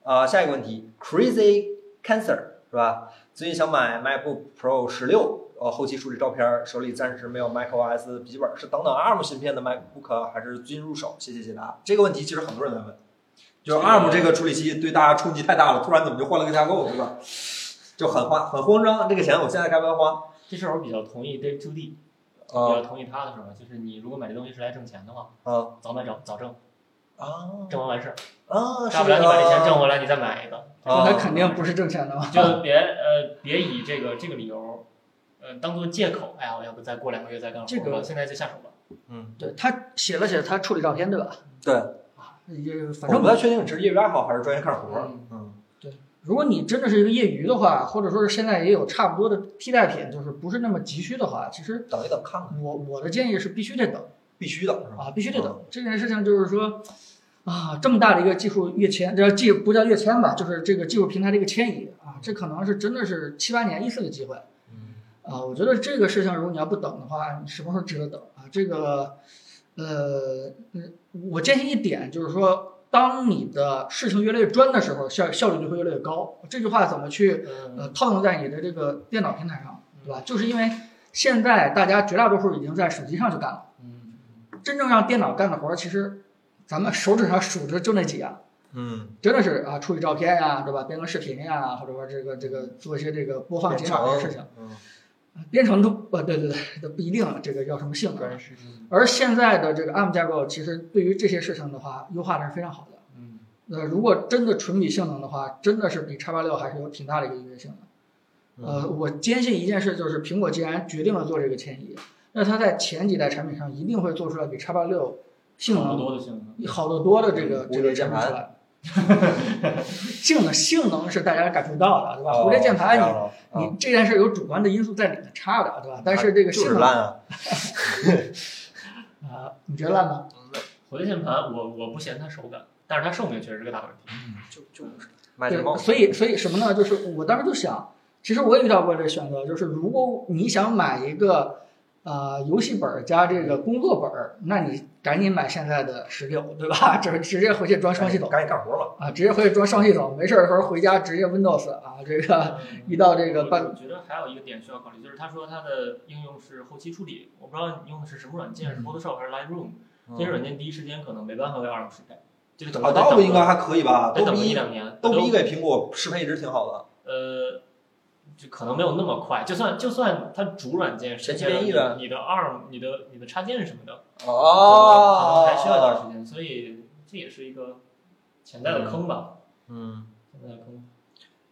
A: 啊、下一个问题，Crazy Cancer 是吧？最近想买 MacBook Pro 十六，呃，后期处理照片，手里暂时没有 macOS 笔记本，是等等 ARM 芯片的 MacBook 还是最近入手？谢谢解答。这个问题其实很多人在问，就是 ARM 这个处理器对大家冲击太大了，突然怎么就换了个架构，对吧？就很慌很慌张，这个钱我现在该不该花？
C: 这事儿我比较同意 Dave Judy，比
A: 啊
B: 嗯
C: 较同意他的说法，就是你如果买这东西是来挣钱的话，
A: 啊
C: 早买早早挣，
A: 啊！
C: 挣完完事儿，
A: 啊，
C: 大不了你把这钱挣回来，你再买一个。
A: 啊
B: 那肯定不是挣钱的嘛。
C: 就别呃别以这个这个理由，呃当做借口，哎呀，我要不再过两个月再干活吧，
B: 这个
C: 现在就下手吧。
A: 嗯，
B: 对他写了写他处理照片，对吧？
A: 对，
B: 啊，也反
A: 我
B: 正
A: 不太确定你是业余爱好还是专业干活儿。
C: 嗯
A: 嗯
B: 如果你真的是一个业余的话，或者说是现在也有差不多的替代品，就是不是那么急需的话，其实
A: 等一等看看，
B: 我我的建议是必须得等
A: 必须等是吧？
B: 啊，必须得等。这件事情就是说，啊，这么大的一个技术跃迁，这技不叫跃迁吧，就是这个技术平台的一个迁移啊，这可能是真的是七八年一次的机会。
A: 嗯
B: 啊，我觉得这个事情，如果你要不等的话，你什么时候值得等啊？这个，呃，嗯我坚信一点，就是说，当你的事情越来越专的时候，效效率就会越来越高。这句话怎么去
C: 嗯
B: 呃套用在你的这个电脑平台上，对吧？就是因为现在大家绝大多数已经在手机上去干了，
C: 嗯，
B: 真正让电脑干的活儿，其实咱们手指上数着就那几样。
A: 嗯，
B: 真的是啊，处理照片呀、对吧？编个视频呀、或者说这个这个做一些这个播放解码的事情。
A: 嗯
B: 编程都呃，对对对，都不一定这个要什么性能。
C: 是
B: 而现在的这个 ARM 架构，其实对于这些事情的话，优化的是非常好的。
C: 嗯
B: 呃，如果真的纯比性能的话，真的是比叉八六还是有挺大的一个优越性的。
C: 嗯
A: 嗯
B: 呃，我坚信一件事，就是苹果既然决定了做这个迁移，那它在前几代产品上一定会做出来比叉八六性
C: 好
B: 能
C: 多的性能，
B: 好得多的这个
A: 嗯
B: 这个产品出来。 性能性能是大家感受到的，对吧？
A: 哦
B: 蝴蝶呃键盘
A: 这
B: 你
A: 样了啊
B: 你这件事有主观的因素在里面差的，对吧？但是这个
A: 就
B: 性
A: 是
B: 能
A: 烂啊，
B: 啊，你觉得烂吗？
C: 我的键盘我我不嫌它手感，但是它寿命确实是个大问题。
A: 就就卖这嗯帽
B: 对，
A: 子
B: 所以所以什么呢？就是我当时就想，其实我也遇到过这个选择，就是如果你想买一个呃游戏本儿加这个工作本儿，那你赶紧买现在的十六，对吧？ 就是直接回去装双系统
A: 赶紧干活嘛。
B: 啊，直接回去装双系统，没事儿的时候回家直接 Windows 啊，这个遇到这
C: 嗯
B: 个
C: 我
B: 办
C: 我觉得还有一个点需要考虑，就是他说他的应用是后期处理，我不知道你用的是什么软
B: 嗯
C: 件，是 Photoshop 还是 Lightroom，这
A: 嗯
C: 些软件第一时间可能没办法为 ARM 适配，这个可能
A: 啊，
C: 得
A: 道
C: 等
A: 不应该
C: 个
A: 还可以吧？
C: 得
A: 逗
C: 等个一
A: 逼
C: 两年，
A: 逗逼
C: 都
A: 给苹果适配一直挺好的，
C: 呃，就可能没有那么快，就算就算它主软件实
A: 神奇
C: 现了
A: 变异
C: 你
A: 了
C: 的你的 ARM、你的你的插件什么的，
A: 哦
C: 可能还需要一段时间，所以这也是一个潜在的坑吧，
A: 嗯。
C: 潜在的坑。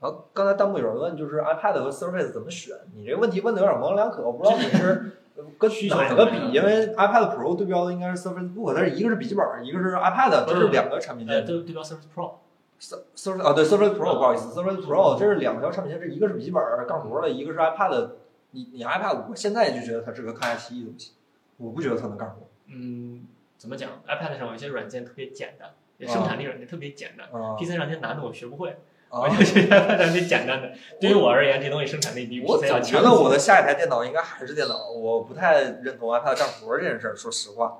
A: 然后刚才弹幕有人问，就是 iPad 和 Surface 怎么选？你这个问题问的有点模棱两可，我不知道你是 跟
C: 需求
A: 哪
C: 怎
A: 个
C: 么
A: 比？
C: 样
A: 因为 iPad Pro 对标的应该是 Surface Book，但是一个是笔记本，一个是 iPad，这
C: 不是
A: 是两个产品
C: 呃，
A: 线。
C: 对嗯对标 Surface Pro，
A: Sur- Surface 啊，对 Surface Pro，不好意思，Surface Pro 这是两条产品线，这一个是笔记本干活的，一个是 iPad。你你 iPad，我现在就觉得它是个看下奇异的东西，我不觉得它能干活。
C: 嗯，怎么讲？iPad 上有些软件特别简单，生
A: 哦
C: 产力软件特别简单。
A: 啊
C: P C 软件难的我学不会，
A: 啊
C: 我！就学 iPad 上最简单的。对于我而言，这东西生产力比 P
A: 我
C: C
A: 总
C: 要
A: 觉
C: 强。
A: 得我的下一台电脑应该还是电脑，我不太认同 iPad 干活这件事儿，说实 话。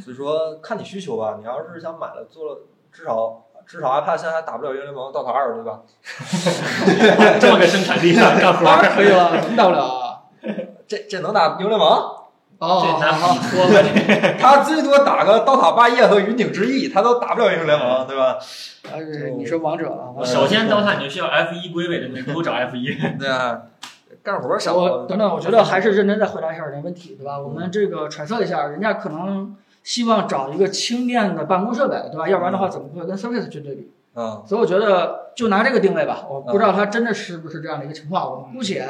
A: 所以说看你需求吧，你要是想买了做了，至少至少 iPad 现在还打不了英联盟 DOTA 二，对吧？
C: 这么个生产力啊，干活
B: 当
C: 儿，
B: 然可以了，什么大不了啊？
A: 这这能打英联盟？
B: 哦，
C: 这拿
B: 好好
C: 笔戳吧，这
A: 他最多打个刀塔霸业和云顶之弈，他都打不了英联盟，对吧？
B: 啊，是你说王者啊，王者
C: 呃首先 DOTA 你就需要 F 一归位 的，你不如找 F 一。
A: 对啊，干活少。啊
B: 我等等，我觉得还是认真再回答一下人家问题，对吧？我们这个揣测一下，人家可能希望找一个轻便的办公设备，对吧？要不然的话，怎么会跟 Surface 去对比？
A: 嗯
B: 所以我觉得就拿这个定位吧，我不知道他真的是不是这样的一个情况，我们姑且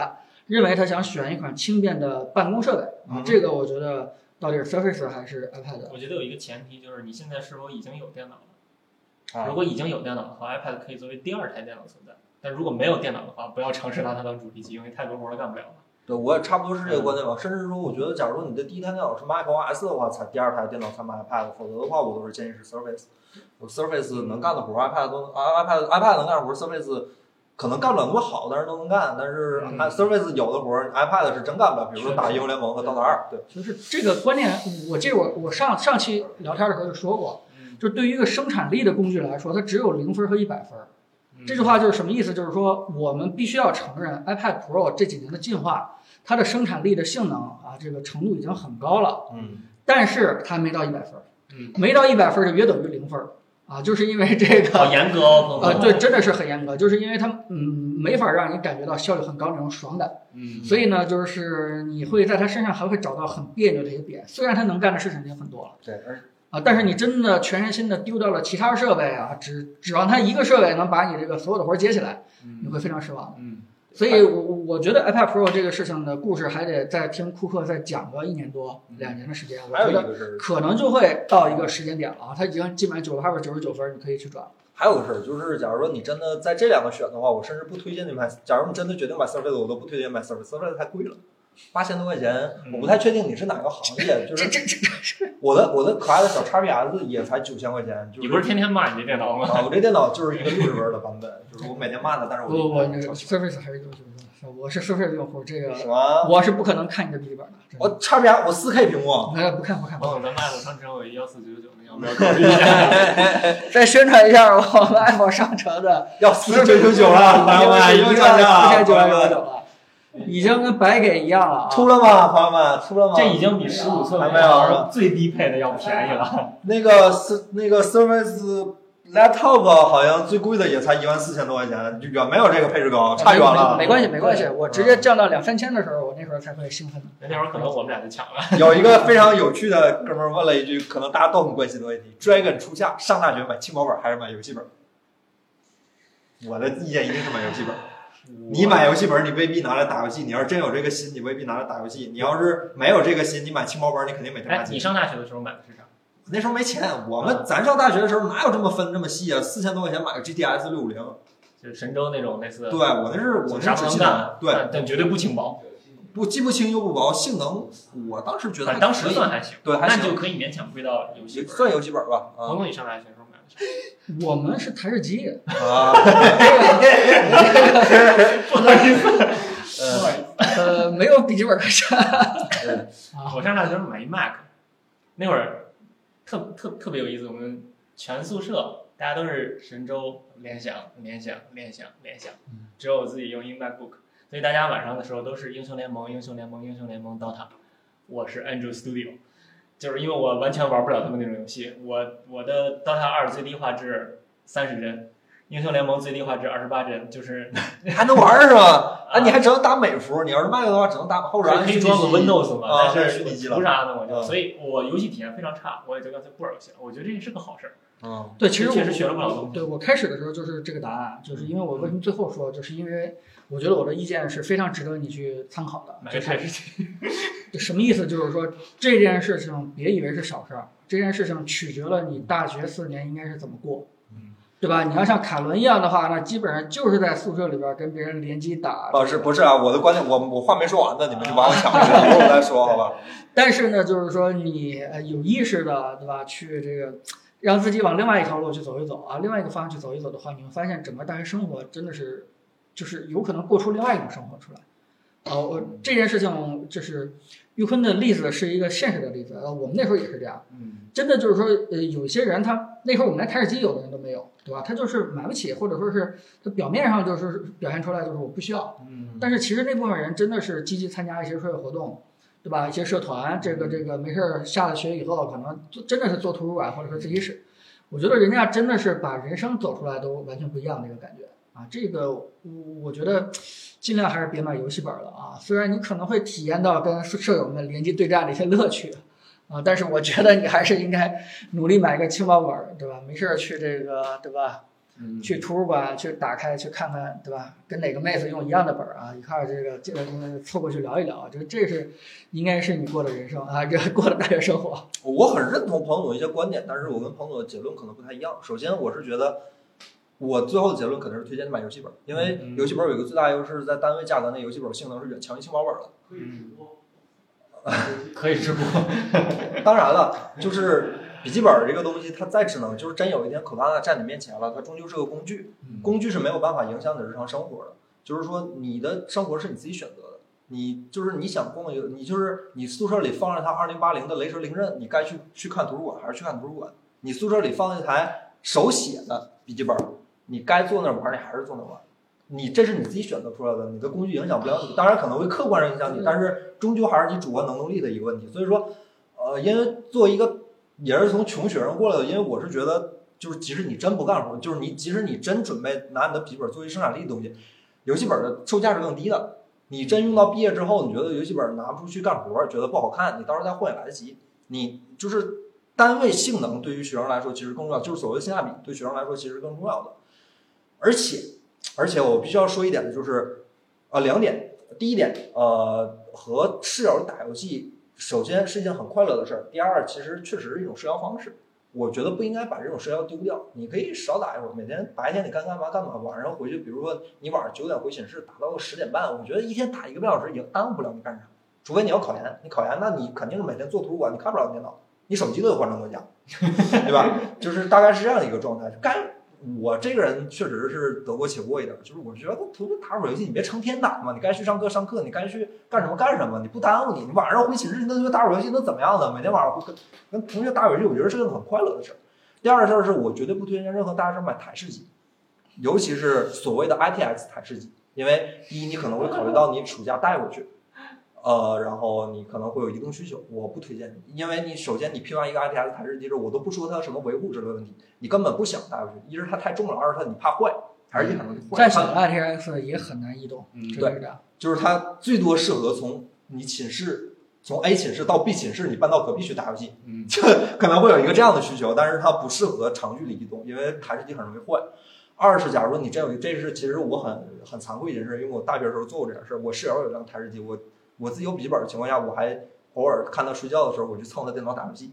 B: 认为他想选一款轻便的办公设备啊
A: 嗯，
B: 这个我觉得到底是 Surface 还是 iPad？
C: 我觉得有一个前提就是你现在是否已经有电脑了。
A: 啊
C: 如果已经有电脑的话，iPad 可以作为第二台电脑存在。但如果没有电脑的话，不要尝试拿它当主力机，因为太多活儿干不了了。
A: 对，我也差不多是这个观点吧。甚至说，我觉得，假如你的第一台电脑是 Mac OS 的话，才第二台电脑才买 iPad，否则的话，我都是建议是 Surface。Surface 能干的活，iPad 都能啊 iPad iPad 能干活，Surface 可能干不了那么好，但是都能干。但是
C: 嗯
A: Surface 有的活，iPad 是真干不了，比如说打英雄联盟和刀塔二。对，
B: 就是这个观念，我这我我上上期聊天的时候就说过，
C: 嗯，
B: 就对于一个生产力的工具来说，它只有零分和一百分。
C: 嗯
B: 这句话就是什么意思？就是说，我们必须要承认 iPad Pro 这几年的进化，它的生产力的性能啊，这个程度已经很高了，
A: 嗯，
B: 但是它没到一百分，
C: 嗯，
B: 没到一百分就约等于零分啊，就是因为这
C: 好
B: 个。
C: 严格哦，朋
B: 呃，
C: 友。
B: 对，真的是很严格，就是因为它嗯没法让你感觉到效率很高那种爽感，
C: 嗯，
B: 所以呢，就是你会在它身上还会找到很别扭的一个点。虽然它能干的事情已经很多了。
A: 对，而
B: 啊，但是你真的全身心的丢掉了其他设备啊，指指望它一个设备能把你这个所有的活儿接起来，你
C: 嗯
B: 会非常失望。
C: 嗯，
B: 所以我，我我觉得 iPad Pro 这个事情的故事还得再听库克再讲个一年多、
C: 嗯
B: 两年的时间，我
A: 还有
B: 觉
A: 一
B: 得
A: 个是
B: 可能就会到一个时间点了啊，它已经基本上九十八分、九十九分，你可以去转。
A: 还有个事儿，就是假如说你真的在这两个选的话，我甚至不推荐你买。假如你真的决定买 Surface，我都不推荐买 Surface，Surface 太贵了，八千多块钱。
C: 嗯
A: 我不太确定你是哪个行业，就
B: 这
A: 是
B: 这这
A: 我的我的可爱的小 XPS 也才九千块钱，就
C: 你不是天天骂你这电脑吗？
A: 啊，我这电脑就是一个六十分的版本，就是我每天骂它，但是我
B: 不不不，
A: 那
B: 那个 Surface 还是有九十我是 Surface 用户，这个
A: 什么？
B: 我是不可能看你的笔记本的。真的
A: 我 XPS 我四 K 屏幕，
B: 哎不看不看不
C: 王
B: 看，
C: 总，咱卖了商城有幺四九九，你 要不要考虑一下？
B: 再宣传一下我们爱宝商城的
A: 要四九九九了，朋友们，已经涨价了，
B: 四千九
A: 朋
B: 百
A: 友们，
B: 九十九了，已经跟白给一样了啊！
A: 出了吗？朋友们，出了吗？
C: 这已经比十五寸
A: 还没有
C: 最低配的要便宜 了。
A: 那个是那个 Surface Laptop 好像最贵的也才一万四千多块钱，就远没有这个配置高，差远了。
B: 啊没关系，没关系，我直接降到两三千的时候，我那时候才会兴奋的。
C: 那会儿可能我们俩就抢 了。
A: 有一个非常有趣的哥们儿问了一句，可能大家都很关心的问题：Dragon 初夏上大学买轻薄本还是买游戏本？我的意见一定是买游 戏本。你买游戏本，你未必拿来打游戏；你要是真有这个心，你未必拿来打游戏；你要是没有这个心，你买轻薄本，你肯定每天打
C: 哎，
A: 机
C: 你。上大学的时候买的是啥？
A: 那时候没钱，我们咱上大学的时候哪有这么分这么细啊？四千多块钱买个 GTS 六五零，
C: 就是神州那种类似
A: 对，我那是我
C: 啥
A: 那
C: 都
A: 是
C: 能
A: 只
C: 干
A: 干，，对，
C: 但但绝对不轻薄，
A: 不既不轻又不薄，性能我当时觉得还
C: 反正当
A: 可
C: 时
A: 以
C: 算还行，
A: 对还
C: 那
A: 行
C: 就，可以勉强归到游戏本。
A: 算游戏本吧
C: 彭
A: 啊
C: 总，你上大学的时候买的啥？
B: 我们是台式机，
A: 啊
C: 不好意思，不好
A: 呃
C: 意思，
B: 呃，没有笔记本的啥。
C: 我上大学的时候买一 Mac，那会儿特特特别有意思，我们全宿舍大家都是神州联想、联想、联想、联想，
A: 嗯
C: 只有我自己用英 MacBook，所以大家晚上的时候都是英雄联盟、英雄联盟、英雄联盟、DOTA，我是 Android Studio。就是因为我完全玩不了他们那种游戏，我我的 DOTA 二最低画质三十帧，英雄联盟最低画质二十八帧，就是
A: 你还能玩儿是吧？
C: 啊
A: 啊，你还只能打美服，你要是 Mac 的话只能打后边
C: 可以装个 Windows 嘛，
A: 啊
C: 但
A: 虚拟机
C: 是
A: 了
C: 图啥呢？我就，
A: 嗯
C: 所以我游戏体验非常差，我也就干脆不玩游戏了。我觉得这是个好事儿，
A: 嗯
B: 对，其实我
C: 确实学了不少东西
B: 对我开始的时候就是这个答案，就是因为我为什么最后说，就是因为我觉得我的意见是非常值得你去参考的。
C: 哪
B: 就
C: 个
B: 是
C: 才 是
B: 什么意思？就是说这件事情别以为是小事儿，这件事情取决了你大学四年应该是怎么过，
A: 嗯，
B: 对吧？你要像凯伦一样的话，那基本上就是在宿舍里边跟别人联机打。
A: 不是不是啊，我的观点，我我话没说完呢，你们就把我抢过来，一会儿再说好吧？
B: 但是呢，就是说你呃有意识的，对吧？去这个让自己往另外一条路去走一走啊，另外一个方向去走一走的话，你会发现整个大学生活真的是，就是有可能过出另外一种生活出来。啊，我这件事情就是玉坤的例子是一个现实的例子，呃我们那时候也是这样，
C: 嗯，
B: 真的就是说，呃，有些人他那时候我们连台式机有的人都没有，对吧？他就是买不起，或者说是他表面上就是表现出来就是我不需要，
C: 嗯
B: 但是其实那部分人真的是积极参加一些社会活动，对吧？一些社团，这个这个没事儿下了学以后，可能就真的是做图书馆或者说自习室。我觉得人家真的是把人生走出来都完全不一样的一个感觉啊！这个我我觉得尽量还是别买游戏本了啊，虽然你可能会体验到跟舍友们联机对战的一些乐趣。啊，但是我觉得你还是应该努力买个轻薄本儿，对吧？没事儿去这个，对吧？
C: 嗯
B: 去图书馆去打开去看看，对吧？跟哪个妹子用一样的本儿啊，一块儿这个这个这个凑过去聊一聊，就这是应该是你过的人生啊， 这过的大学生活。
A: 我很认同彭总一些观点，但是我跟彭总的结论可能不太一样。首先，我是觉得我最后的结论可能是推荐你买游戏本，因为
C: 嗯
A: 游戏本有一个最大优势，在单位价格内，游戏本性能是远强于轻薄本的。
D: 可以直播。
C: 嗯 可以直播，
A: 当然了，就是笔记本这个东西，它再智能，就是真有一天口大大站你面前了，它终究是个工具，工具是没有办法影响你的日常生活的。就是说，你的生活是你自己选择的，你就是你想共有，你就是你宿舍里放着它二零八零的雷蛇凌刃，你该去去看图书馆还是去看图书馆？你宿舍里放一台手写的笔记本，你该坐那儿玩儿，你还是坐那儿玩儿。你这是你自己选择出来的，你的工具影响不了你，当然可能会客观上影响你
B: 嗯，
A: 但是终究还是你主观能动力的一个问题。所以说，呃，因为作为一个也是从穷学生过来的，因为我是觉得，就是即使你真不干活，就是你即使你真准备拿你的笔记本作为生产力的东西，游戏本的售价是更低的。你真用到毕业之后，你觉得游戏本拿不出去干活，觉得不好看，你到时候再换也来得及。你就是单位性能对于学生来说其实更重要，就是所谓性价比对学生来说其实更重要的。而且，而且我必须要说一点的就是，呃，两点。第一点，呃，和室友打游戏，首先是一件很快乐的事儿。第二，其实确实是一种社交方式，我觉得不应该把这种社交丢掉。你可以少打一会儿，每天白天你该干嘛干嘛，晚上回去，比如说你晚上九点回寝室打到十点半，我觉得一天打一个半小时也耽误不了你干啥。除非你要考研，你考研，那你肯定是每天坐图书馆，你看不了电脑，你手机都得换成诺基亚， 对吧？就是大概是这样的一个状态。该我这个人确实是得过且过一点，就是我觉得图书打会儿游戏，你别成天打嘛，你该去上课上课，你该去干什么干什么，你不耽误你。你晚上回寝室那就打会儿游戏，那怎么样呢？每天晚上跟跟同学打会儿游戏，我觉得是个很快乐的事儿。第二个事儿是我绝对不推荐任何大学生买台式机，尤其是所谓的 IPX 台式机，因为第一你可能会考虑到你暑假带回去，呃，然后你可能会有移动需求，我不推荐你，因为你首先你拼完一个 IPS 台式机之后，我都不说它什么维护之类的问题，你根本不想带回去，一是它太重了，二是它你怕坏，台式机很容易坏。
B: 再小的 ITX 也很难移动，
C: 嗯
B: 真的是这样。
A: 就是它最多适合从你寝室从 A 寝室到 B 寝室，你搬到隔壁去打游戏，
C: 嗯
A: 可能会有一个这样的需求，但是它不适合长距离移动，因为台式机很容易坏。二是，假如你真有一，这是其实我很很惭愧一件事，因为我大学的时候做过这件事。我室友有辆台式机，我我自己有笔记本的情况下，我还偶尔看他睡觉的时候，我去蹭他电脑打游戏，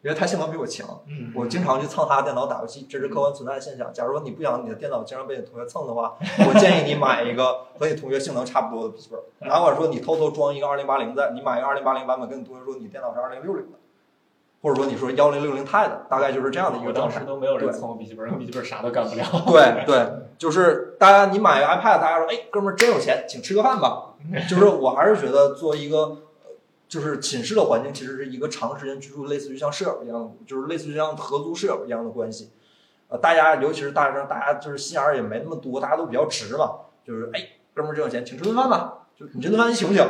A: 因为他性能比我强。
C: 嗯
A: 我经常去蹭他电脑打游戏，这是客观存在的现象。假如说你不想你的电脑经常被你同学蹭的 话，我建议你买一个和你同学性能差不多的笔记
C: 嗯
A: 本。哪管说你偷偷装一个二零八零的，你买一个二零八零版本，跟你同学说你电脑是二零六零的，或者说你说幺零六零 i 的，大概就是这样的一
C: 我
A: 个状
C: 当
A: 态
C: 时。都没有人蹭我笔记本，我笔记本啥都干不了。
A: 对对，就是大家你买个 iPad，大家说哎哥们儿真有钱，请吃个饭吧。就是我还是觉得做一个。呃就是寝室的环境其实是一个长时间居住，类似于像舍友一样的，就是类似于像合租舍友一样的关系。呃，大家尤其是大学生，大家就是心眼儿也没那么多，大家都比较直嘛。就是哎，哥们儿真有钱，请吃顿饭吧。就你这顿饭你请不请？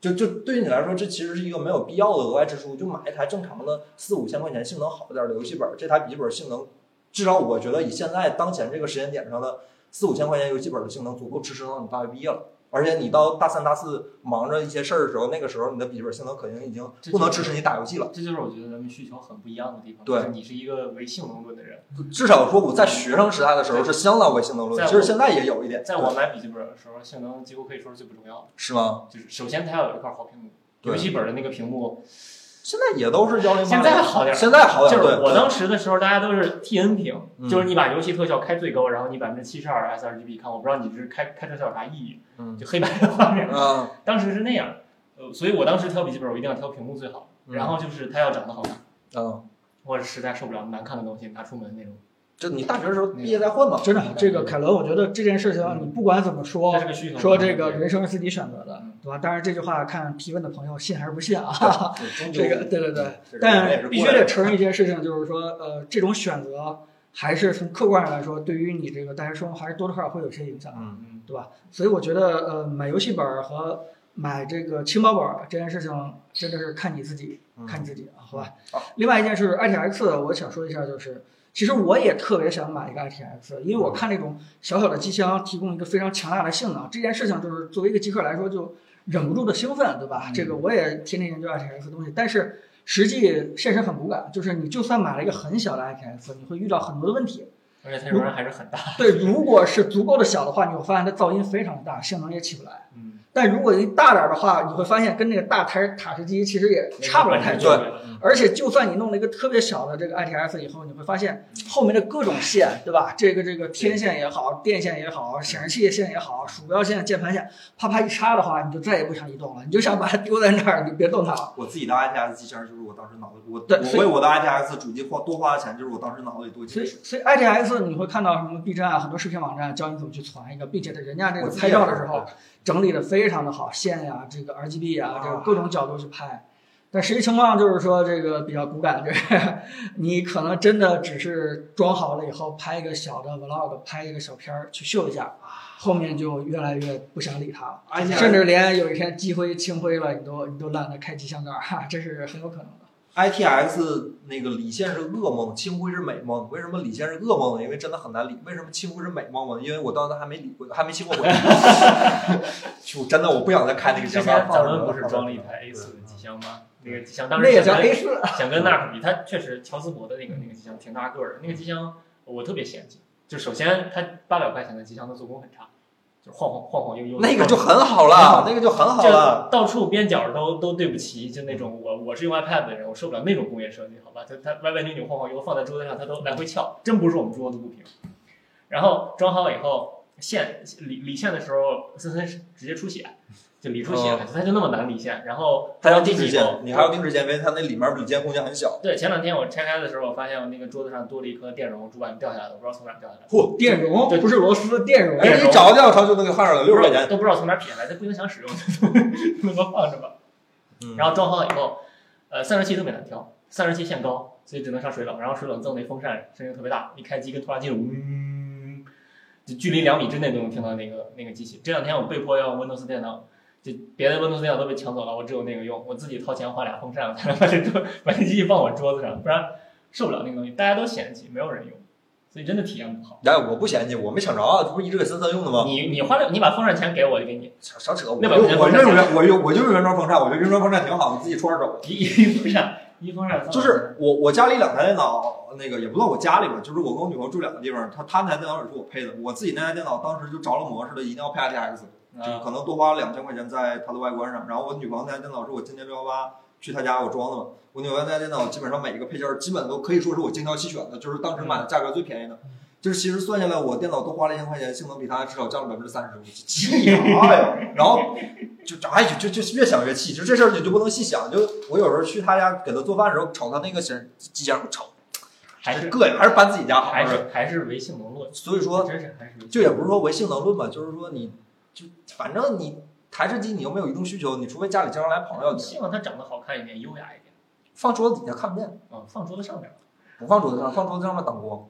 A: 就就对于你来说，这其实是一个没有必要的额外支出。就买一台正常的四五千块钱性能好一点的游戏本儿，这台笔记本性能至少我觉得以现在当前这个时间点上的四五千块钱游戏本的性能，足够支撑到你大学毕业了。而且你到大三、大四忙着一些事儿的时候，那个时候你的笔记本性能可能已经不能支持你打游戏了。
C: 这就是我觉得咱们需求很不一样的地方。
A: 对
C: 就是你是一个唯性能论的人，
A: 至少说我在学生时代的时候是相当唯性能论，
C: 在我
A: 其实现在也有一点。
C: 在我买笔记本的时候，性能几乎可以说是最不重要的，
A: 是吗？
C: 就是首先它要有一块好屏幕。
A: 对
C: 游戏本的那个屏幕
A: 现在也都是幺零八零，
C: 现在好点儿，
A: 现在好
C: 就
A: 点儿。
C: 是
A: 对，
C: 我当时的时候，大家都是 T N 屏，
A: 嗯
C: 就是你把游戏特效开最高，然后你百分之七十二 S R G B 看，我不知道你这是开开特效有啥意义，
A: 嗯
C: 就黑白的画面，
A: 啊，
C: 当时是那样。呃，所以我当时挑笔记本，我一定要挑屏幕最好， 然后就是它要长得好看，
A: 嗯，
C: 我实在受不了难看的东西拿出门那种。
A: 就你大学的时候毕业再混嘛。
B: 真的，这个凯伦，我觉得这件事情啊
A: 嗯
B: 你不管怎么说
C: 它，是个需求。
B: 哦说这个人生是自己选择的
C: 嗯，
B: 对吧？当然这句话看提问的朋友信还是不信啊。
A: 对终究
B: 这个对对
A: 是
B: 对，
A: 我也是
B: 但
A: 过
B: 必须
A: 来嗯
B: 得
A: 人
B: 承认一件事情，就是说，呃，这种选择还是从客观上来说，对于你这个大学生活还是多多少少会有些影响，
A: 嗯，
C: 嗯，
B: 对吧？所以我觉得，呃，买游戏本儿和买这个轻薄本儿这件事情，真的是看你自己，
A: 嗯
B: 看你自己啊，好吧
A: 好。
B: 另外一件事，ITX，我想说一下，就是其实我也特别想买一个 ITX，因为
A: 嗯
B: 我看那种小小的机箱提供一个非常强大的性能，这件事情就是作为一个极客来说，就忍不住的兴奋，对吧？
C: 嗯
B: 这个我也天天研究 ITX 的东西，但是实际现实很骨感，就是你就算买了一个很小的 ITX，你会遇到很多的问题。
C: 而且它容量还是很大。
B: 对，如果是足够的小的话，你会发现它噪音非常大，性能也起不来。
C: 嗯，
B: 但如果一大点儿的话，你会发现跟那个大台塔式机其实也
C: 嗯
B: 差不了太多。
C: 对，
B: 而且就算你弄了一个特别小的这个 ITS 以后，你会发现后面的各种线，对吧？这个这个天线也好，电线也好，显示器线也好，鼠标线、键盘线，啪啪一插的话，你就再也不想移动了，你就想把它丢在那儿，你就别动它了。
A: 我自己的 ITX 机箱就是我当时脑子，我
B: 对所
A: 我
B: 以
A: 为我的 ITX 主机花多花的钱，就是我当时脑子里多
B: 所
A: 进
B: 以，所以 ITX 你会看到什么 B 站啊，很多视频网站教你怎么去传一个，并且在人家这个
A: 我记得
B: 拍照的时候整理的非常的好，线呀、这个 RGB 啊，这个各种角度去拍。但实际情况就是说，这个比较骨感，就是 你可能真的只是装好了以后拍一个小的 vlog，拍一个小片儿去秀一下，后面就越来越不想理它了，
A: ITX
B: 甚至连有一天积灰、清灰了，你都你都懒得开机箱盖儿，哈，这是很有可能的。
A: ITX 那个李现是噩梦，清辉是美梦。为什么李现是噩梦呢？因为真的很难理。为什么清辉是美梦呢？因为我当时还没理过，还没清过灰。 就真的我不想再开那个
C: 之
A: 箱
C: 前
A: 盖儿
C: 咱
A: 放着
C: 们
A: 了
C: 不是装了一台 A 四的机箱吗？那个机箱当
B: 那
C: 时
B: 也
C: 想
B: 叫 A
C: 跟
B: 四
C: 想跟那儿比，它确实乔斯伯的那个那个机箱挺大个儿的，那个机箱我特别嫌弃。就首先它八百块钱的机箱，它做工很差，就晃晃晃晃悠悠的。
A: 那个就很好
C: 嗯
A: 了，那个就很好了。
C: 就到处边角都都对不齐，就那种我我是用 iPad 的人，我受不了那种工业设计，好吧？它它歪歪扭扭晃晃悠，放在桌子上它都来回翘，真不是我们桌子不平。然后装好以后，线理理线的时候，森森是直接出血，就理出血了，它就那么难理线。然后
A: 哦它要
C: 第
A: 定制
C: 几
A: 键
C: 头，，
A: 你还要定制键，因为它那里面里键空间很小。
C: 对，前两天我拆开的时候，我发现我那个桌子上多了一颗电容，主板掉下来了，我不知道从哪儿掉下来的，
A: 嚯！
B: 电容
C: 对
B: 不是螺丝，电容。
C: 哎
A: 哎，你找掉它就那个换上了，六十块钱。
C: 都不知道从哪儿撇来，它不影响使用， 那么放着吧。然
A: 后
C: 后装好以后，呃，散热器特别难挑，散热器限高，所以只能上水冷。然后水冷赠那风扇声音特别大，一开机跟拖拉机嗡，就距离两米之内都能听到那个那个机器。这两天我被迫要用 Windows 电脑，就别的 Windows 电脑都被抢走了，我只有那个用，我自己掏钱花俩风扇，我才 能把这桌把这机器放我桌子上，不然受不了那个东西，大家都嫌弃，没有人用，所以真的体验不好。
A: 哎，我不嫌弃，我没抢着啊，这不是一直给森森用的吗？
C: 你你花六，你把风扇钱给我，我就给你
A: 少少扯，我
C: 那
A: 就
C: 把原
A: 我
C: 装
A: 就用
C: 风
A: 原我用我就用原装风扇，我觉得原装风扇挺好的，自己戳着走。
C: 一一风扇一风扇，
A: 就是我我家里两台电脑，那个也不算我家里吧，就是我跟我女朋友住两个地方，她她那台电脑也是我配的，我自己那台电脑当时就着了魔似的，一定要配 ITX，就
C: 啊
A: 可能多花两千块钱在它的外观上。然后我女朋友那台电脑是我今年六幺八去她家我装的嘛，我女朋友那台电脑基本上每一个配件儿基本都可以说是我精挑细选的，就是当时买的
C: 嗯
A: 价格最便宜的。就是其实算下来，我电脑多花了一千块钱，性能比它至少降了百分之三十五， 气啥呀？哎然后就就哎就就就越想越气，就这事儿你就不能细想。就我有时候去他家给他做饭的时候，瞅他那个型机箱，我瞅
C: 还是
A: 膈应，还是搬自己家好。
C: 还是还是唯性能论。
A: 所以说，
C: 真是还是
A: 就也不是说唯性能论吧，就是说你就反正你台式机你又没有移动需求，你除非家里经常来朋友，你
C: 希望它长得好看一点，优雅一点，
A: 放桌子底下看不见，
C: 啊，放桌子上边儿。
A: 不放桌子上，放桌子上面挡光，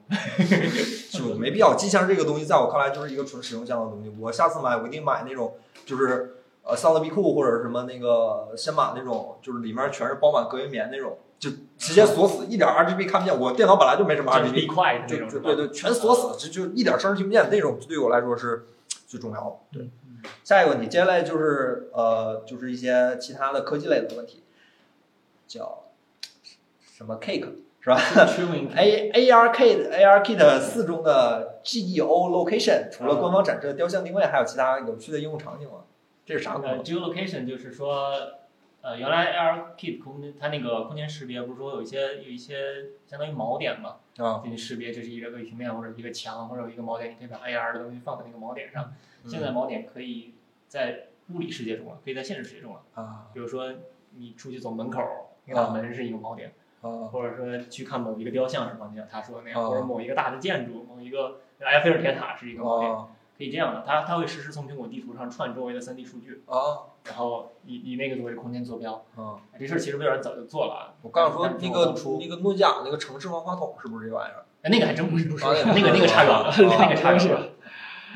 A: 就没必要。机箱这个东西，在我看来就是一个纯实用性的东西。我下次买，我一定买那种就是。呃，桑德比库或者什么那个先买那种，就是里面全是包满隔音棉那种，就直接锁死，一点 RGB 看不见。我电脑本来就没什么
C: 就是
A: RGB，
C: be quiet 那
A: 就
C: 种，
A: 就是对
C: 吧？
A: 对，全锁死，就就一点声儿听不见那种，对我来说是最重要的。对
B: 嗯，
A: 下一个问题，接下来就是呃，就是一些其他的科技类的问题，叫什么 Cake 是吧
C: Turing
A: ？A A R K A R Kit 四中的 G E O Location，除了官方展示的雕像定位，还有其他有趣的应用场景吗？这是啥功
C: 呃
A: 能？
C: ，geolocation 就是说，呃，原来 ARKit 空间它那个空间识别不是说有一些有一些相当于锚点嘛，
A: 啊，
C: 给你识别这是一个平面或者一个墙或者一个锚点，你可以把 AR 的东西放在那个锚点上。现在锚点可以在物理世界中了，可以在现实世界中了。
A: 啊
C: 比如说你出去走门口，你看
A: 啊
C: 门是一个锚点，
A: 啊
C: 或者说去看某一个雕像是吗？就像他说的那样，
A: 啊
C: 或者某一个大的建筑，某一个埃菲尔铁塔是一个锚点，
A: 啊
C: 可以这样的。它它会实时从苹果地图上串周围的 3D 数据。
A: 啊
C: 然后以以那个作为空间坐标，
A: 啊！
C: 这事儿其实微软早就做了啊。
A: 我刚想说
C: 但是
A: 那
C: 没有
A: 个
C: 做出
A: 那个诺基亚那个城市万花筒是不是这玩意儿？
C: 哎那个还真不是，不
A: 啊那个
C: 那个那个 差远了，那个差
B: 不
C: 远
B: 是
C: 了。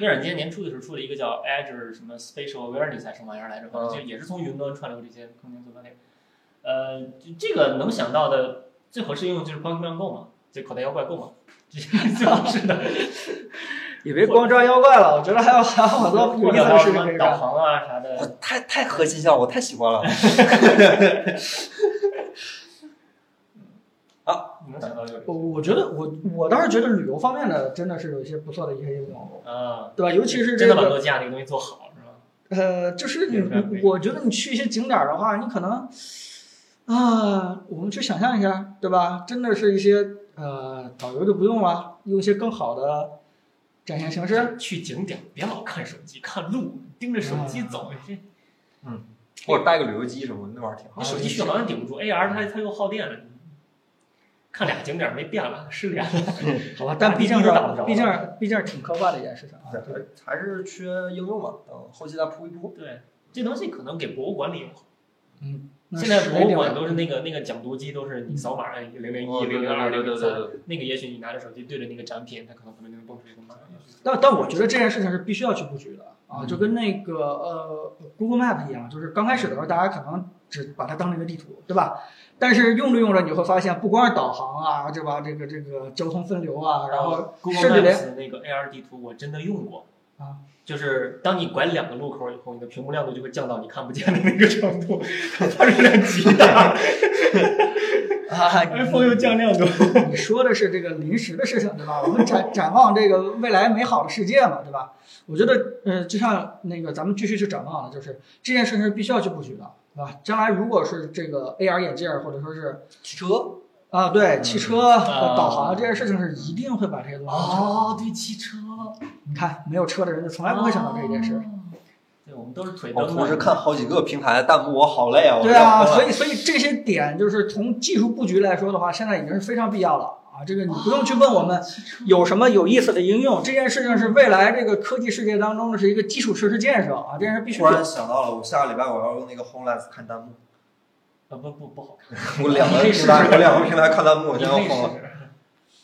C: 微软今年年初的时候出了一个叫 Azure 什么 Spatial Awareness 还是什么玩意儿来着，反正就也是从云端串流这些空间坐标链。呃，就这个能想到的最合适应用就是光亮购嘛，就口袋妖怪购嘛，这是最合适的。
B: 也别光抓妖怪了，我觉得还有还有好多有
C: 或
B: 意
C: 者
B: 思
C: 还
B: 的
C: 有
B: 事
C: 什
B: 情可
C: 么
B: 以
C: 导
B: 干。
C: 航啊啥的
A: 我，太太核心项，我太喜欢了。
C: 你能想到就是
B: 我我觉得我我倒是觉得旅游方面的真的是有一些不错的一些应用，
C: 啊，
B: 对吧？尤其是这
C: 真的把
B: 个
C: 诺基亚那个东西做好是吧？
B: 呃，就是你
C: 明白明白
B: 我觉得你去一些景点儿的话，你可能啊，我们去想象一下，对吧？真的是一些呃导游就不用了，用一些更好的展现形式。
C: 去景点别老看手机看路，盯着手
B: 嗯
C: 机走，这
A: 或者带个旅游机什么的，那玩意儿挺好
C: 你。手机续航也顶不住，AR 它它又耗电了。看俩景点没电了，失联了。
B: 好吧，但毕竟是
C: 打不着
B: 毕竟毕竟是挺科幻的一件事情啊。
A: 对，还是缺应用嘛，等后期再铺一铺。
C: 对，这东西可能给博物馆里用好。
B: 那
C: 现在
B: 是
C: 博
B: 一
C: 物
B: 定
C: 馆
B: 的
C: 都是那个那个讲读机，都是你扫码按零零一、零零二、零零三。那个也许你拿着手机对着那个展品，它可能旁边就能蹦出一个码。
B: 但但我觉得这件事情是必须要去布局的啊，就跟那个呃 Google Map 一样，就是刚开始的时候大家可能只把它当成一个地图，对吧？但是用着用着你会发现，不光是导航啊，对吧？这个这个交通分流啊，然后
C: Google
B: 甚至连
C: Maps 那个 AR 地图我真的用过
B: 啊，
C: 就是当你拐两个路口以后，你的屏幕亮度就会降到你看不见的那个程度，发热量极大
B: 啊，
C: ，iPhone 又降亮度。
B: 你说的是这个临时的事情，对吧？我们展展望这个未来美好的世界嘛，对吧？我觉得，呃，就像那个咱们继续去展望的，就是这件事情是必须要去布局的，对吧？将来如果是这个 AR 眼镜儿或者说是
A: 汽车
B: 啊，对，汽车和
C: 啊
B: 导航这件事情是一定会把这些东西弄成。
C: 哦，对，汽车，
B: 你看，没有车的人就从来不会想到这一件事。
C: 对，我们都是腿
A: 我
C: 蹬
A: 同时
C: 的。
A: 哦看好几个平台的弹幕，我好累
C: 哦
A: 啊！我
B: 对啊，
A: 要疯了
B: 所以所以这些点就是从技术布局来说的话，现在已经是非常必要了啊。这个你不
C: 哦
B: 用去问我们有什么有意思的应用，这件事情是未来这个科技世界当中的是一个基础设施建设啊，这件事必须
A: 突然想到了，我下个礼拜我要用那个 HomeLens 看弹 幕，
C: 啊不不不好看，
A: 我两个平台，我两个平台看弹幕，我现在要疯了。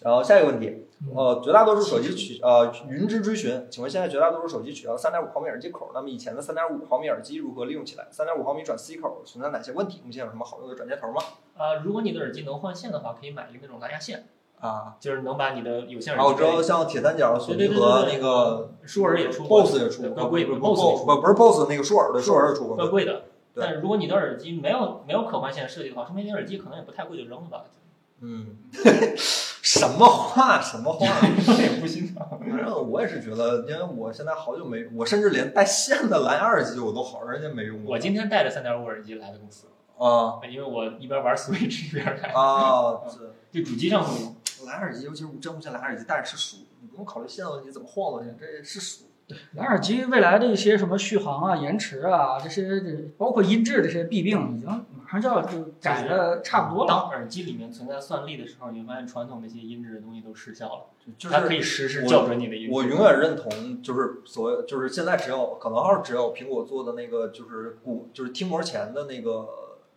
A: 然后下一个问题，呃，绝大多数手机取呃云之追寻，请问现在绝大多数手机取消三点五毫米耳机口，那么以前的三点五毫米耳机如何利用起来？三点五毫米转 C 口存在哪些问题？目前有什么好用的转接头吗？
C: 啊，如果你的耳机能换线的话，可以买一个那种蓝牙线，
A: 啊，
C: 就是能把你的有线
A: 然后
C: 耳
A: 啊我
C: 机
A: 知道像铁三角、索尼和那个
C: 舒尔也出过，
A: BOSS 也出
C: 对
A: 过，
C: 怪贵
A: 不是
C: 不是
A: 不
C: BOSS 也出
A: 不不是 BOSS 那个舒尔的，
C: 舒
A: 舒
C: 尔
A: 尔也出
C: 怪
A: 过。
C: 贵的。
A: 对
C: 但如果你的耳机没有没有可换线设计的话，说明你的耳机可能也不太贵，就扔了吧。
A: 嗯， 什么话什么话？
C: 也不心疼。
A: 反正我也是觉得，因为我现在好久没，我甚至连带线的蓝牙耳机我都好长时间没用过。
C: 我今天带着三点五耳机来的公司，
A: 啊
C: 因为我一边玩 Switch 一边开，
A: 啊，这
C: 就主机上会用。
A: 蓝牙耳机，尤其是无针无线蓝牙耳机，戴着是熟，你不用考虑线的问题，怎么晃过去，这是熟。
B: 蓝牙耳机未来的一些什么续航啊、延迟啊这些，这包括音质这些弊病，已经马上就要就改的差不多了。
C: 当耳机里面存在算力的时候，你会发现传统那些音质的东西都失效了，
A: 就
C: 它可
A: 是
C: 以实时校准你的音质。
A: 我永远认同，就是所谓就是现在只有可能要是只有苹果做的那个就是鼓就是听膜前的那个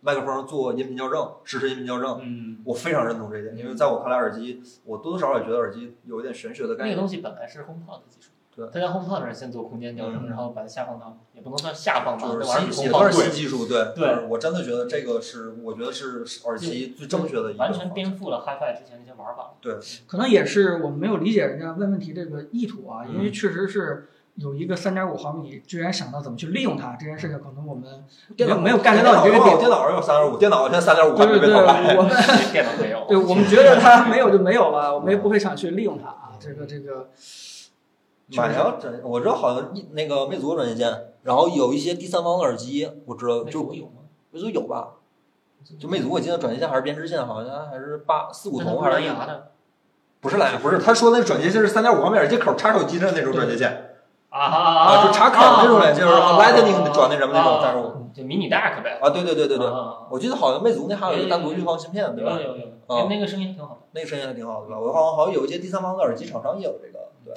A: 麦克风做音频校正，实时音频校正，
C: 嗯，
A: 我非常认同这一点，因为在我看来，耳机我多多少少也觉得耳机有一点玄学的概
C: 那个
A: 念。
C: 东西本来是 HomePod 的技术，
A: 对
C: 它在 HomePod 那儿先做空间调整，
A: 嗯
C: 然后把它下放到，也不能算下放吧，
A: 就是
C: 那玩意儿比
A: 新也算
C: HomePod
A: 是新
C: 贵，
A: 技术，对，
C: 对
A: 就是我真的觉得这个是，我觉得是耳机最正确的一个
C: 完
A: 方
C: 全
A: 向。
C: 颠覆了 HiFi 之前那些 玩法。
A: 对，嗯
B: 可能也是我们没有理解人家问问题这个意图啊，因为确实是有一个三点五毫米，居然想到怎么去利用它这件事情，可能我们
A: 电脑
B: 没有 get 到你这个点
A: 电脑有三点五，电脑现在三点五还
B: 对
A: 没被
B: 对对，
A: 淘汰。
B: 我们
C: 电脑没有。
B: 对我们觉得它没有就没有了，我们也不会想去利用它啊。这个这个，
A: 马上整，啊我知道好像一那个魅族有软件键，然后有一些第三方的耳机，我知道就
C: 我有吗？
A: 魅族有吧？就魅族，我记得转接线还是编织线，好像还是八四五
C: 这它
A: 铜
C: 不啊
A: 还
C: 蓝
A: 是
C: 牙的
A: 不是蓝牙？不是，他说那转接线是三点五毫米耳机口插手机的那种转接线
C: 啊啊
A: 就插口那种
C: 嘞，
A: 的，就是 Lightning 转那什么那种三点五。
C: 啊就迷你 DAC 呗。
A: 啊，对对对对对，
C: 啊
A: 我记得好像魅族那还有一个单独预放芯片，对
C: 有
A: 吧？嗯
C: 有有，哎那个声音挺好的。
A: 那个声音还挺好的吧？我好像好像有一些第三方的耳机厂商也有这个，对。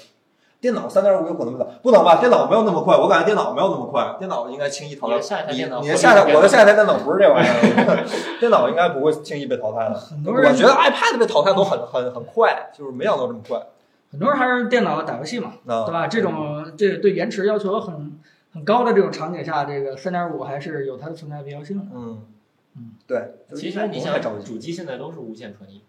A: 电脑三点五有可能不能不能吧？电脑没有那么快，我感觉电脑没有那么快，电脑应该轻易淘汰
C: 你的。下一台
A: 你
C: 电脑
A: 你
C: 会
A: 的
C: 不
A: 下一
C: 会
A: 台，
C: 变
A: 我的下一台电脑不是这玩意儿，电脑应该不会轻易被淘汰的。
B: 很多
A: 我
B: 人
A: 觉得 iPad 被淘汰都很很很快，就是没想到这么快。啊
B: 很多人还是电脑打游戏嘛，对
A: 那
B: 吧？这种这对延迟要求很很高的这种场景下，这个三点五还是有它的存在必要性的。
A: 嗯
B: 嗯，
A: 对。就是
C: 其实你
A: 不太
C: 像
A: 着急
C: 主机现在都是无线传音，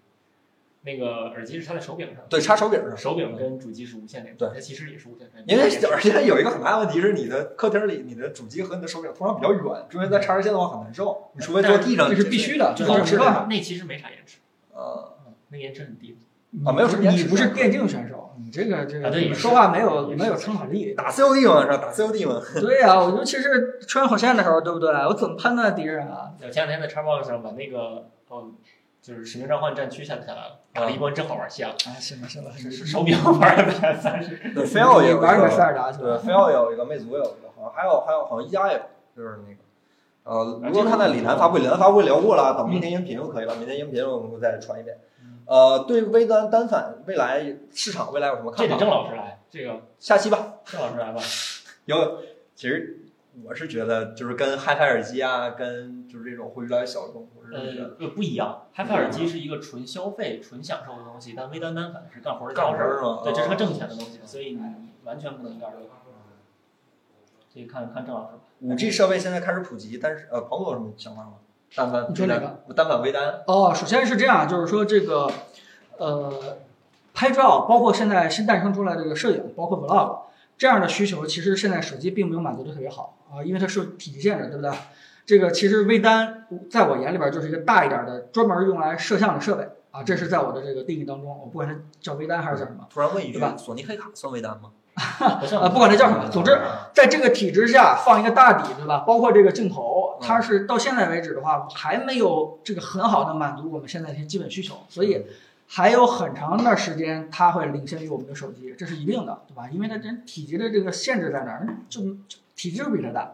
C: 那个耳机是插在手柄上，
A: 对插手柄上，
C: 手柄跟主机是无线连接，
A: 对
C: 它其实也是无线传音。
A: 因为
C: 也是
A: 而且有一个很大的问题是，你的客厅里你的主机和你的手柄通常比较远，中间再插根线的话很难受，你除非坐地上，
B: 这是必须的，
A: 嗯就
B: 这
A: 是啊
B: 是没办法。
C: 那其实没啥延迟，
A: 呃，
C: 那个延迟很低。
A: 啊没有什么延
B: 你
A: 迟
B: 不是电竞选手，你这个这
C: 啊
B: 个
C: 对
B: 你
C: 也是
B: 说话没有
C: 也是
B: 没有参考力。
A: 打 COD 嘛是吧？打 COD 嘛，
B: 对呀、我尤其是穿火线的时候，对不对？我怎么判断敌人啊？
C: 我前两天在 Xbox 上把那个哦，就是《使命召唤：战区》下载下来了，打了一关真好玩下，
B: 啊，行了行了，
C: 是是手柄玩的 PS 三十。
A: 对飞 奥也有一
B: 玩你塞
A: 个，
B: 尔达去
A: 对
B: 了。
A: 飞奥也有一个，魅族也有一个，好像还有还有好像一加也有，就是那个。呃，如果看在李楠发布会，李楠发布会聊过了，等明天音频就可以了。明天音频我们会再传一遍。呃，对微单单反未来市场未来有什么看
C: 这得
A: 法？
C: 郑老师来，这个
A: 下期吧。
C: 郑老师来吧。
A: 有，其实我是觉得就是跟 HiFi 耳机啊，跟就是这种会越来越小众，我是觉
C: 呃
A: 得，
C: 不不一样，HiFi 耳机是一个纯消费、纯享受的东西，但微单单反是干活的
A: 干
C: 家
A: 活
C: 事儿。
A: 儿嘛。
C: 对，这是个
A: 啊
C: 挣钱的东西，所以你完全不能干这个。这个看看郑老师吧。
A: 五 G 设备现在开始普及，但是呃，彭总有什么想法吗？单反
B: 你说哪个？
A: 单反微单，
B: 哦，首先是这样，就是说这个，呃，拍照，包括现在新诞生出来这个摄影，包括 vlog 这样的需求，其实现在手机并没有满足的特别好啊，因为它是有体积限制，对不对？这个其实微单在我眼里边就是一个大一点的，专门用来摄像的设备啊，这是在我的这个定义当中，我不管它叫微单还是叫什么
A: 突然问一句
B: 对吧，
A: 索尼黑卡算微单吗？啊
C: 不像
B: 啊，不管它叫什么，总之在这个体制下放一个大底，对吧？包括这个镜头，它是到现在为止的话，还没有这个很好的满足我们现在一些基本需求，所以还有很长的时间它会领先于我们的手机，这是一定的，对吧？因为它人体积的这个限制在哪儿，就就体积就比它大。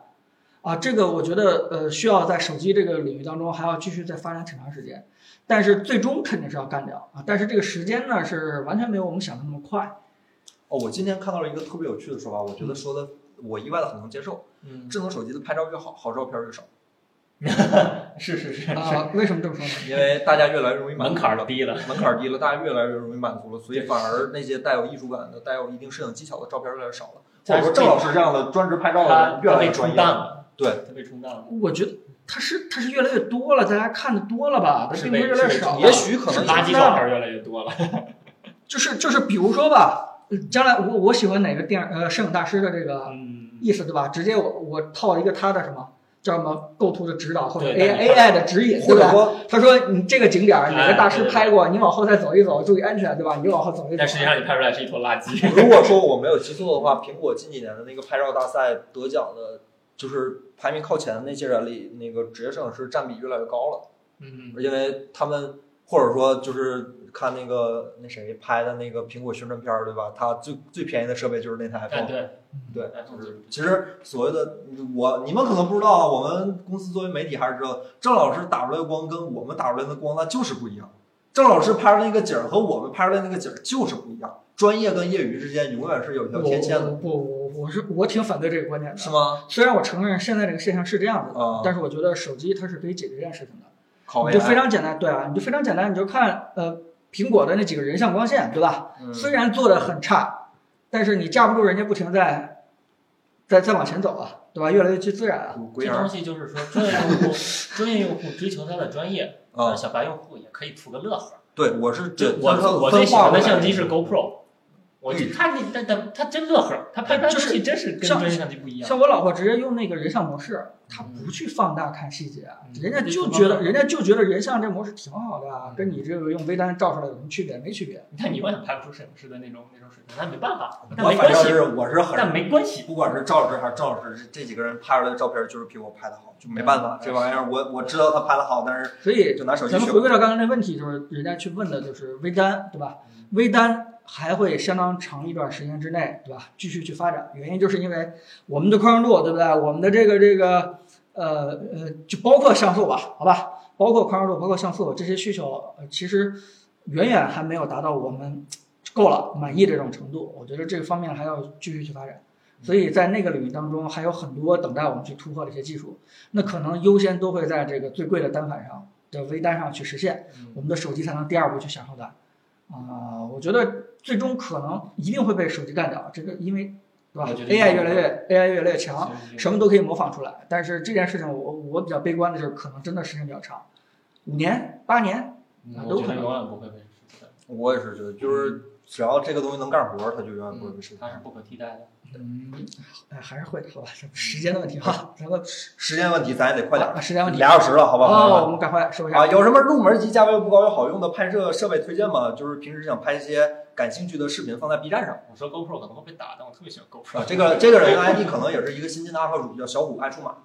B: 啊，这个我觉得呃，需要在手机这个领域当中还要继续再发展挺长时间，但是最终肯定是要干掉啊。但是这个时间呢，是完全没有我们想的那么快。
A: 哦，我今天看到了一个特别有趣的说法，我觉得说的我意外的很能接受。
C: 嗯，
A: 智能手机的拍照越好，好照片越少，
C: 是是是是，
B: 啊，为什么这么说呢？
A: 因为大家越来越容易满
C: 门
A: 足
C: 槛儿
A: 了，
C: 低了。
A: 门槛儿低了，大家越来越容易满足了，所以反而那些带有艺术感的、带有一定摄影技巧的照片越来越少了。或者说郑老师这样的专职拍照的
C: 他
A: 人越
C: 他
A: 来越
C: 被
A: 专
C: 冲
A: 业
C: 淡
A: 了。
C: 了，
A: 对，
C: 他被冲淡了。
B: 我觉得它是它是越来越多了，大家看的多了吧？它
C: 是
B: 并不
C: 被
B: 是越来
C: 是被
B: 越少
C: 冲淡
B: 了，
A: 也许可能
C: 是垃圾照片越来越多了。
B: 就是就是比如说吧，呃将来我我喜欢哪个电影呃摄影大师的这个
C: 嗯，
B: 意思对吧？直接我我套一个他的什么叫什么构图的指导或者
C: 对
B: A
C: 但你
B: A I 的指引，
A: 或
B: 对
A: 者
B: 吧？
A: 说，
B: 他说你这个景点儿哪个大
C: 哎
B: 师
C: 对对
B: 拍过，你往后再走一走，注意安全，对吧？你就往后走一走
C: 但。实际上你拍出来是一坨垃圾。
A: 如果说我没有记错的话，苹果近几年的那个拍照大赛得奖的，就是排名靠前的那些人里，那个职业摄影师占比越来越高了，
C: 嗯，
A: 因为他们或者说就是看那个那谁拍的那个苹果宣传片儿，对吧？他最最便宜的设备就是那台
C: 哎
A: iPhone。
C: 对，
A: 对，就是其实所谓的我，你们可能不知道，啊我们公司作为媒体还是知道，郑老师打出来的光跟我们打出来的光那就是不一样。郑老师拍出来那个景儿和我们拍出来那个景儿就是不一样，专业跟业余之间永远是有一条
B: 我
A: 天线
B: 我
A: 的，
B: 不我我是我挺反对这个观点
A: 是
B: 的。
A: 吗？
B: 虽然我承认现在这个现象是这样子的，
A: 啊、
B: 但是我觉得手机它是可以解决这件事情的。
A: 考
B: 你就非常简单，对啊，你就非常简单，你就看呃苹果的那几个人像光线，对吧？
A: 嗯
B: 虽然做的很差，但是你架不住人家不停在在在往前走啊，对吧？越来越去自然啊。
A: 鬼
C: 这
A: 影
C: 东
A: 儿
C: 西就是说，专业 用户专业用户追求他的专业，呃
A: 啊，
C: 小白用户也可以图个乐呵。
A: 对，我是这
C: 我
A: 分
C: 我
A: 分
C: 最喜欢
A: 化过
C: 的
A: 来
C: 相机是 GoPro，我
A: 嗯
C: 去看那但但他真乐呵，他拍
A: 哎
C: 出来的东西真是跟专业相机不一样。
B: 像我老婆直接用那个人像模式，她不去放大看细节，啊
C: 嗯
B: 人家
C: 就
B: 就是觉得
C: 放大
B: 人家就觉得人像这模式挺好的啊
C: 嗯，
B: 跟你这个用微单照出来有什么区别？没区别。
C: 你看你我想拍不出摄影师的那种那种水平，但没办法，但
A: 我
C: 没
A: 反
C: 关
A: 正
C: 系，
A: 是我是很
C: 但没关系。
A: 不管是赵老师还是赵老师，这这几个人拍出来的照片就是比我拍的好，就没办法，这玩意儿我我知道他拍的好，但是
B: 所以
A: 就拿手机
B: 嗯咱们
A: 学
B: 回归到刚才那问题，就是人家去问的就是微单，对吧？微单还会相当长一段时间之内，对吧？继续去发展，原因就是因为我们的宽容度，对不对？我们的这个这个呃呃，就包括像素吧，好吧，包括宽容度，包括像素这些需求，呃，其实远远还没有达到我们够了满意的这种程度。我觉得这个方面还要继续去发展。所以在那个领域当中，还有很多等待我们去突破的一些技术，那可能优先都会在这个最贵的单反上的微单上去实现，
A: 嗯
B: 我
C: 嗯
B: 们的手机才能第二步去享受它。啊、我觉得最终可能一定会被手机干掉，这个因为对吧
C: 我觉得
B: ？AI 越来越 AI 越来越强，
A: 啊
C: 嗯
B: 什么都可以模仿出来。但是这件事情我，我比较悲观的就是，可能真的时间比较长，五年、八年，
C: 嗯我觉得永远不会被取代，
A: 我也是觉得，
B: 嗯
A: 就是只要这个东西能干活，它就永远不会被
C: 嗯
A: 淘
C: 它是
A: 汰。
C: 不可替代的。
B: 嗯，哎还是会的，好吧？ 时间的问题哈，咱们
A: 时间问题，咱也得快点儿，
B: 啊时间问题。
A: 俩小时了，好吧？朋友
B: 哦，
A: 们
B: 我们赶快说一下
A: 啊，有什么入门级、价位不高又好用的拍摄设备推荐吗？就是平时想拍一些感兴趣的视频，放在 B 站上。
C: 我说 GoPro 可能会被打，但我特别喜欢 GoPro。
A: 啊，这个这个人的 ID 可能也是一个新进的爱好者，叫小虎爱出马。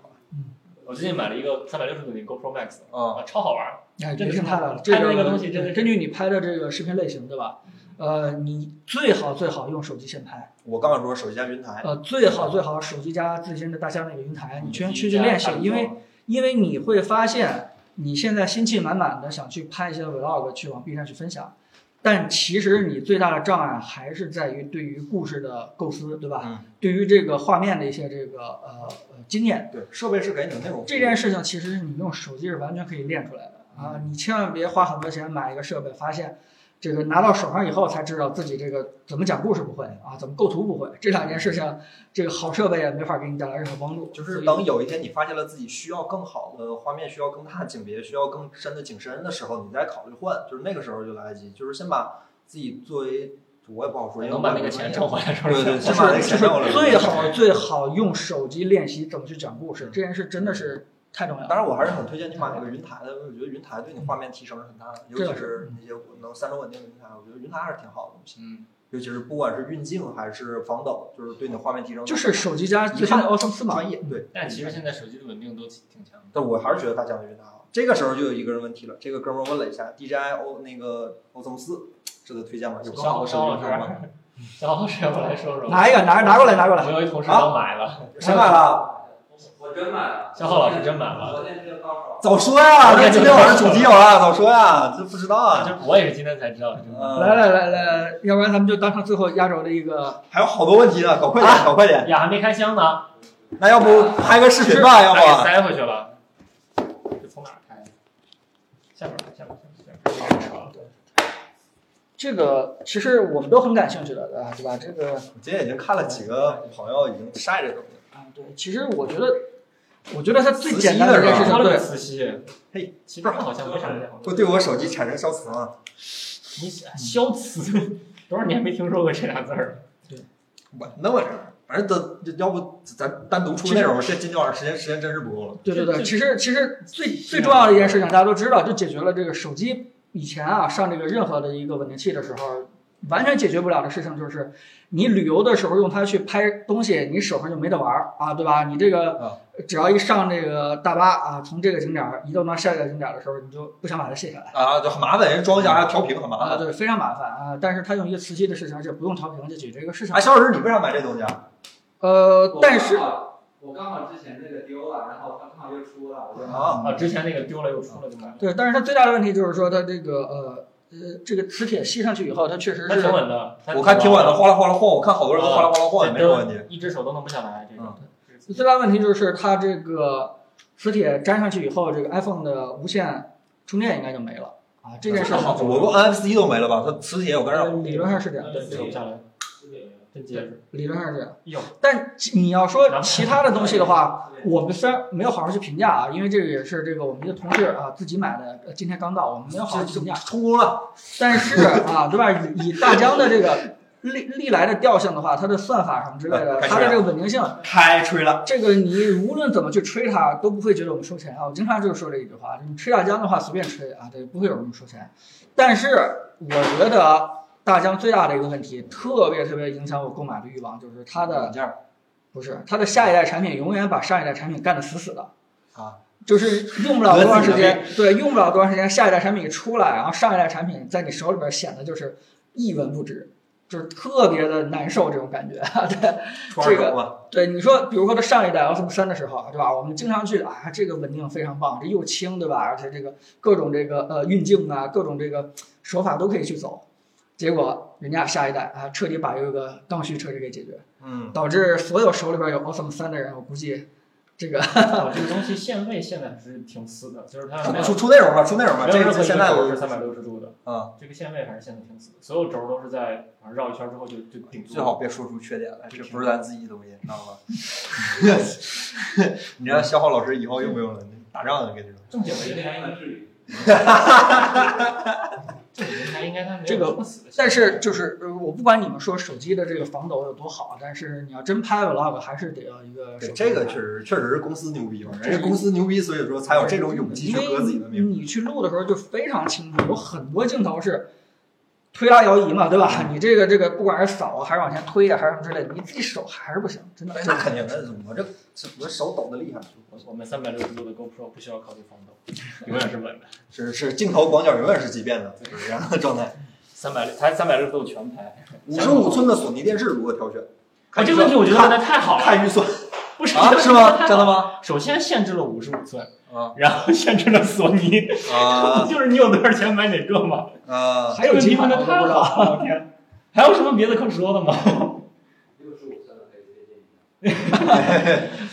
C: 我最近买了一个三百六十度的 GoPro Max，
A: 啊，
C: 啊，超好玩儿。
B: 哎，
C: 这
B: 别
C: 个
B: 听
C: 是
B: 他的了，这
C: 拍的
B: 个
C: 那个东西真的是
B: 根据你拍的这个视频类型，对吧？呃，你最好最好用手机现拍，
A: 我刚刚说手机加云台，
B: 呃，最好最好手机加自身的大疆那个云台，你全去
C: 去
B: 去练习，因为因为你会发现你现在心气满满的想去拍一些 vlog 去往 B 站去分享，但其实你最大的障碍还是在于对于故事的构思，对吧？
A: 嗯
B: 对于这个画面的一些这个呃呃经验，
A: 对，设备是给你的那种
B: 这件事情其实是你用手机是完全可以练出来的啊！你千万别花很多钱买一个设备，发现这个拿到手上以后才知道自己这个怎么讲故事不会啊，怎么构图不会。这两件事情，这个好设备也没法给你带来任何帮助。
A: 就是
B: 所以
A: 等有一天你发现了自己需要更好的画面、需要更大的景别、需要更深的景深的时候，你再考虑换，就是那个时候就来得及，就是先把自己作为，我也不好说，因为
C: 能把那个钱挣回来是不
A: 对对对，
C: 是？
B: 就
A: 先把那个
B: 是
A: 钱挣回
B: 就
A: 来。
B: 是最好最好用手机练习怎么去讲故事，这件事真的是太重要了。
A: 当然，我还是很推荐你买那个云台的，因为我觉得云台对你画面提升是很大的，尤
B: 这
A: 其
B: 个
A: 是那些能三轴稳定的云台，我觉得云台还是挺好的东西，
C: 嗯，
A: 尤其是不管是运镜还是防抖，就是对你画面提升
B: 就是手机加最新的 Awesome 四嘛，
A: 专业对。
C: 但其实现在手机的稳定都挺强的。
A: 但我还是觉得大疆的云台好。这个时候就有一个人问题了，这个哥们儿问了一下 DJI 欧那个欧宗斯，值得推荐吗？有更好的手机云台吗？
C: 然后是我来说说，
B: 拿一个拿拿过来拿过来
C: 我。有一同事刚买了，
A: 谁买了？
D: 我真买了。
C: 小浩老师真买了
D: 昨天是高手。
A: 早说呀！那今天晚上主题有了，早说呀！这不知道啊。
C: 就我也是今天才知道的。
A: 嗯
B: 来来来来，要不然咱们就当成最后压轴的一个，
A: 还有好多问题呢，搞快点，搞快点。
C: 呀，还没开箱呢，
A: 那要不拍个视频吧？要
C: 咱给
A: 不
C: 塞回去了。这从哪儿开？下边儿，下边儿，下边儿，下边儿。
B: 这个其实我们都很感兴趣的，对吧？对吧？这个
A: 我今天已经看了几个朋友已经晒这东西了。
B: 啊，对，其实我觉得，我觉得它最简单
A: 磁
B: 的
A: 吸的
B: 一件
A: 是
B: 事
A: 吧
B: 情，
C: 说了
B: 对
C: 个，磁吸，
A: 嘿，
C: 其实好像不是这样。
A: 会对我手机产生消磁啊吗？
C: 你消磁，多少年没听说过这俩字儿了？
A: 我那我这儿，反正都要不咱单独出内容，这今天晚上时间时间真是不够了。
B: 对对
C: 这
B: 对，其实其实最最重要的一件事情，大家都知道，就解决了这个手机以前啊上这个任何的一个稳定器的时候，完全解决不了的事情，就是你旅游的时候用它去拍东西，你手上就没得玩儿啊，对吧？你这
A: 啊
B: 个只要一上这个大巴啊，从这个景点儿移动到下一个景点儿的时候，你就不想把它卸下来。
A: 啊，就很麻烦，人装一下还要调频，很麻
B: 啊，
A: 烦。
B: 对，非常麻烦啊！但是他用一个磁吸的事情，而且不用调频就解决这个事情
A: 哎，。肖老师，你为啥买这东西啊？
B: 呃，但是
D: 我刚好我刚好之前那个丢了，然后他刚好又出了，我就
A: 啊，
C: 啊，之前那个丢了又出了就买了，
B: 对，但是它最大的问题就是说，它这个呃呃，这个磁铁吸上去以后，它确实
C: 它挺
B: 是
C: 稳的。它
A: 我看挺稳的，
C: 的，
A: 哗啦哗啦晃，我看好多人都哗啦哗啦
C: 呃
A: 晃，也没什么问题。
C: 一只手都弄不下来。这
A: 嗯
C: 个
B: 最大的问题就是它这个磁铁粘上去以后，这个 iPhone 的无线充电应该就没了啊。这件事
A: 这好，我都 NFC 都没了吧？它磁铁有干扰。
B: 呃理论上是这
A: 啊
B: 样，
C: 对手不下来，
D: 自己
C: 真结实。
B: 理论上是这样。
C: 有
B: 但其你要说其他的东西的话，
D: 自己
B: 我们虽然没有好好去评价啊，因为这个也是这个我们一个同事啊自己买的，呃今天刚到，我们没有好好
A: 这
B: 去评
A: 这
B: 价。
A: 成功了，
B: 但是啊，对吧？以以大疆的这个历历来的调性的话，它的算法什么之类的，
A: 呃开
B: 它的
A: 始
B: 这个稳定性，
A: 开吹了，
B: 这个你无论怎么去吹它，都不会觉得我们收钱啊！我经常就是说这一句话，你吹大疆的话随便吹啊，对，不会有人收钱。但是我觉得大疆最大的一个问题，特别特别影响我购买的欲望，就是它的
A: 软件儿
B: 不是它的下一代产品永远把上一代产品干得死死的
A: 啊，
B: 就是用不了多长时
A: 革
B: 间，对，用不了多长时间，下一代产品一出来，然后上一代产品在你手里边显得就是一文不值，就是特别的难受这种感觉， 对。
A: 穿耳朵嘛，
B: 对，你说，比如说它上一代 iPhone 三的时候，啊对吧？我们经常去啊，这个稳定非常棒，这又轻，对吧？而且这个各种这个呃运镜啊，各种这个手法都可以去走。结果人家下一代啊，彻底把这个刚需彻底给解决，
A: 嗯，
B: 导致所有手里边有 iPhone 三的人，我估计这个
C: 我哦这个东西限位现在还是挺死的，就是 它没有
A: 出出内容吧，出内容吧，
C: 没
A: 这
C: 有任何
A: 这
C: 一
A: 现在
C: 个
A: 我
C: 轴是三百六十度的，
A: 嗯，
C: 这个限位还是限的挺死的，所有轴都是在反正绕一圈之后就就顶住了。
A: 最好别说出缺点来，这不是咱自己抖音，知道吗？你让小好老师以后用不用了？打仗的跟你说，
C: 正经的人
D: 应
C: 家
D: 该
C: 应该
D: 至于。
C: 正经人家应该他没有
B: 这个
C: 么死的限
B: 但
C: 位
B: 是就是呃我不管你们说手机的这个防抖有多好，但是你要真拍 vlog 还是得要一个手
A: 对，
B: 机
A: 这个
B: 拍
A: 确实确实是公司牛逼嘛，
B: 这
A: 人家公司牛逼，所以说才有这种勇气
B: 因
A: 去
B: 为
A: 革自己的命。
B: 你去录的时候就非常清楚，有很多镜头是推拉摇移嘛，对吧？
A: 嗯
B: 你这个这个不管是扫啊还是往前推啊，还是什么之类的，你自己手还是不行，真的。
A: 那肯定的，我这我手抖的厉害，
C: 我我们三百六十度的 GoPro 不需要考虑防抖，永远是稳的。
A: 是是镜头广角永远是畸变的，就是这样的状态。
C: 三百才三百六十度全拍，
A: 五十五寸的索尼电视如何挑选？
C: 啊，这个问题我觉得问的太好了，
A: 看预算
C: 不是
A: 啊？是吗？ 真的？吗？
C: 首先限制了五十五寸，
A: 啊
C: 然后限制了索尼，
A: 啊
C: 就是你有多少钱买哪个嘛。
A: 啊！
B: 还有几
C: 你
B: 款
C: 问
B: 我都
C: 的太
B: 不知道。
C: 好了，我天！ 还有什么别的可说的吗？
D: 六十五寸的可以推荐一下。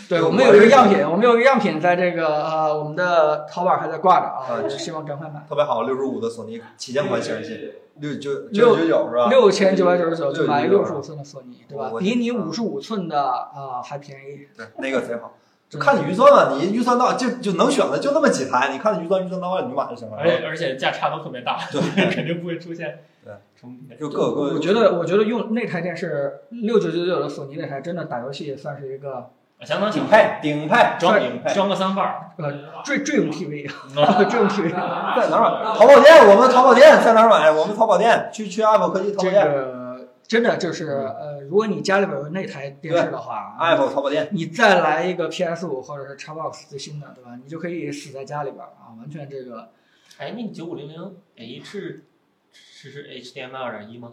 B: 对我们有一个样品，我们有一个样品在这个呃我们的淘宝还在挂着啊，就希望赶快买。
A: 特别好，六十五的索尼旗舰款显示器，六九九
B: 六
A: 九九是吧？
B: 六千九百九十九就买
A: 啊对对
B: 六
A: 对
B: 十五寸的索尼，对吧
A: 我？嗯
B: 比你五十五寸的啊、还便宜。
A: 对，那个贼好。就
B: 真的
A: 看你预算了，你预算到就就能选的就那么几台，你看你预算预算到了你就买就行了。
D: 哎
C: 而且而且价差都特别大， 肯定不会出现
A: 对
C: 重叠。
A: 就各有各，
B: 我觉得，我觉得用那台电视六九九九的索尼那台，真的打游戏也算是一个
C: 相当
A: 顶配顶配，
C: 装
A: 顶配。
C: 装个三瓣儿，呃
B: dream dream TV
C: 嗯
B: dream TV。
A: 在哪儿买？淘宝店，我们淘宝店在哪儿买？我们淘宝店去去爱 p 科技淘宝
B: 这
A: 店
B: 个真的就是
A: 嗯
B: 呃，如果你家里边有那台电视的话
A: 爱 p 淘宝店。
B: 你再来一个 PS 五或者是 Xbox 最新的，对吧？你就可以死在家里边啊，完全这个
C: 哎，那个九五零零 H 是是 HDMI 二点一吗？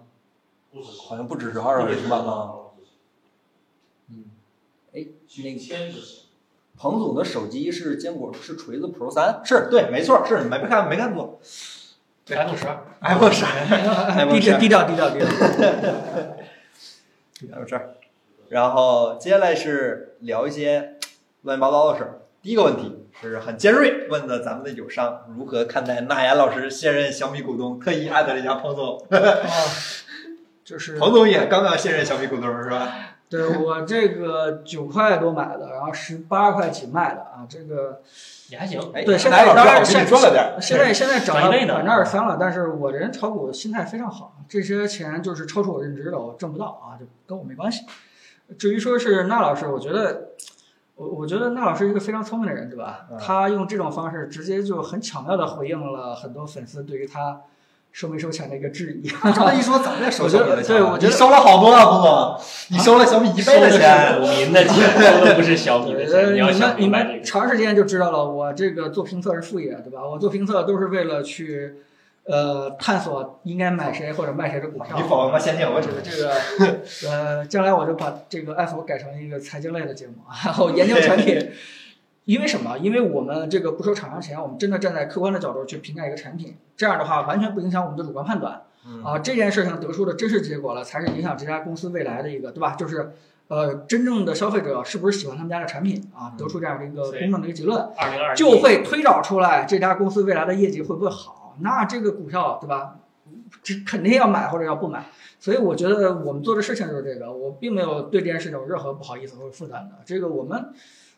D: 不是
A: 好像不只是二维版吧？啊
C: 嗯，
D: 那千只
A: 彭总的手机是坚果是锤子 Pro 三，是对，没错，是没没看没看错
C: 对，iPhone 十二，
A: ，iPhone 十，
B: 低调低调低调 低调。
A: 有事儿。然后接下来是聊一些乱七八糟的事儿。第一个问题是很尖锐，问的咱们的友商如何看待纳言老师现任小米股东，特意艾特了一下彭总。
B: 啊就是
A: 彭总也刚刚现任小米股东是吧？
B: 对我这个九块多买的，然后十八块几卖的啊，这个
C: 也还行。
A: 哎，
B: 对现
A: 纳
B: 在
A: 言老师
B: 当然
A: 好像给
B: 现
A: 你赚了点儿，
B: 现在现在涨到
C: 涨一倍呢嗯
B: 百分之二十三了，但是我这人炒股心态非常好，这些钱就是超出我认知的，我挣不到啊，就跟我没关系。至于说是那老师，我觉得，我我觉得那老师是一个非常聪明的人，对吧？
A: 嗯
B: 他用这种方式直接就很巧妙的回应了很多粉丝对于他收没收钱的一个质疑。
A: 啊这么一说，咱们也收小米的钱
B: 我觉得对
A: 了，
B: 我觉
A: 你
B: 得
A: 收了好多啊，彭总，你收了小米一倍的钱。
C: 股民的钱，收的不是小米的
B: 呃，
C: 钱。
B: 你
C: 要
B: 们
C: 想
B: 你
C: 明白
B: 们
C: 这个，
B: 长时间就知道了，我这个做评测是副业，对吧？我做评测都是为了去，呃，探索应该买谁或者卖谁的股票。
A: 你否他妈先进，我
B: 这
A: 只
B: 个
A: 是
B: 这个，呃，将来我就把这个 F 改成一个财经类的节目，然后研究产品。因为什么？因为我们这个不收厂商啊钱，我们真的站在客观的角度去评价一个产品，这样的话完全不影响我们的主观判断。
A: 嗯
B: 啊，这件事情得出的真实结果了，才是影响这家公司未来的一个，对吧？就是，呃，真正的消费者是不是喜欢他们家的产品啊？
A: 嗯
B: 得出这样的一个
C: 对
B: 公正的一个结论，
C: 二零二
B: 就会推导出来这家公司未来的业绩会不会好。那这个股票，对吧？这肯定要买或者要不买。所以我觉得我们做的事情就是这个，我并没有对这件事情有任何不好意思或者负担的。这个我们，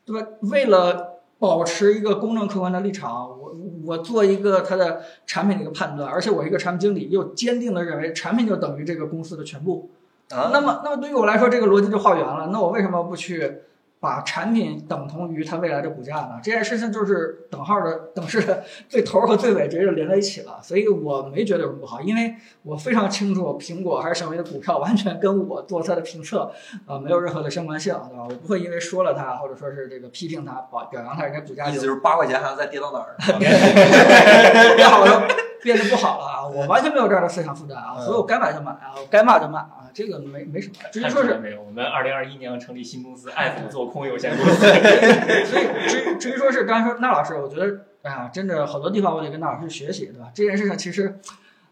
B: 对吧？为了保持一个公正客观的立场，我我做一个它的产品的一个判断，而且我一个产品经理又坚定的认为产品就等于这个公司的全部。
A: 啊，
B: 那么，那么对于我来说，这个逻辑就画圆了。那我为什么不去把产品等同于它未来的股价呢？这件事情就是等号的等式的最头和最尾直接就连在一起了，所以我没觉得有什么不好，因为我非常清楚苹果还是小米的股票完全跟我做它的评测啊、呃没有任何的相关性，对吧？我不会因为说了它，或者说是这个批评它、表表扬它，人家股价
A: 意思
B: 就
A: 就是八块钱还能再跌到哪 儿？
B: 变好了，变得不好了啊！我完全没有这样的思想负担啊，所以我该买就买啊，我该骂就骂啊，这个没没什么，至于
C: 看出
B: 说是
C: 来没有？我们二零二一年要成立新公司哎爱普做空有限公司。
B: 所以至于至于说是刚才说那老师，我觉得哎呀，真的好多地方我得跟那老师学习，对吧？这件事情其实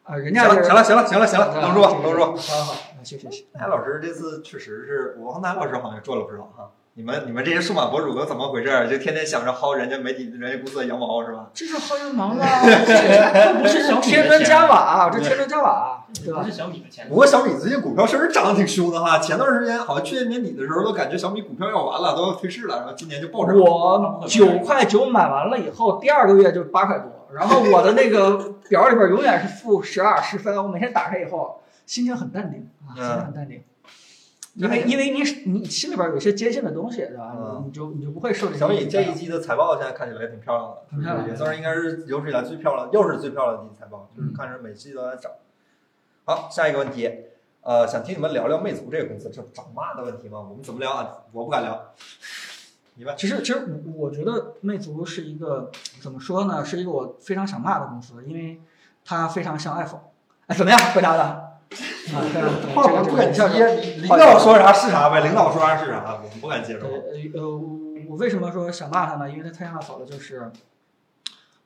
B: 啊、
A: 行
B: 人家
A: 了，
B: 是嗯
A: 行了，行了，行了，行了，能说能说。，
B: 好好好，学学习。
A: 哎，老师这次确实是我和南老师好像赚了不少哈。你们你们这些数码博主都怎么回事儿？就天天想着薅人家媒体人家公司的羊毛是吧？
B: 这是薅羊毛吗？啊 这
C: 不是小米的
B: 天砖加
C: 钱，
B: 瓦啊，这天砖加瓦啊，
C: 不
B: 对吧？
C: 是小米的钱
A: 不。过小米最近股票确实涨得挺凶的哈。前段时间好像去年年底的时候都感觉小米股票要完了，都要退市了，然后今年就暴涨。
B: 我九块九买完了以后，第二个月就八块多，然后我的那个表里边永远是负十二、十分，我每天打开以后，心情很淡定啊，心情很淡定。因为因为你你心里边有些接近的东西，对吧？
A: 嗯
B: 你就你就不会受这些
A: 小米
B: 影
A: 这
B: 响
A: 一季的财报现在看起来也挺漂亮的，
B: 很漂亮
A: 也算是应该是有史以来最漂亮，又是最漂亮的一季财报，
B: 嗯
A: 就是看着每季都在涨。好，下一个问题，呃，想听你们聊聊魅族这个公司，这涨嘛的问题吗？我们怎么聊啊？我不敢聊，你们
B: 其实，其实我我觉得魅族是一个怎么说呢？是一个我非常想骂的公司，因为它非常像 iPhone。哎，怎么样？回答的？啊，对
A: 话我
B: 啊
A: 们
B: 这
A: 不
B: 个
A: 敢
B: 这个
A: 接，领导说啥是啥呗，领导说啥是啥，我们不敢接受。
B: 呃呃，我我为什么说想骂他呢？因为他太上好了，就是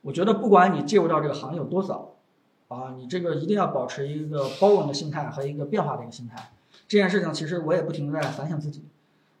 B: 我觉得不管你介入到这个行业有多早，啊，你这个一定要保持一个包容的心态和一个变化的一个心态。这件事情其实我也不停地在反省自己，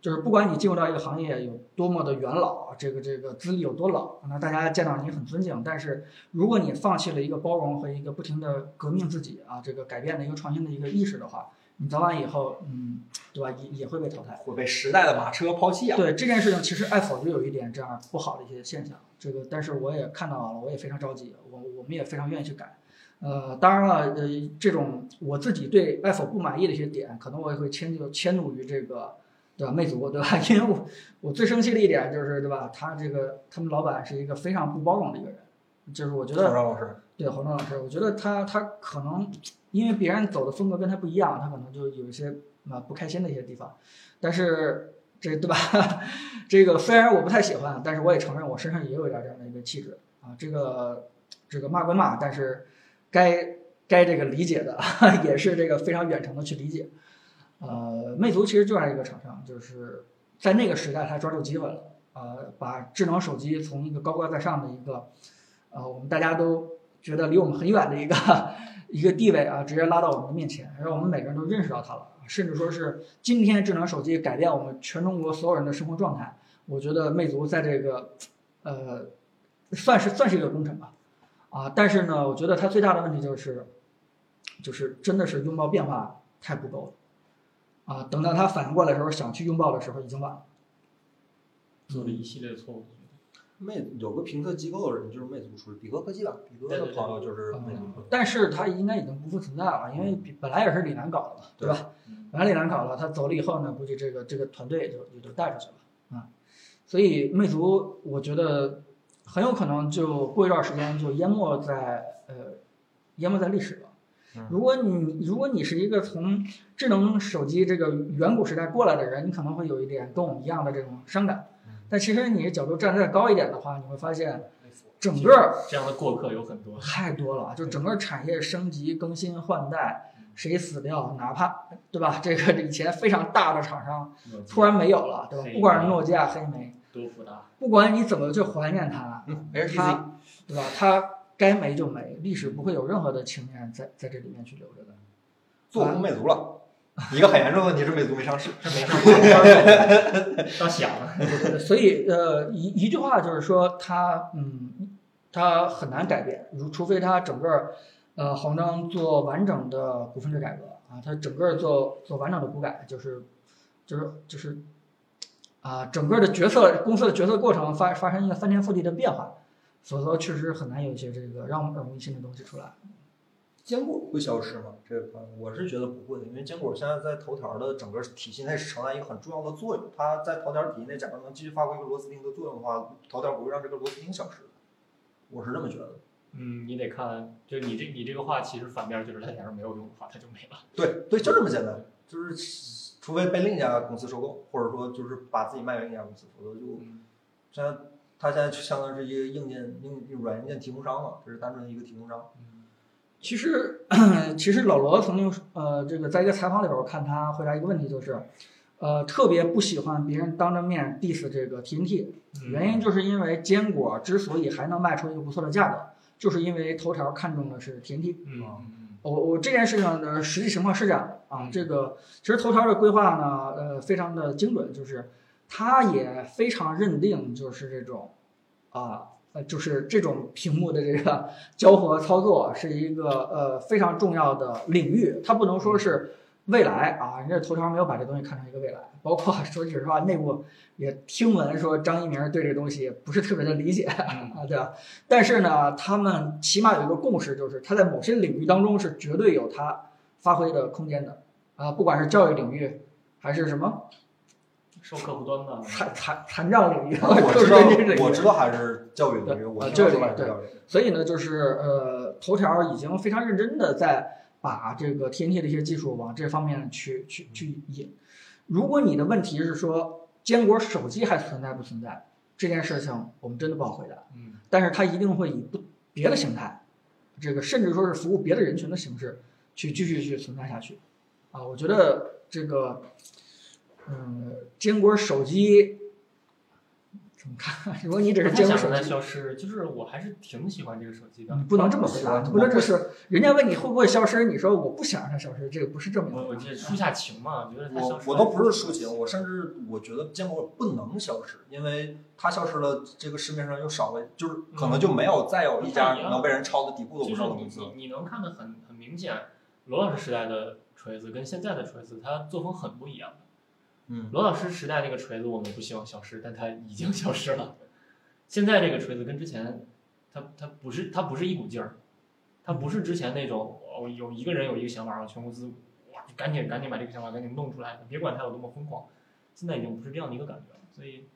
B: 就是不管你进入到一个行业有多么的元老，啊这个这个资历有多老，那大家见到你很尊敬，但是如果你放弃了一个包容和一个不停的革命自己啊，这个改变的一个创新的一个意识的话，你早晚以后，嗯，对吧，也也会被淘汰。
A: 会被时代的马车抛弃啊！
B: 对这件事情，其实爱否就有一点这样不好的一些现象。这个，但是我也看到了，我也非常着急，我我们也非常愿意去改。呃，当然了，呃，这种我自己对爱否不满意的一些点，可能我也会迁就迁怒于这个，对吧？魅族，对吧？ 因为我我最生气的一点就是，对吧？他这个他们老板是一个非常不包容的一个人，就是我觉
A: 董
B: 得
A: 事长老师，
B: 对黄忠老师，我觉得他他可能因为别人走的风格跟他不一样，他可能就有一些啊不开心的一些地方。但是这对吧？ 这个虽然我不太喜欢，但是我也承认我身上也有一点这样的一个气质啊。这个这个骂归骂，但是该该这个理解的 也是这个非常远程的去理解。呃，魅族其实就这样一个厂商，就是在那个时代他抓住机会了，呃，把智能手机从一个高高在上的一个呃我们大家都觉得离我们很远的一个一个地位啊，直接拉到我们的面前，让我们每个人都认识到它了。甚至说是今天智能手机改变我们全中国所有人的生活状态，我觉得魅族在这个，呃，算是算是一个功臣吧，啊，但是呢，我觉得它最大的问题就是，就是真的是拥抱变化太不够了，啊，等到它反应过来的时候，想去拥抱的时候已经晚了。
C: 做了一系列的错误。
A: 魅有个评测机构的人就是魅族出的，比格科技吧，比格的朋友就是魅族出的。
B: 但是它应该已经不复存在了，因为比
A: 嗯
B: 本来也是李楠搞的嘛，对吧？本来李楠搞了，他走了以后呢，估计这个这个团队也就也就带出去了啊。所以魅族，我觉得很有可能就过一段时间就淹没在呃淹没在历史了
A: 嗯。
B: 如果你如果你是一个从智能手机这个远古时代过来的人，你可能会有一点跟我们一样的这种伤感
A: 嗯。
B: 但其实你角度站得再高一点的话，你会发现整个
C: 这样的过客有很多。
B: 太多了，啊就整个产业升级、更新换代，谁死掉，哪怕对吧？这个以前非常大的厂商突然没有了，对吧
C: 黑？莓
B: 不管是诺基亚、黑莓，
C: 多复杂，
B: 不管你怎么去怀念它，
A: 嗯，HTC
B: 它对吧？它该没就没，历史不会有任何的情念在在这里面去留着的。
A: 做空魅族了，一个很严重的问题是魅族没上市。
C: 这没上过 倒想了。
B: 所以呃，一一句话就是说，它嗯，它很难改变，如除非它整个儿呃黄章做完整的股份制改革啊，它整个儿做做完整的股改，就是就是就是啊，整个的决策公司的决策过程发发生一个翻天覆地的变化，否则确实很难有一些这个让我们耳目一新的东西出来。
A: 坚果会消失吗？这个我是觉得不会的，因为坚果现在在头条的整个体系内是承担一个很重要的作用。它在头条体系内，假如能继续发挥一个螺丝钉的作用的话，头条不会让这个螺丝钉消失的。我是这么觉得的。
D: 嗯，你得看，就你这你这个话，其实反面就是它假如没有用的话，它就没了。
A: 对对，就这么简单，就是除非被另一家公司收购，或者说就是把自己卖给另一家公司，否则就
B: 嗯
A: 现在它现在就相当于是一个硬件硬软硬件提供商嘛，就是单纯的一个提供商。
B: 其实， 其实老罗曾经呃，这个在一个采访里边，我看他回答一个问题，就是，呃，特别不喜欢别人当着面 diss 这个 TNT，原因就是因为坚果之所以还能卖出一个不错的价格，就是因为头条看中的是 TNT。
D: 嗯，
B: 我我这件事情的实际情况是这样的啊，这个其实头条的规划呢，呃，非常的精准，就是它也非常认定就是这种啊，呃，就是这种屏幕的这个 交互和操作啊是一个呃非常重要的领域，它不能说是未来啊，人家头条没有把这东西看成一个未来，包括 说句实话，内部也听闻说张一鸣对这东西不是特别的理解，啊，对吧？但是呢，他们起码有一个共识，就是他在某些领域当中是绝对有他发挥的空间的啊，不管是教育领域还是什么
D: 受客户端的
B: 残残残障领 域，
A: 我
B: 就
A: 知
B: 是
A: 道
B: 这领域
A: 我知道还是教育领域，
B: 对
A: 我
B: 啊
A: 知道
B: 教育
A: 是
B: 领域
A: 还是
B: 对
A: 教育领域。
B: 所以呢，就是呃，头条已经非常认真的在把这个 TNT 的一些技术往这方面去去去引。如果你的问题是说坚果手机还存在不存在这件事情，我们真的不好回答。
D: 嗯
B: 但是它一定会以不别的形态，这个甚至说是服务别的人群的形式，去继续去存在下去。啊，我觉得这个，嗯，坚果手机怎么看？ 如果你只
D: 不
B: 是
D: 太
B: 坚果
D: 想
B: 手
D: 让它
B: 机，
D: 消失，就是我还是挺喜欢这个手机的。
B: 你不能这么回答，你不能这是人家问你会不会消失，你说我不想让它消失，这个不是证明。
D: 我我这抒下情嘛，觉得它消
A: 我
D: 失
A: 我都不是抒情，我甚至我觉得坚果不能消失，因为它消失了，这个市面上又少了，就是可能就
D: 嗯
A: 没有再有一家能被人抄的底部的
D: 就
A: 无
D: 是
A: 上的
D: 你
A: 公司了
D: 你。你能看得很很明显，罗老师时代的锤子跟现在的锤子，它作风很不一样。
A: 嗯，
D: 罗老师时代那个锤子，我们不希望消失，但它已经消失了。现在这个锤子跟之前，它它不是它不是一股劲儿，它不是之前那种哦有一个人有一个想法，然后全公司哇赶紧赶紧把这个想法赶紧弄出来，别管它有多么疯狂。现在已经不是这样的一个感觉了，所以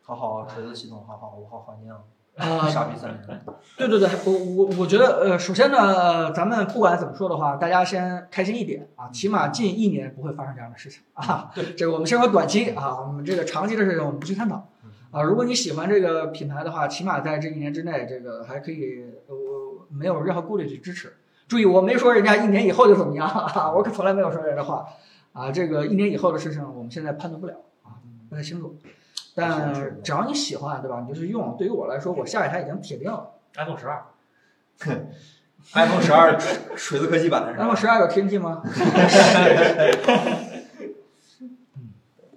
A: 好好啊，锤子系统，好好，我好怀念啊，
B: 啊、
A: 傻逼三年。
B: 对对对，我我我觉得，呃，首先呢，呃咱们不管怎么说的话，大家先开心一点啊，起码近一年不会发生这样的事情啊。对，这个我们先说短期啊，我们这个长期的事情我们不去探讨啊。如果你喜欢这个品牌的话，起码在这一年之内，这个还可以，呃我没有任何顾虑去支持。注意，我没说人家一年以后就怎么样，啊、 我可从来没有说这样的话啊。这个一年以后的事情，我们现在判断不了啊，不太清楚。但只要你喜欢，对吧？你就去用。对于我来说，我下一台已经铁定了。
D: iPhone 十二
A: iPhone 十二锤子科技版是吧
B: iPhone 十二有 TNT 吗？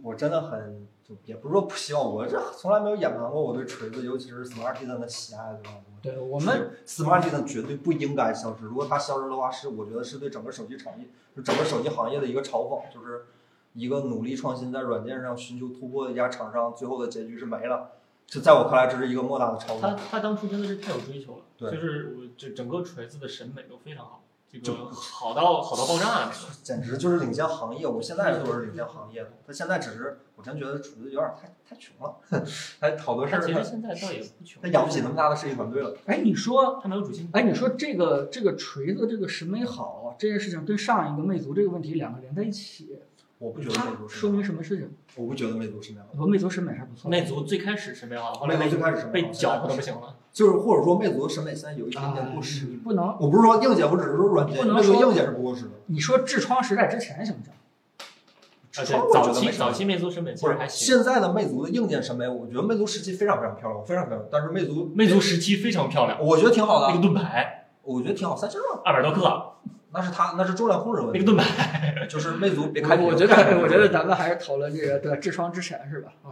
A: 我真的很，就也不是说不希望，我这从来没有掩瞒过我对锤子，尤其是 Smartisan 的喜爱，对吧？
B: 对我们，
A: Smartisan 绝对不应该消失，如果它消失的话，是我觉得是对整个手机产业，就整个手机行业的一个嘲讽，就是一个努力创新在软件上寻求突破的一家厂商，最后的结局是没了。这在我看来，这是一个莫大的嘲
D: 它
A: 讽。
D: 它当初真的是太有追求了，
A: 对
D: 就是我这整个锤子的审美都非常好，这个好到好到爆炸 那种。
A: 简直就是领先行业。我现在就是领先行业的，他现在只是我真觉得锤子有点太太穷了， 他讨论事
D: 它
A: 儿
D: 其实
A: 他
D: 现在倒也不穷，啊
A: 他养不起那么大的设计团队了。
B: 哎，你说，
D: 它没有主心骨。
B: 哎，你说这个这个锤子这个审美好这件事情，跟上一个魅族这个问题两个连在一起，
A: 我不觉得魅
B: 它
A: 族是
B: 说
A: 那样，
B: 明什么事情？
A: 我不觉得魅族是那样的。
B: 我魅族审美还不错，
D: 魅族最开始审美好，后来
A: 魅
D: 被
A: 族最开始是
D: 被搅和的不行了。啊
A: 就是或者说魅族的审美现在有一点点过时。
B: 啊你不能，
A: 我不是说硬件，我只是说软件。
B: 不能
A: 魅族
B: 说
A: 硬件是不过时的。
B: 你说痔疮时代之前行不行？
D: 而且
A: 窗户
D: 早
A: 我觉得
D: 期
A: 没啥
D: 早期魅族审美其
A: 不
D: 实
A: 是
D: 还行，
A: 现在的魅族的硬件审美，我觉得魅族时期非常非常漂亮，非常漂亮。但是魅族，
D: 魅族时期非常漂亮，
A: 我觉得挺好
D: 那
A: 的，
D: 个盾牌
A: 我觉得挺好。三星啊，
D: 二百多克，
A: 那是它那是重量控制问
D: 那个
A: 题，
D: 盾牌
A: 就是魅族别看
B: 我我觉得，我觉得咱们还是讨论这个对痔疮之前是吧？啊，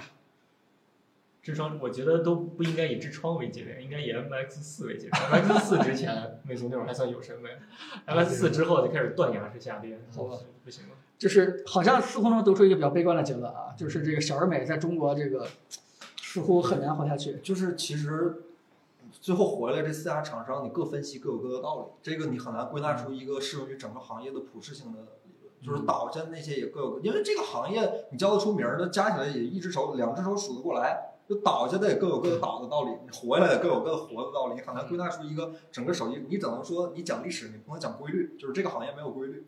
D: 痔疮，我觉得都不应该以痔疮为界定，应该以 MX 四为界定。MX 四之前，魅族那会儿还算有审 美，MX 四之后就开始断崖式下跌，
B: 好吧
D: 不行了。
B: 就是好像似乎能得出一个比较悲观的结论啊，就是这个小而美在中国这个似乎很难活下去。
A: 就是其实最后回来这四家厂商，你各分析各有各的道理，这个你很难归纳
B: 嗯
A: 出一个适用于整个行业的普适性的理论。就是倒下那些也各有各，因为这个行业你叫得出名儿的，加起来也一只手两只手数得过来。就倒下的也各有各的倒的道理，你活下来也各有各的活的道理，你很难归纳出一个整个手机。你只能说你讲历史，你不能讲规律，就是这个行业没有规律，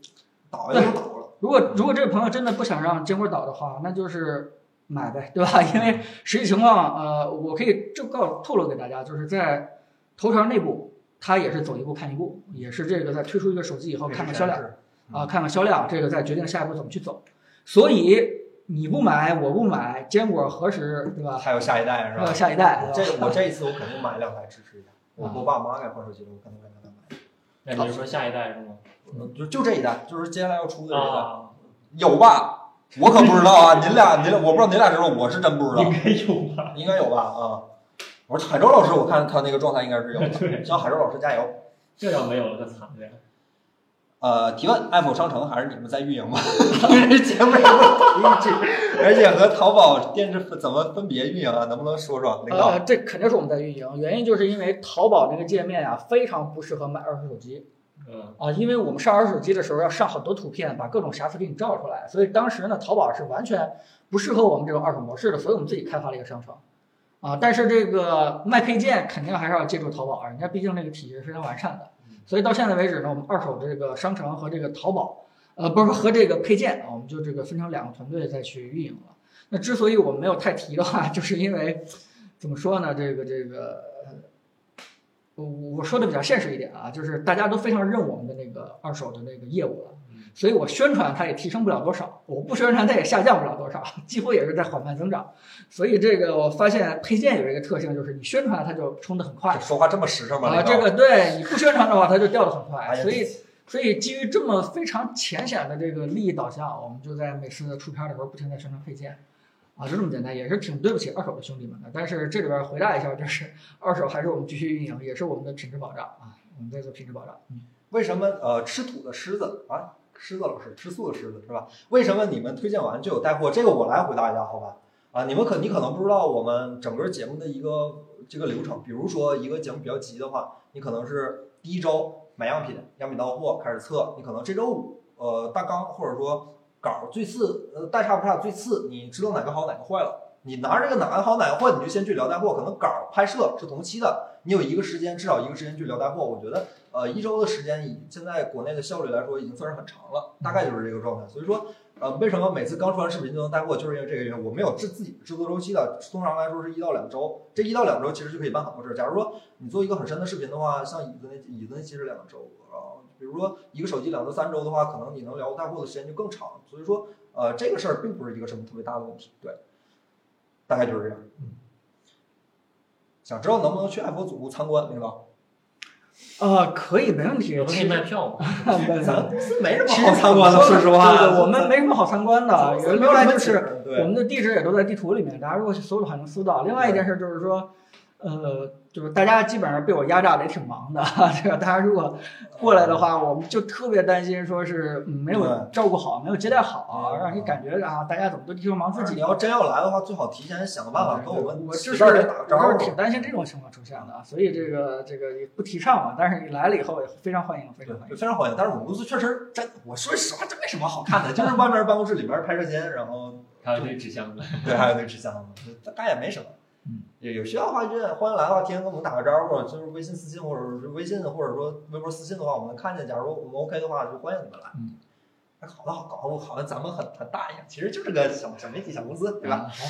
A: 倒下就倒了。
B: 如果如果这位朋友真的不想让坚果倒的话，那就是买呗，对吧？因为实际情况，呃，我可以就告透露给大家，就是在头条内部，它也是走一步看一步，也是这个在推出一个手机以后看看销量
A: 是嗯
B: 啊、看看销量，这个再决定下一步怎么去走。所以你不买，我不买，坚果何时对吧？
A: 还有下一代是
B: 还有
A: 吧？
B: 下一代，啊
A: 这
B: 对吧
A: 我这一次我肯定买两台支持一下。我我爸妈该换手机了，我肯定给他买。
C: 那你是说下一代是吗？
A: 嗯就就这一代，就是接下来要出的这一代，
C: 啊，
A: 有吧？我可不知道 啊，您俩您俩我不知道您俩知道，我是真不知道
C: 应，该有吧？
A: 应该有吧？啊，我说海州老师，我看他那个状态应该是有的，
C: 对，
A: 向海州老师加油。
C: 这要没有了就惨了呀。
A: 呃，提问爱否商城还是你们在运营 吗？节目上提一句，而且和淘宝电视怎么分别运营啊？能不能说 说领导
B: 呃，？这肯定是我们在运营，原因就是因为淘宝那个界面啊，非常不适合买二手手机。
C: 嗯，
B: 啊，因为我们上二手手机的时候要上很多图片，把各种瑕疵给你照出来，所以当时呢，淘宝是完全不适合我们这种二手模式的，所以我们自己开发了一个商城。啊，但是这个卖配件肯定还是要借助淘宝啊，人家毕竟这个体系是非常完善的，所以到现在为止呢，我们二手这个商城和这个淘宝，呃，不是和这个配件啊，我们就这个分成两个团队再去运营了。那之所以我们没有太提的话，就是因为怎么说呢，这个这个。呃我我说的比较现实一点啊，就是大家都非常认我们的那个二手的那个业务了
C: 嗯，
B: 所以我宣传它也提升不了多少，我不宣传它也下降不了多少，几乎也是在缓慢增长。所以这个我发现配件有一个特性，就是你宣传它就冲得很快
C: 呃
A: 这，说话这么实诚吗？
B: 啊，
A: 领导
B: 这个对你不宣传的话，它就掉得很
A: 哎呀
B: 快。所以所以基于这么非常浅显的这个利益导向，我们就在每次出片的时候不停地宣传配件，啊，就这么简单，也是挺对不起二手的兄弟们的。但是这里边回答一下，就是 二手还是我们继续运营，也是我们的品质保障啊，我们在做品质保障。
A: 为什么呃吃土的狮子啊，狮子老师吃素的狮子是吧？为什么你们推荐完就有带货？这个我来回答一下，好吧？啊，你们可你可能不知道我们整个节目的一个这个流程，比如说一个节目比较急的话，你可能是第一周买样品，样品到货开始测，你可能这周五呃大纲或者说稿最次呃大差不差最次，你知道哪个好哪个坏了。你拿着这个哪个好哪个坏，你就先去聊带货。可能稿拍摄是同期的，你有一个时间，至少一个时间去聊带货。我觉得呃，一周的时间以现在国内的效率来说，已经算是很长了，大概就是这个状态。所以说，呃，为什么每次刚出完视频就能带货，就是因为这个原因。我们有制自己的制作周期的，通常来说是一到两周。这一到两周其实就可以办很多事儿。假如说你做一个很深的视频的话，像椅子那椅子那期是两周，然后比如说一个手机两周三周的话，可能你能聊带货的时间就更长。所以说，呃，这个事儿并不是一个什么特别大的问题，对，大概就是这样。
B: 嗯，
A: 想知道能不能去爱佛祖屋参观，领导？
B: 啊，可以，没问题
C: 我们可以卖票嘛？
A: 咱公司没什么
B: 其实
A: 好参观的，说实话。
B: 对对，我们没什么好参观的。有另外就是我
A: 对，
B: 们的地址也都在地图里面，大家如果去搜的话能搜到。另外一件事就是说，呃，就是大家基本上被我压榨的也挺忙的， 这个大家如果过来的话，我们就特别担心说是嗯没有
A: 对
B: 照顾好，没有接待好，
A: 嗯
B: 让你感觉啊，大家怎么都替我忙自
A: 自己你
B: 己。啊
A: 要真要来的话，最好提前想个办法跟我们
B: 我就
A: 随
B: 是
A: 便人打个招
B: 我是
A: 呼
B: 挺。担心这种情况出现的啊，所以这个这个也不提倡嘛。但是你来了以后也非常欢迎，非
A: 对
B: 常欢，迎。
A: 非常欢迎。但是我们公司确实真，我说实话，真没什么好看的，就是外面办公室，里面拍摄间，然后
C: 还有这纸箱子，
A: 对，还有那纸箱子，大概也没什么
B: 嗯。
A: 有有需要的话，就欢迎来的话，提前跟我们打个招呼，就是微信私信或者是微信或者说微博私信的话，我们看见。假如我们 OK 的话，就欢迎你们来
B: 嗯。
A: 哎好了，搞得好像咱们很很大一样，其实就是个小小媒体、小公司，对吧？
B: 啊？好，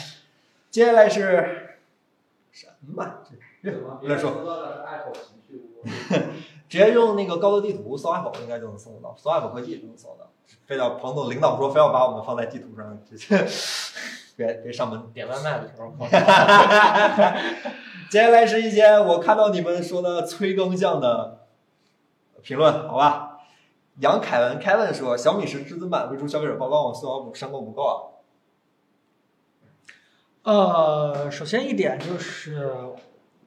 A: 接下来是什么？
D: 怎么别
A: 乱
D: 人
A: 说
D: 说到的是爱狗情绪屋？
A: 直接用那个高德地图搜 app 应该就能搜得到，搜 app 科技也能搜得到。非要彭总领导说非要把我们放在地图上，直接 别别上门。
C: 点外卖的时候，
A: 接下来是一些我看到你们说的催更项的评论，好吧？杨凯文 Kevin 说，小米十至尊版未出消费者报告，我送我删购不够啊。
B: 呃，首先一点就是，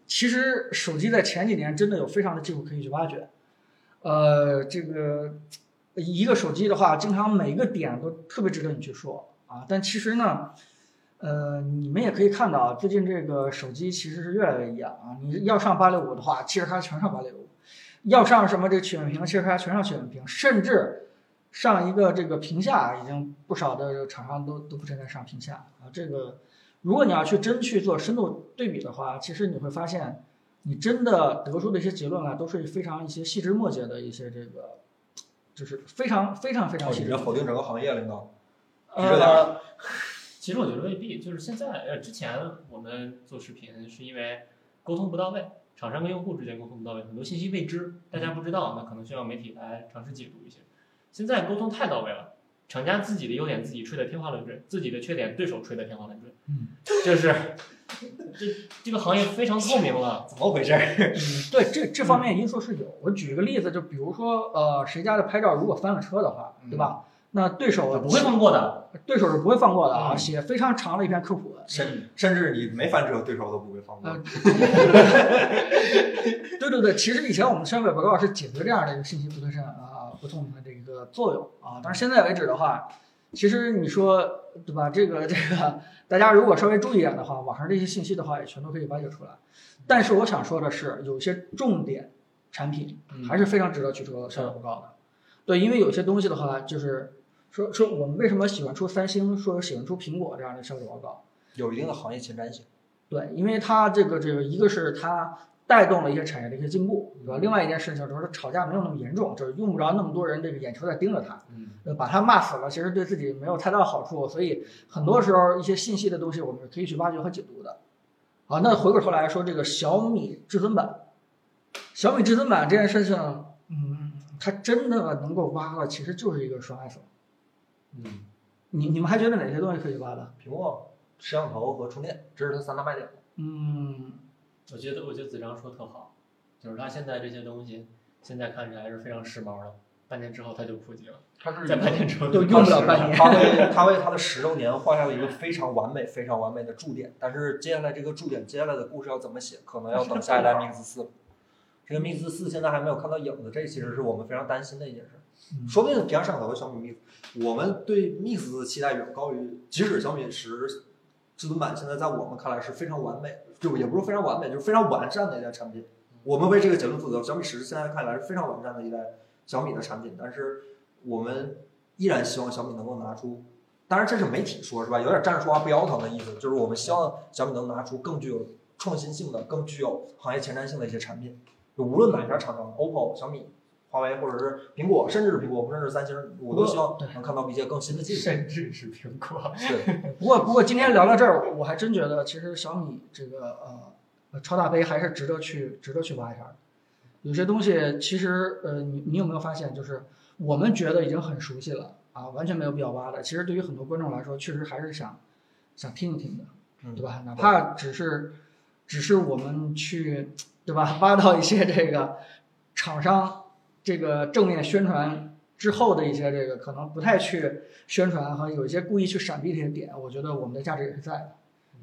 B: 其实手机在前几年真的有非常的技术可以去挖掘。呃，这个一个手机的话，经常每一个点都特别值得你去说啊，但其实呢，呃，你们也可以看到，啊最近这个手机其实是越来越一样啊。你要上八六五的话，其实它全上八六五；要上什么这个曲面屏，其实它全上曲面屏，甚至上一个这个屏下，已经不少的厂商都都不正在上屏下啊。这个，如果你要去真去做深度对比的话，其实你会发现，你真的得出的一些结论啊，都是非常一些细枝末节的一些这个，就是非常非常
A: 哦
B: 非常细
A: 你
B: 致
A: 这。否定整个行业了，领导。这点
C: 呃，其实我觉得未必，就是现在呃，之前我们做视频是因为沟通不到位，厂商跟用户之间沟通不到位，很多信息未知，大
B: 嗯
C: 家不知道，那可能需要媒体来尝试解读一些。现在沟通太到位了，厂家自己的优点自己吹得天花乱坠，自己的缺点对手吹得天花乱坠，
B: 嗯，
C: 就是这这个行业非常透明了，
A: 怎么回事？
B: 嗯对这这方面因素是有。我举个例子，就比如说，呃，谁家的拍照如果翻了车的话，对
A: 嗯
B: 吧？那对手
C: 不会放过的。
B: 对手是不会放过的啊，
C: 嗯
B: 写非常长的一篇科普文。
A: 甚甚至你没翻车，对手都不会放过。
B: 呃 对对对，其实以前我们宣传广告是解决这样的一个信息不对称啊不透明的这个作用啊，但是现在为止的话，其实你说对吧？这个这个，大家如果稍微注意一点的话，网上这些信息的话也全都可以挖掘出来。但是我想说的是，有些重点产品
C: 嗯
B: 还是非常值得去做销售广告的。对，因为有些东西的话，就是说说我们为什么喜欢出三星，说喜欢出苹果这样的销售广告。
A: 有一定的行业前瞻性。
B: 对，因为它这个这个，一个是它带动了一些产业的一些进步，对吧？
C: 嗯
B: 另外一件事情就是吵架没有那么严重，就是用不着那么多人这个眼球在盯着它，
C: 嗯，
B: 呃，把它骂死了，其实对自己没有太大的好处，所以很多时候一些信息的东西我们是可以去挖掘和解读的。好，那回过头来说这个小米至尊版，小米至尊版这件事情，嗯，它真的能够挖的其实就是一个双 iPhone。
C: 嗯，
B: 你你们还觉得哪些东西可以挖的？
A: 屏幕、摄像头和充电，这是它三大卖点。
B: 嗯，
C: 我觉得我觉得子章说特好，就是他现在这些东西，现在看起来是非常时髦的，半年之后它就普及了。
A: 它是
C: 在半年之后
B: 都用不了 半年。
C: 啊
A: 它为它为它的十周年画下了一个非常完美、非常完美的注点。但是接下来这个注点，接下来的故事要怎么写，可能要等下一代 Mix 四。这个 Mix 四现在还没有看到影子，这其实是我们非常担心的一件事。
B: 嗯
A: 说不定比上上头的小米 Mix，我们对 Mix 的期待远高于，即使小米十至尊版现在在我们看来是非常完美，就也不是非常完美，就是非常完善的一代产品。我们为这个结论负责。小米十现在看来是非常完善的一代小米的产品，但是我们依然希望小米能够拿出，当然这是媒体说是吧，有点站着说话不腰疼的意思，就是我们希望小米能拿出更具有创新性的、更具有行业前瞻性的一些产品，就无论哪家厂商，OPPO、小米、华为或者是苹果，甚至是苹果，甚至是三星，我都希望能看到一些更新的技术。
C: 甚至是苹果。
A: 对，
B: 不过，不过今天聊到这儿，我还真觉得其实小米这个呃呃超大杯还是值得去值得去挖一下的。有些东西其实呃，你你有没有发现，就是我们觉得已经很熟悉了啊，完全没有必要挖的。其实对于很多观众来说，确实还是想想听一听的，
A: 嗯
B: 对吧？哪怕只是只是我们去对吧，挖到一些这个厂商这个正面宣传之后的一些这个可能不太去。宣传和有一些故意去闪避这些点，我觉得我们的价值也是在的。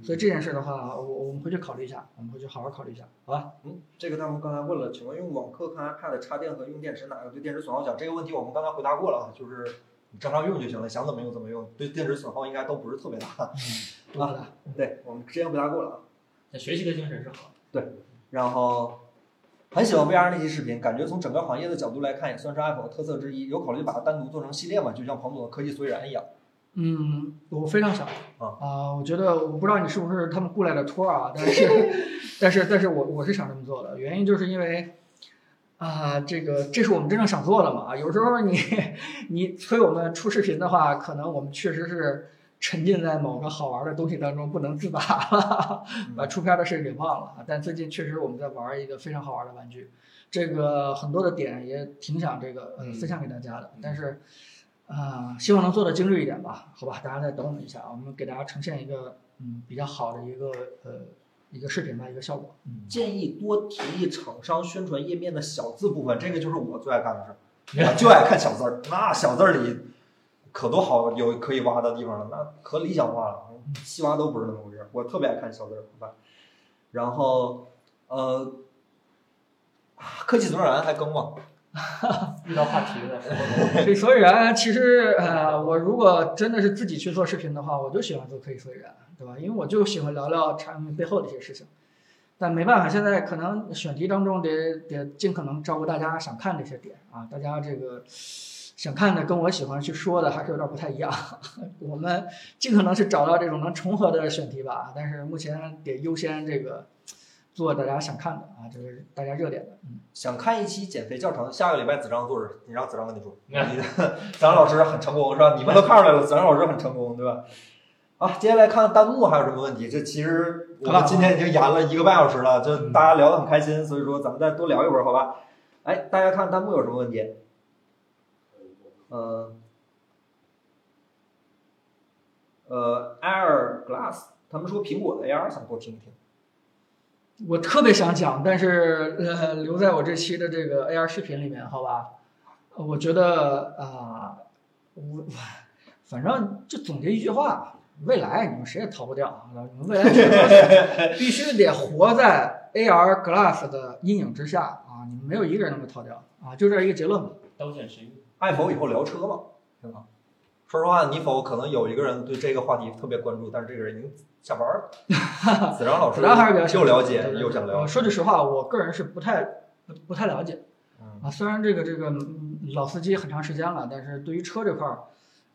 B: 所以这件事的话，我我们回去考虑一下，我们回去好好考虑一下，好吧？
A: 嗯，这个弹幕刚才问了，请问用网课看 iPad 插电和用电池哪个对电池损耗小？这个问题我们刚才回答过了啊，就是你正常用就行了，想怎么用怎么用，对电池损耗应该都不是特别大。
B: 多好的，
A: 对，我们之前回答过了。啊。
C: 那学习的精神是好的。
A: 然后很喜欢 VR 那期视频，感觉从整个行业的角度来看，也算是 Apple 的特色之一。有考虑把它单独做成系列吗？就像彭总的科技所以然一样。
B: 嗯，我非常想啊、
A: 啊
B: 我觉得我不知道你是不是他们雇来的托儿啊，但是 但是但是我我是想这么做的，原因就是因为。啊，这个这是我们真正想做的嘛？啊，有时候你你催我们出视频的话，可能我们确实是沉浸在某个好玩的东西当中不能自拔了。 把出片的事给忘了啊。但最近确实我们在玩一个非常好玩的玩具，这个很多的点也挺想这个呃
C: 嗯
B: 分享给大家的
C: 嗯，
B: 但是。啊、希望能做的精致一点吧，好吧，大家再等我们一下，我们给大家呈现一个嗯比较好的一个呃一个视频吧，一个效果。
A: 建议多提议厂商宣传页面的小字部分，这个就是我最爱干的事儿，我就爱看小字儿。那小字儿里可多好有可以挖的地方了，那可理想化了，细挖都不是那么回事儿。我特别爱看小字儿，好吧。然后呃，啊科技总然还更吗？
C: 遇到话题了，
B: 所以所以然，其实呃，我如果真的是自己去做视频的话，我就喜欢做可以所以然，对吧？因为我就喜欢聊聊产品背后的一些事情。但没办法，现在可能选题当中得得尽可能照顾大家想看的一些点啊，大家这个想看的跟我喜欢去说的还是有点不太一样。 我们尽可能是找到这种能重合的选题吧，但是目前得优先这个做大家想看的啊，就是大家热点的。嗯，
A: 想看一期减肥教程，下个礼拜子章做着，你让子章跟你说，你子章老师很成功是吧？你们都看出来了，子章老师很成功对吧？啊，接下来看看弹幕还有什么问题？这其实我们今天已经延了一个半小时了，就大家聊得很开心，所以说咱们再多聊一会儿好吧？哎，大家看弹幕有什么问题？嗯，呃，Air Glass，他们说苹果的 AR 想多听一听。
B: 我特别想讲，但是呃，留在我这期的这个 AR 视频里面，好吧？呃我觉得啊、我反正就总结一句话：未来你们谁也逃不掉，啊你们未来全都 是必须得活在 AR Glass 的阴影之下啊！你们没有一个人能够逃掉啊！就这一个结论吧。
C: 刀剑神域，
A: iPhone 以后聊车嘛，对吧？说实话，你否可能有一个人对这个话题特别关注，但是这个人已经下班了。子章老师
B: 子章还是比较
A: 哦又了解
B: 对对对
A: 又想聊
B: 呃。说句实话，我个人是不太不不太了解
A: 嗯
B: 啊。虽然这个这个嗯老司机很长时间了，但是对于车这块儿，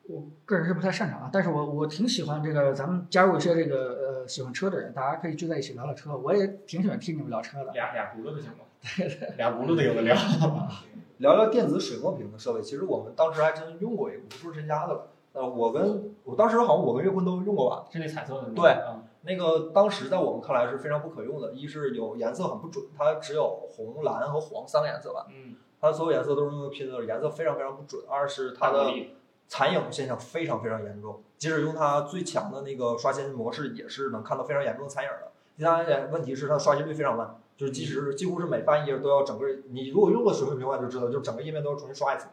B: 我个人是不太擅长啊。但是我我挺喜欢这个，咱们加入一些这个呃喜欢车的人，大家可以聚在一起聊聊车。我也挺喜欢听你们聊车的。
C: 俩俩轱辘的行吗？俩轱辘的有的聊。
A: 聊聊电子水墨屏的设备，其实我们当时还真用过一个，不是谁家的了。呃，我跟我当时好像我跟岳坤都用过吧。
C: 是那彩色的吗？
A: 对
C: 嗯，
A: 那个当时在我们看来是非常不可用的，一是有颜色很不准，它只有红、蓝和黄三个颜色吧，
C: 嗯，
A: 它所有颜色都是用拼的，颜色非常非常不准。二是它
C: 大
A: 的
C: 玻璃，
A: 残影现象非常非常严重，即使用它最强的那个刷新模式，也是能看到非常严重的残影的。第三点问题是它的刷新率非常慢，就是即
C: 嗯
A: 使几乎是每翻一页都要整个，你如果用过水墨屏的话就知道，就整个页面都要重新刷一次。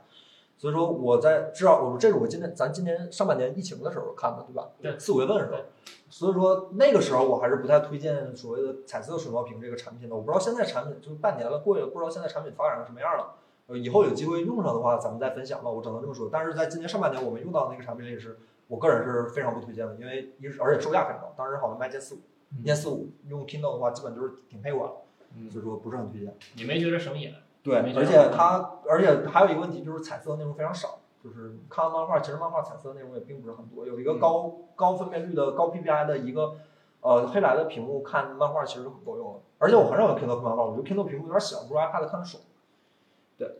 A: 所以说我在至少我这是我今年咱今年上半年疫情的时候看的，对吧？
C: 对
A: 四五月份的时候
C: 对。
A: 所以说那个时候我还是不太推荐所谓的彩色水墨屏这个产品的。我不知道现在产品就是半年了过去了，不知道现在产品发展成什么样了。呃，以后有机会用上的话，咱们再分享吧。我只能这么说。但是在今年上半年我们用到的那个产品里是，我个人是非常不推荐的，因为一是而且售价非常高，当时好像卖件四五，
C: 嗯
A: 件四五用 Kindle 的话，基本就是顶配款，
C: 嗯
A: 所以说不是很推荐。
C: 你没觉得省眼？
A: 对，
C: 没
A: 而
C: 这样
A: 且它而且还有一个问题就是彩色的内容非常少，就是看完漫画，其实漫画彩色的内容也并不是很多。有一个
C: 嗯
A: 高、高分辨率的高 PPI 的一个呃黑白的屏幕看漫画其实很够用了，而且我很少用 Kindle 看漫画，我觉得 Kindle 屏幕有点小，不如 iPad 看得爽。对，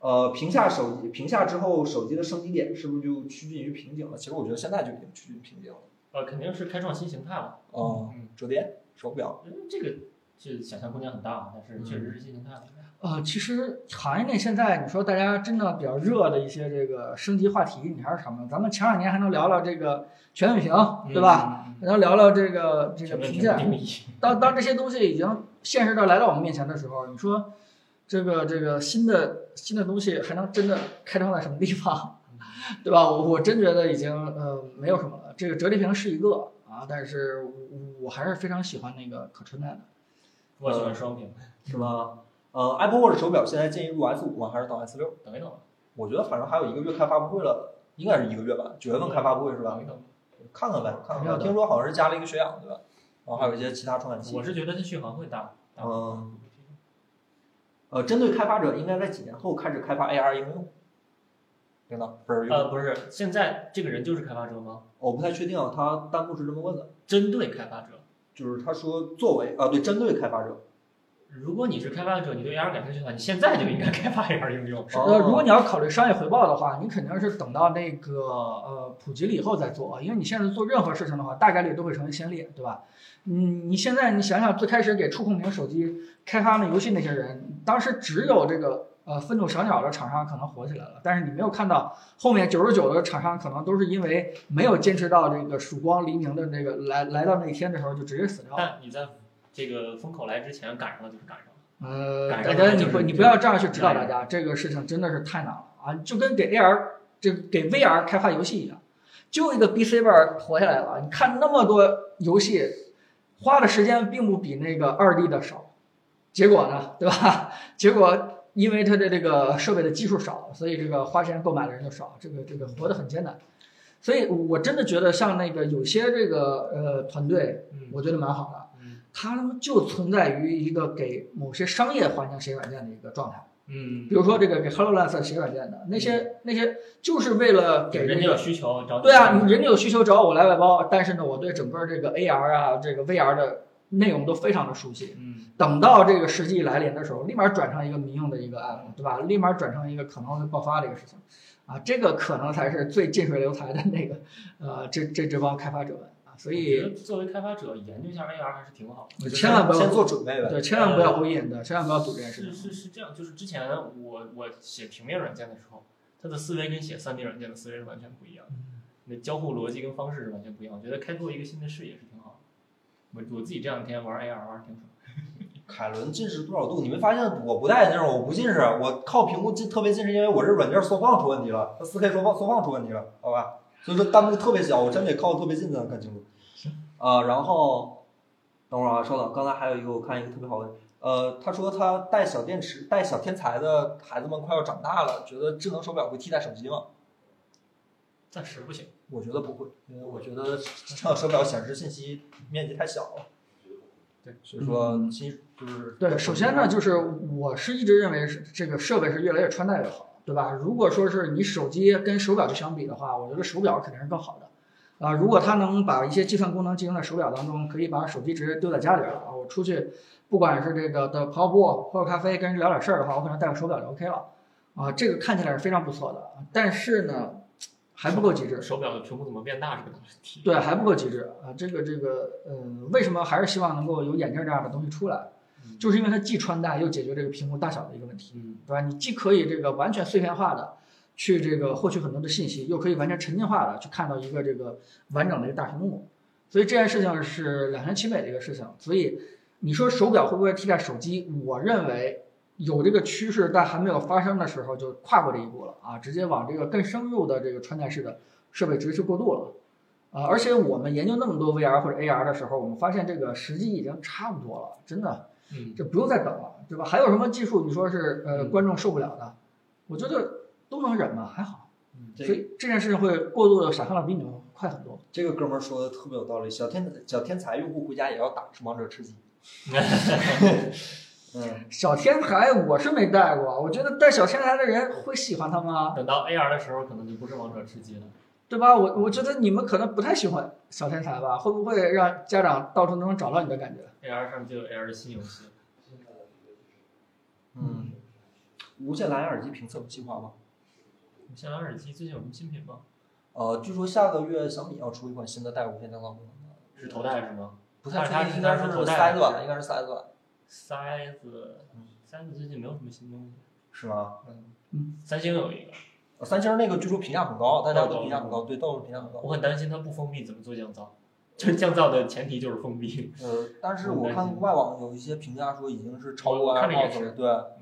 A: 呃，屏下手机屏下之后手机的升级点是不是就趋近于瓶颈了？其实我觉得现在就已经趋近于瓶颈了。
C: 呃，肯定是开创新形态了。
A: 哦、
C: 嗯，
A: 折叠手表，
C: 嗯这个是想象空间很大，但是确实是新形态了。
B: 呃，其实行业内现在你说大家真的比较热的一些这个升级话题，你还是什么？咱们前两年还能聊聊这个全面屏，对吧？
C: 吧？
B: 然后聊聊这个这
C: 全
B: 个
C: 面
B: 评
C: 屏
B: 价，
C: 定义，
B: 当当这些东西已经现实的来到我们面前的时候，你说这个这个新的新的东西还能真的开创在什么地方， 对吧？我我真觉得已经呃没有什么了。这个折叠屏是一个啊，但是我我还是非常喜欢那个可穿戴的。
C: 我喜欢双屏，
A: 嗯是吧？呃，Apple Watch 手表现在建议入 S 五吗？还是到 S 六？
C: 等一等吧，
A: 我觉得反正还有一个月开发布会了，应该是一个月吧，九月份开发布会是吧嗯
C: 等？一等吧。
A: 看看呗，看看
B: 没有
A: 吧。
B: 的
A: 听说好像是加了一个血氧，对吧？然后还有一些其他传感器
C: 我。是觉得它续航会大。大
A: 嗯，呃，针对开发者，应该在几年后开始开发 AR 应用。真的不是，
C: 呃，不是，现在这个人就是开发者吗？
A: 我不太确定啊。他弹幕是这么问的，
C: 针对开发者，
A: 就是他说作为啊，对，针对开发者，
C: 如果你是开发者，你对 AR 感兴趣的话，你现在就应该开发 AR 应用。
A: 嗯
B: 是呃，如果你要考虑商业回报的话，你肯定是等到那个呃普及了以后再做，因为你现在做任何事情的话，大概率都会成为先例，对吧？你你现在你想想，最开始给触控屏手机开发那游戏那些人，当时只有这个呃愤怒小鸟的厂商可能火起来了，但是你没有看到后面九十九的厂商可能都是因为没有坚持到这个曙光黎明的那个来来到那一天的时候就直接死掉了。
C: 但你在这个风口来之前赶上了就是赶上了。
B: 呃，
C: 改
B: 大
C: 正
B: 家
C: 它
B: 你
C: 就是
B: 不
C: 这
B: 你
C: 个
B: 不要这样去指导大家，这个事情真的是太难了啊！就跟给 AR 这个给 VR 开发游戏一样，就一个 B C 本活下来了。啊你看那么多游戏，花的时间并不比那个二 D 的少，结果呢，对吧？结果因为它的这个设备的基数少，所以这个花钱购买的人就少，这个这个活得很艰难。所以我真的觉得像那个有些这个呃团队，
C: 嗯
B: 我觉得蛮好的，啊
C: 嗯
B: 他们就存在于一个给某些商业环境写软件的一个状态。
C: 嗯，
B: 比如说这个给 HelloLens 写软件的那些那些，就是为了给
C: 人
B: 这
C: 家
B: 个
C: 有需求找你嗯
B: 对啊，人家有需求找我来外包，但是呢，我对整个这个 AR 啊，这个 VR 的内容都非常的熟悉。
C: 嗯
B: 等到这个时机来临的时候，立马转成一个民用的一个 app，对吧？立马转成一个可能会爆发的一个事情，啊，这个可能才是最近水楼台的那个，呃，这这这帮开发者们啊，所
C: 我觉
B: 以
C: 得作为开发者，研究一下 AR 还是挺好的。
A: 我觉得
B: 千万不要
A: 先做准备吧。
B: 对，千万不要灰引的，千万不要赌这件事
C: 呃是
B: 情。
C: 是是这样，就是之前我我写平面软件的时候，它的思维跟写 3D 软件的思维是完全不一样的，
A: 嗯
C: 那交互逻辑跟方式是完全不一样。我觉得开拓一个新的视野是挺好的。我我自己这两天玩 AR 玩得挺爽。
A: 凯伦近视多少度？你没发现我不戴眼镜，我不近视，我靠屏幕近特别近，是因为我这软件缩放出问题了，它四 K 缩放缩放出问题了，好吧？所以说弹幕特别小，我真得靠特别近才能看清楚。啊、然后等会儿啊，稍等，刚才还有一个我看一个特别好的，呃，他说他带小电池、带小天才的孩子们快要长大了，觉得智能手表会替代手机吗？
C: 暂时不行，
A: 我觉得不会，因为我觉得这样手表显示信息面积太小了。
C: 对，
A: 所以说其实就是
B: 嗯对，首先呢，就是我是一直认为是这个设备是越来越穿戴越好，对吧？如果说是你手机跟手表去相比的话，我觉得手表肯定是更好的。啊、如果它能把一些计算功能进行在手表当中，可以把手机直接丢在家里边了啊。我出去，不管是这个的跑跑步、喝个咖啡、跟人聊点事儿的话，我可能戴个手表就 OK 了。啊、这个看起来是非常不错的，啊但是呢，还不够极致。
C: 手表的屏幕怎么变大是个大问题。
B: 对，还不够极致啊！这个这个，嗯，为什么还是希望能够有眼镜这样的东西出来？
C: 嗯
B: 就是因为它既穿戴又解决这个屏幕大小的一个问题，
C: 嗯
B: 对吧？你既可以这个完全碎片化的去这个获取很多的信息，又可以完全沉浸化的去看到一个这个完整的一个大屏幕，所以这件事情是两全其美的一个事情。所以你说手表会不会替代手机？我认为有这个趋势，但还没有发生的时候就跨过这一步了啊，直接往这个更深入的这个穿戴式的设备直接去过渡了。啊、而且我们研究那么多 VR 或者 AR 的时候，我们发现这个时机已经差不多了，真的，
C: 嗯，
B: 这不用再等了，对吧？还有什么技术你说是呃
C: 嗯
B: 观众受不了的？我觉得都能忍嘛，还好。
A: 这
B: 所以嗯这件事情会过度的想象的比你们快很多。
A: 这个哥们儿说的特别有道理，小天小天才用户回家也要打王者吃 鸡。嗯，
B: 小天才我是没带过，我觉得带小天才的人会喜欢他吗？
C: 等到 AR 的时候，可能就不是王者吃鸡了。
B: 对吧？我我觉得你们可能不太喜欢小天才吧，会不会让家长到处都能找到你的感觉？
C: AR 上就有 AR 的新游戏，
A: 嗯，无线蓝牙耳机评测有计划吗？
C: 无线蓝牙耳机最近有什么新品吗？
A: 呃，据说下个月小米要出一款新的带无线降噪功能的，
C: 是头戴是吗？
A: 不太确
C: 但是它
A: 定，应该
C: 它
A: 是
C: 是头戴
A: 塞子
C: 还
A: 吧？
C: 是
A: 应该是塞子吧？
C: 塞子
A: 嗯，
C: 塞子最近没有什么新东西。
A: 是吗？
C: 嗯，三星有一个，
A: 呃三星那个据说评价很高，大家
C: 哦
A: 都评价很高，对，都是评价很高。
C: 我很担心它不封闭怎么做降噪，就是降噪的前提就是封闭。
A: 呃，但是我看外网有一些评价说已经是超过
C: 我看着也
A: AirPods
C: 是嗯
A: 了，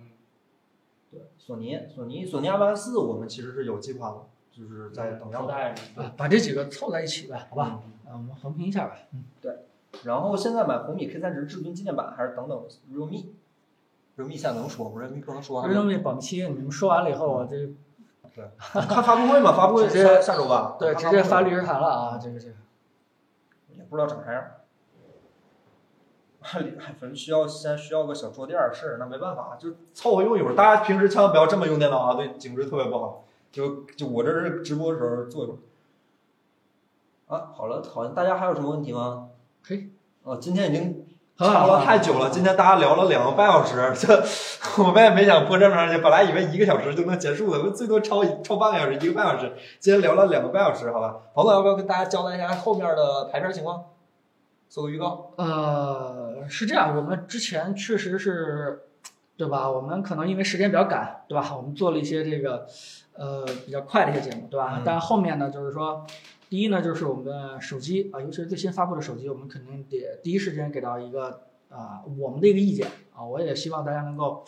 A: 对，对，索尼索尼索尼 iPhone 四我们其实是有计划的，就是在等
C: 头
A: 样
C: 戴
B: 啊，把这几个凑在一起吧，好
A: 好
C: 嗯
B: 吧？
A: 吧？
B: 啊，我们横评一下吧。
A: 然后现在买红米 K 三十至尊纪念版还是等等 realme，realme 现在能说吗？realme 不能说啊，
B: 这东西保密期，你们说完了以后，我这
A: 看发布会嘛，发布会
B: 直接
A: 下下周吧，
B: 对
A: 看
B: 直接
A: 布会
B: 发律师函了啊，这个这个。
A: 也不知道长啥样。里 反正需要先需要个小桌垫儿，是那没办法，就凑合用一会儿。大家平时千万不要这么用电脑啊，对颈椎特别不好。就就我这是直播的时候坐一会儿。啊，好了，好像大家还有什么问题吗？
B: 可以。
A: 哦，今天已经
B: 好
A: 差
B: 好
A: 不
B: 好
A: 多太久了，今天大家聊了两个半小时， 这我们也没想播这么长时间，本来以为一个小时就能结束的，最多超一超半个小时，一个半小时，今天聊了两个半小时，好吧？彭总要不要跟大家交代一下后面的排片情况，做个预告？
B: 呃，是这样，我们之前确实是，对吧？我们可能因为时间比较赶，对吧？我们做了一些这个，呃，比较快的一些节目，对吧？
A: 嗯
B: 但后面呢，就是说，第一呢，就是我们的手机啊、尤其是最新发布的手机，我们肯定得第一时间给到一个啊、我们的一个意见啊，我也希望大家能够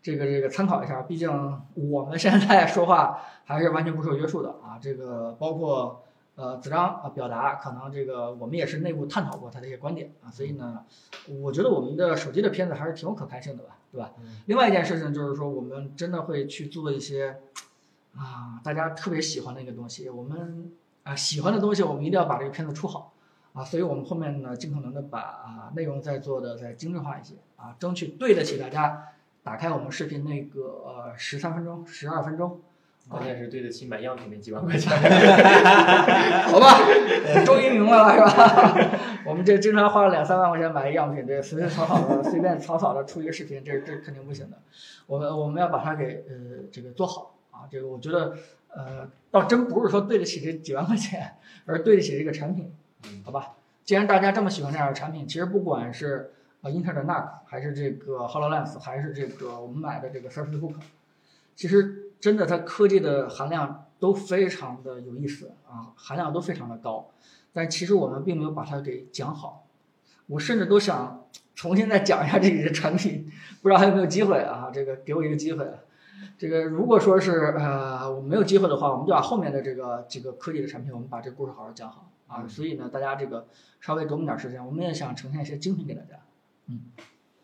B: 这个这个参考一下，毕竟我们现在说话还是完全不受约束的啊，这个包括呃子章啊表达，可能这个我们也是内部探讨过他的一些观点啊，所以呢，我觉得我们的手机的片子还是挺有可看性的吧，对吧？
C: 嗯
B: 另外一件事情就是说，我们真的会去做一些啊大家特别喜欢的一个东西，我们啊喜欢的东西，我们一定要把这个片子出好啊，所以我们后面呢，尽可能的把、啊、内容再做的再精致化一些啊，争取对得起大家打开我们视频那个呃十三、13分钟、十二分钟。呃
C: 关键是对得起买样品那几万块钱。
B: 好吧， 终于明白了是吧？ 我们这经常花了两三万块钱买一样品，这随随草草的、随便草草的出一个视频，这这肯定不行的。我们我们要把它给呃这个做好啊，这个我觉得呃倒真不是说对得起这几万块钱，而对得起这个产品，好吧？既然大家这么喜欢这样的产品，其实不管是啊英特尔的 NUC，还是这个 HoloLens，还是这个我们买的这个 Surface Book，其实真的它科技的含量都非常的有意思啊，含量都非常的高，但其实我们并没有把它给讲好。我甚至都想重新再讲一下这个产品，不知道还有没有机会啊？这个给我一个机会。这个如果说是呃我没有机会的话，我们就把后面的这个这个科技的产品，我们把这个故事好好讲好
A: 嗯
B: 啊。所以呢，大家这个稍微给我们点时间，我们也想呈现一些精品给大家。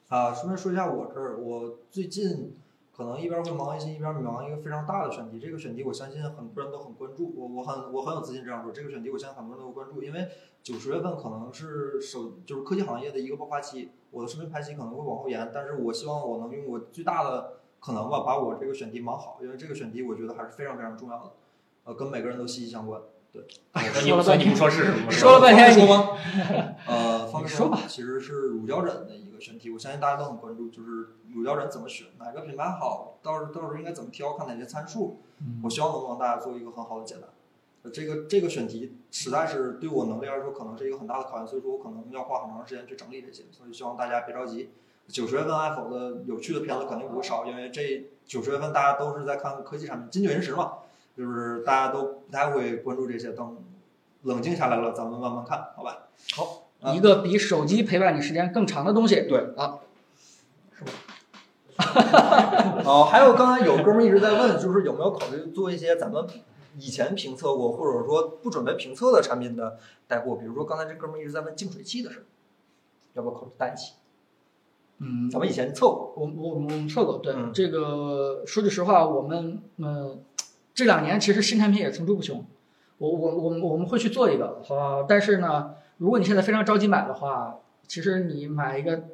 A: 啊，顺便说一下我这儿，我最近可能一边会忙一些，一边忙一个非常大的选题。这个选题我相信很多人都很关注，我我很我很有自信这样说，这个选题我相信很多人都关注，因为九十月份可能是手就是科技行业的一个爆发期，我的视频拍期可能会往后延，但是我希望我能用我最大的可能吧，把我这个选题忙好，因为这个选题我觉得还是非常非常重要的，呃，跟每个人都息息相关。
C: 那你所以你不说是什么？
B: 说了半天
A: 说
B: 你
A: 吗？ 呃，方
B: 你
A: 面
B: 说吧，
A: 其实是乳胶枕的一个选题，我相信大家都很关注，就是乳胶枕怎么选，哪个品牌好，到时候到时候应该怎么挑，看哪些参数，
B: 嗯
A: 我希望能帮大家做一个很好的解答。呃这个这个选题实在是对我能力来说，可能是一个很大的考验，所以说我可能要花很长时间去整理这些，所以希望大家别着急。九十月份 Apple 的有趣的片子肯定不会少，因为这九十月份大家都是在看科技产品，金九银十嘛，就是大家都不太会关注这些，等冷静下来了，咱们慢慢看，好吧？啊
B: 一个比手机陪伴你时间更长的东西。
A: 对
B: 啊，
A: 哦，还有刚才有哥们儿一直在问，就是有没有考虑做一些咱们以前评测过或者说不准备评测的产品的带货，比如说刚才这哥们儿一直在问净水器的事儿，要不要考虑带一起？
B: 嗯，
A: 咱们以前测过，
B: 我们我们我们测过，对、
A: 嗯
B: 这个说句实话，我们呃这两年其实新产品也层出不穷，我我我们我们会去做一个，呃，但是呢，如果你现在非常着急买的话，其实你买一个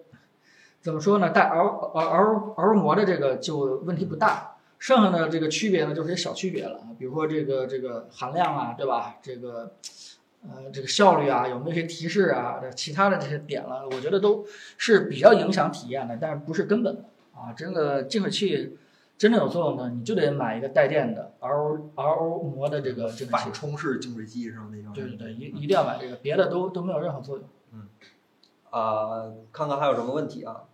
B: 怎么说呢，带 L L L L 膜的这个就问题不大。剩下的这个区别呢，就是一些小区别了，啊比如说这个这个含量啊，对吧？这个呃这个效率啊，有没有一些提示啊？这其他的这些点了，我觉得都是比较影响体验的，但是不是根本的啊。真的净水器真的有作用的，你就得买一个带电的 RO RO 膜的这个净水器
A: 反。冲式净水器是吗？那叫
B: 对对对，一一定要买这个，别的都都没有任何作用。
A: 啊、看看还有什么问题啊？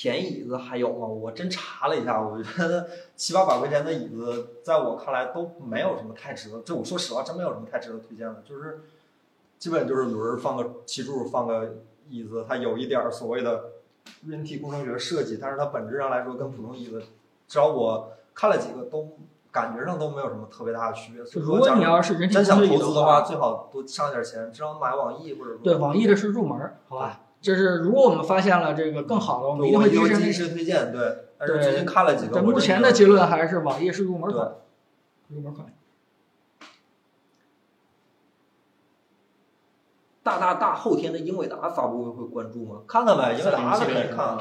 A: 便宜椅子还有吗？我真查了一下，我觉得七八百块钱的椅子，在我看来都没有什么太值得。这我说实话，真没有什么太值得推荐的，就是基本就是轮儿放个气柱，放个椅子，它有一点儿所谓的人体工程学设计，但是它本质上来说跟普通椅子，只要我看了几个都感觉上都没有什么特别大的区别。所
B: 就
A: 以
B: 如
A: 说，
B: 果
A: 假
B: 你
A: 如
B: 要是人体
A: 真想
B: 工
A: 投
B: 学椅
A: 资
B: 的
A: 的话，，最好多上点钱，至少买网易或者说
B: 对网易的是入门儿，好吧？就是如果我们发现了这个更好的，我们
A: 对
B: 一定
A: 我
B: 会
A: 有
B: 及时
A: 及
B: 那
A: 时推荐，对。但
B: 对
A: 是最近看了几个，
B: 但
A: 我
B: 目
A: 真
B: 前
A: 觉
B: 的
A: 得
B: 结论还是网页是入门
A: 对
B: 款，入门款。
A: 大大大后天的英伟达发布会会关注吗？看看呗，英伟达的可以看 啊。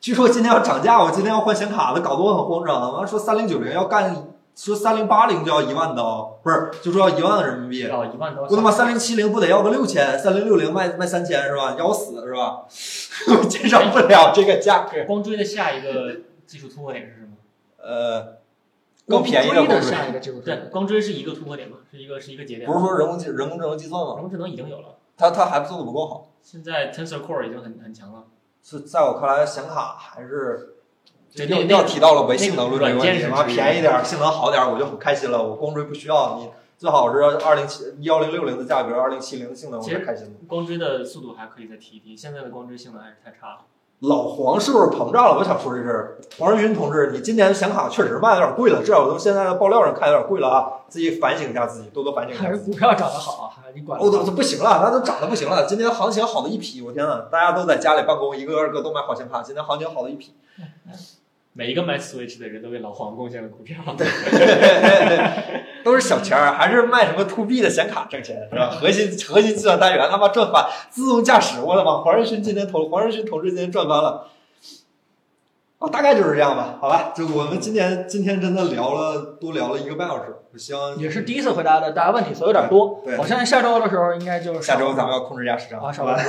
A: 据说今天要涨价，我今天要换显卡了，搞得我很慌张。完说三零九零要干，说三零八零就要一万刀，不是，就说要一万人民币。
C: 要一万多。
A: 我他妈三零七零不得要个六千，三零六零卖卖三千是吧？要死是吧？ 我接受不了这个价格。
C: 光追的下一个技术突破点是什么？
A: 呃，更便宜
B: 光追
A: 的
B: 的下一个技术
C: 对，光追是一个突破点嘛，是一个是一个节点
A: 不。是说人工智人工智能计算吗？
C: 人工智能已经有了，
A: 它它还做的不够好。
C: 现在 Tensor Core 已经很很强了。
A: 是在我看来，显卡还是
C: 对
A: 又
C: 那
A: 又
C: 那
A: 提到了
C: 那
A: 唯
C: 个
A: 性能论这
C: 软
A: 个问
C: 件
A: 题，
C: 是
A: 妈
C: 之一
A: 便宜点儿，性能好点儿，我就很开心了。我光追不需要你，最好是二零七幺零六零的价格，二零七零的性能我
C: 其实
A: 是开心的。
C: 光追的速度还可以再提一提，现在的光追性能还是太差了。
A: 老黄是不是膨胀了？我想说这事儿，黄仁勋同志，你今年显卡确实卖有点贵了，至少从现在的爆料上看有点贵了啊，自己反省一下自己，多多反省一
B: 还
A: 下
B: 是
A: 自己。
B: 股票涨得好啊，你管得
A: 哦，都都不行了，那都涨得不行了。今年行情好的一批，我天呐，大家都在家里办公，一个二个都买好显卡，今年行情好的一批。
C: 每一个买 Switch 的人都为老黄贡献了股票。
A: 都是小钱儿，还是卖什么 to B 的显卡挣钱是吧？
B: 嗯
A: 核心核心计算单元他妈赚翻，自动驾驶，我的妈！黄仁勋今天投，黄仁勋同志今天赚翻了。哦，大概就是这样吧，好吧，就我们今天今天真的聊了多聊了一个半小时，我希望
B: 也是第一次回答的大家问题，所以有点多。
A: 对
B: 我相信下周的时候应该就是
A: 下周咱们要控制一下时长，
B: 啊，
A: 好
B: 少
A: 吧
B: 吧？？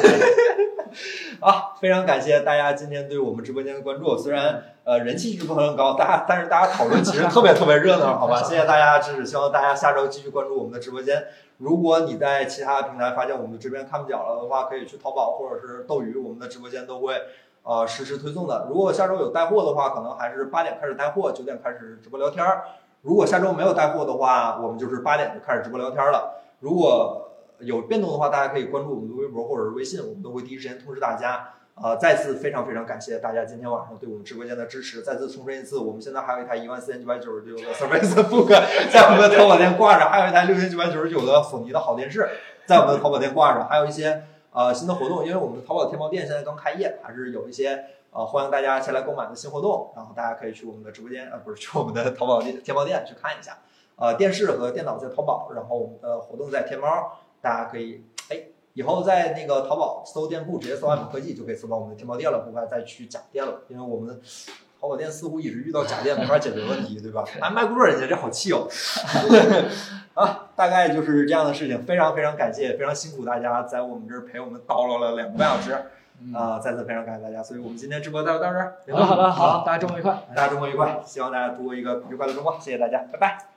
A: 啊，非常感谢大家今天对我们直播间的关注。虽然呃人气一直不很高，大家但是大家讨论其实特别特别热闹，好吧？谢谢大家的支持，希望大家下周继续关注我们的直播间。如果你在其他平台发现我们的直播间看不了了的话，可以去淘宝或者是斗鱼，我们的直播间都会呃实时推送的。如果下周有带货的话，可能还是八点开始带货，九点开始直播聊天儿。如果下周没有带货的话，我们就是八点就开始直播聊天了。如果有变动的话，大家可以关注我们的微博或者是微信，我们都会第一时间通知大家。呃，再次非常非常感谢大家今天晚上对我们直播间的支持。再次重申一次，我们现在还有一台一万四千九百九十九的 Surface Book 在我们的淘宝店挂着，还有一台六千九百九十九的索尼的好电视在我们的淘宝店挂着，还有一些呃新的活动，因为我们的淘宝天猫店现在刚开业，还是有一些呃欢迎大家前来购买的新活动。然后大家可以去我们的直播间，呃不是去我们的 淘宝店天猫店去看一下。呃，电视和电脑在淘宝，然后我们的活动在天猫，大家可以哎以后在那个淘宝搜店铺，直接搜爱普科技就可以搜到我们的天猫店了，不该再去假店了，因为我们的淘宝店似乎一直遇到假店，没法解决问题，对吧？还卖不过人家，这好气哦！ 啊，大概就是这样的事情，非常非常感谢，非常辛苦大家在我们这儿陪我们叨唠了两个半小时，啊、再次非常感谢大家，所以我们今天直播到到这儿，
B: 好了好了好，大家周末愉快。
A: 大家周末愉快，希望大家度过一个愉快的周末，谢谢大家，拜拜。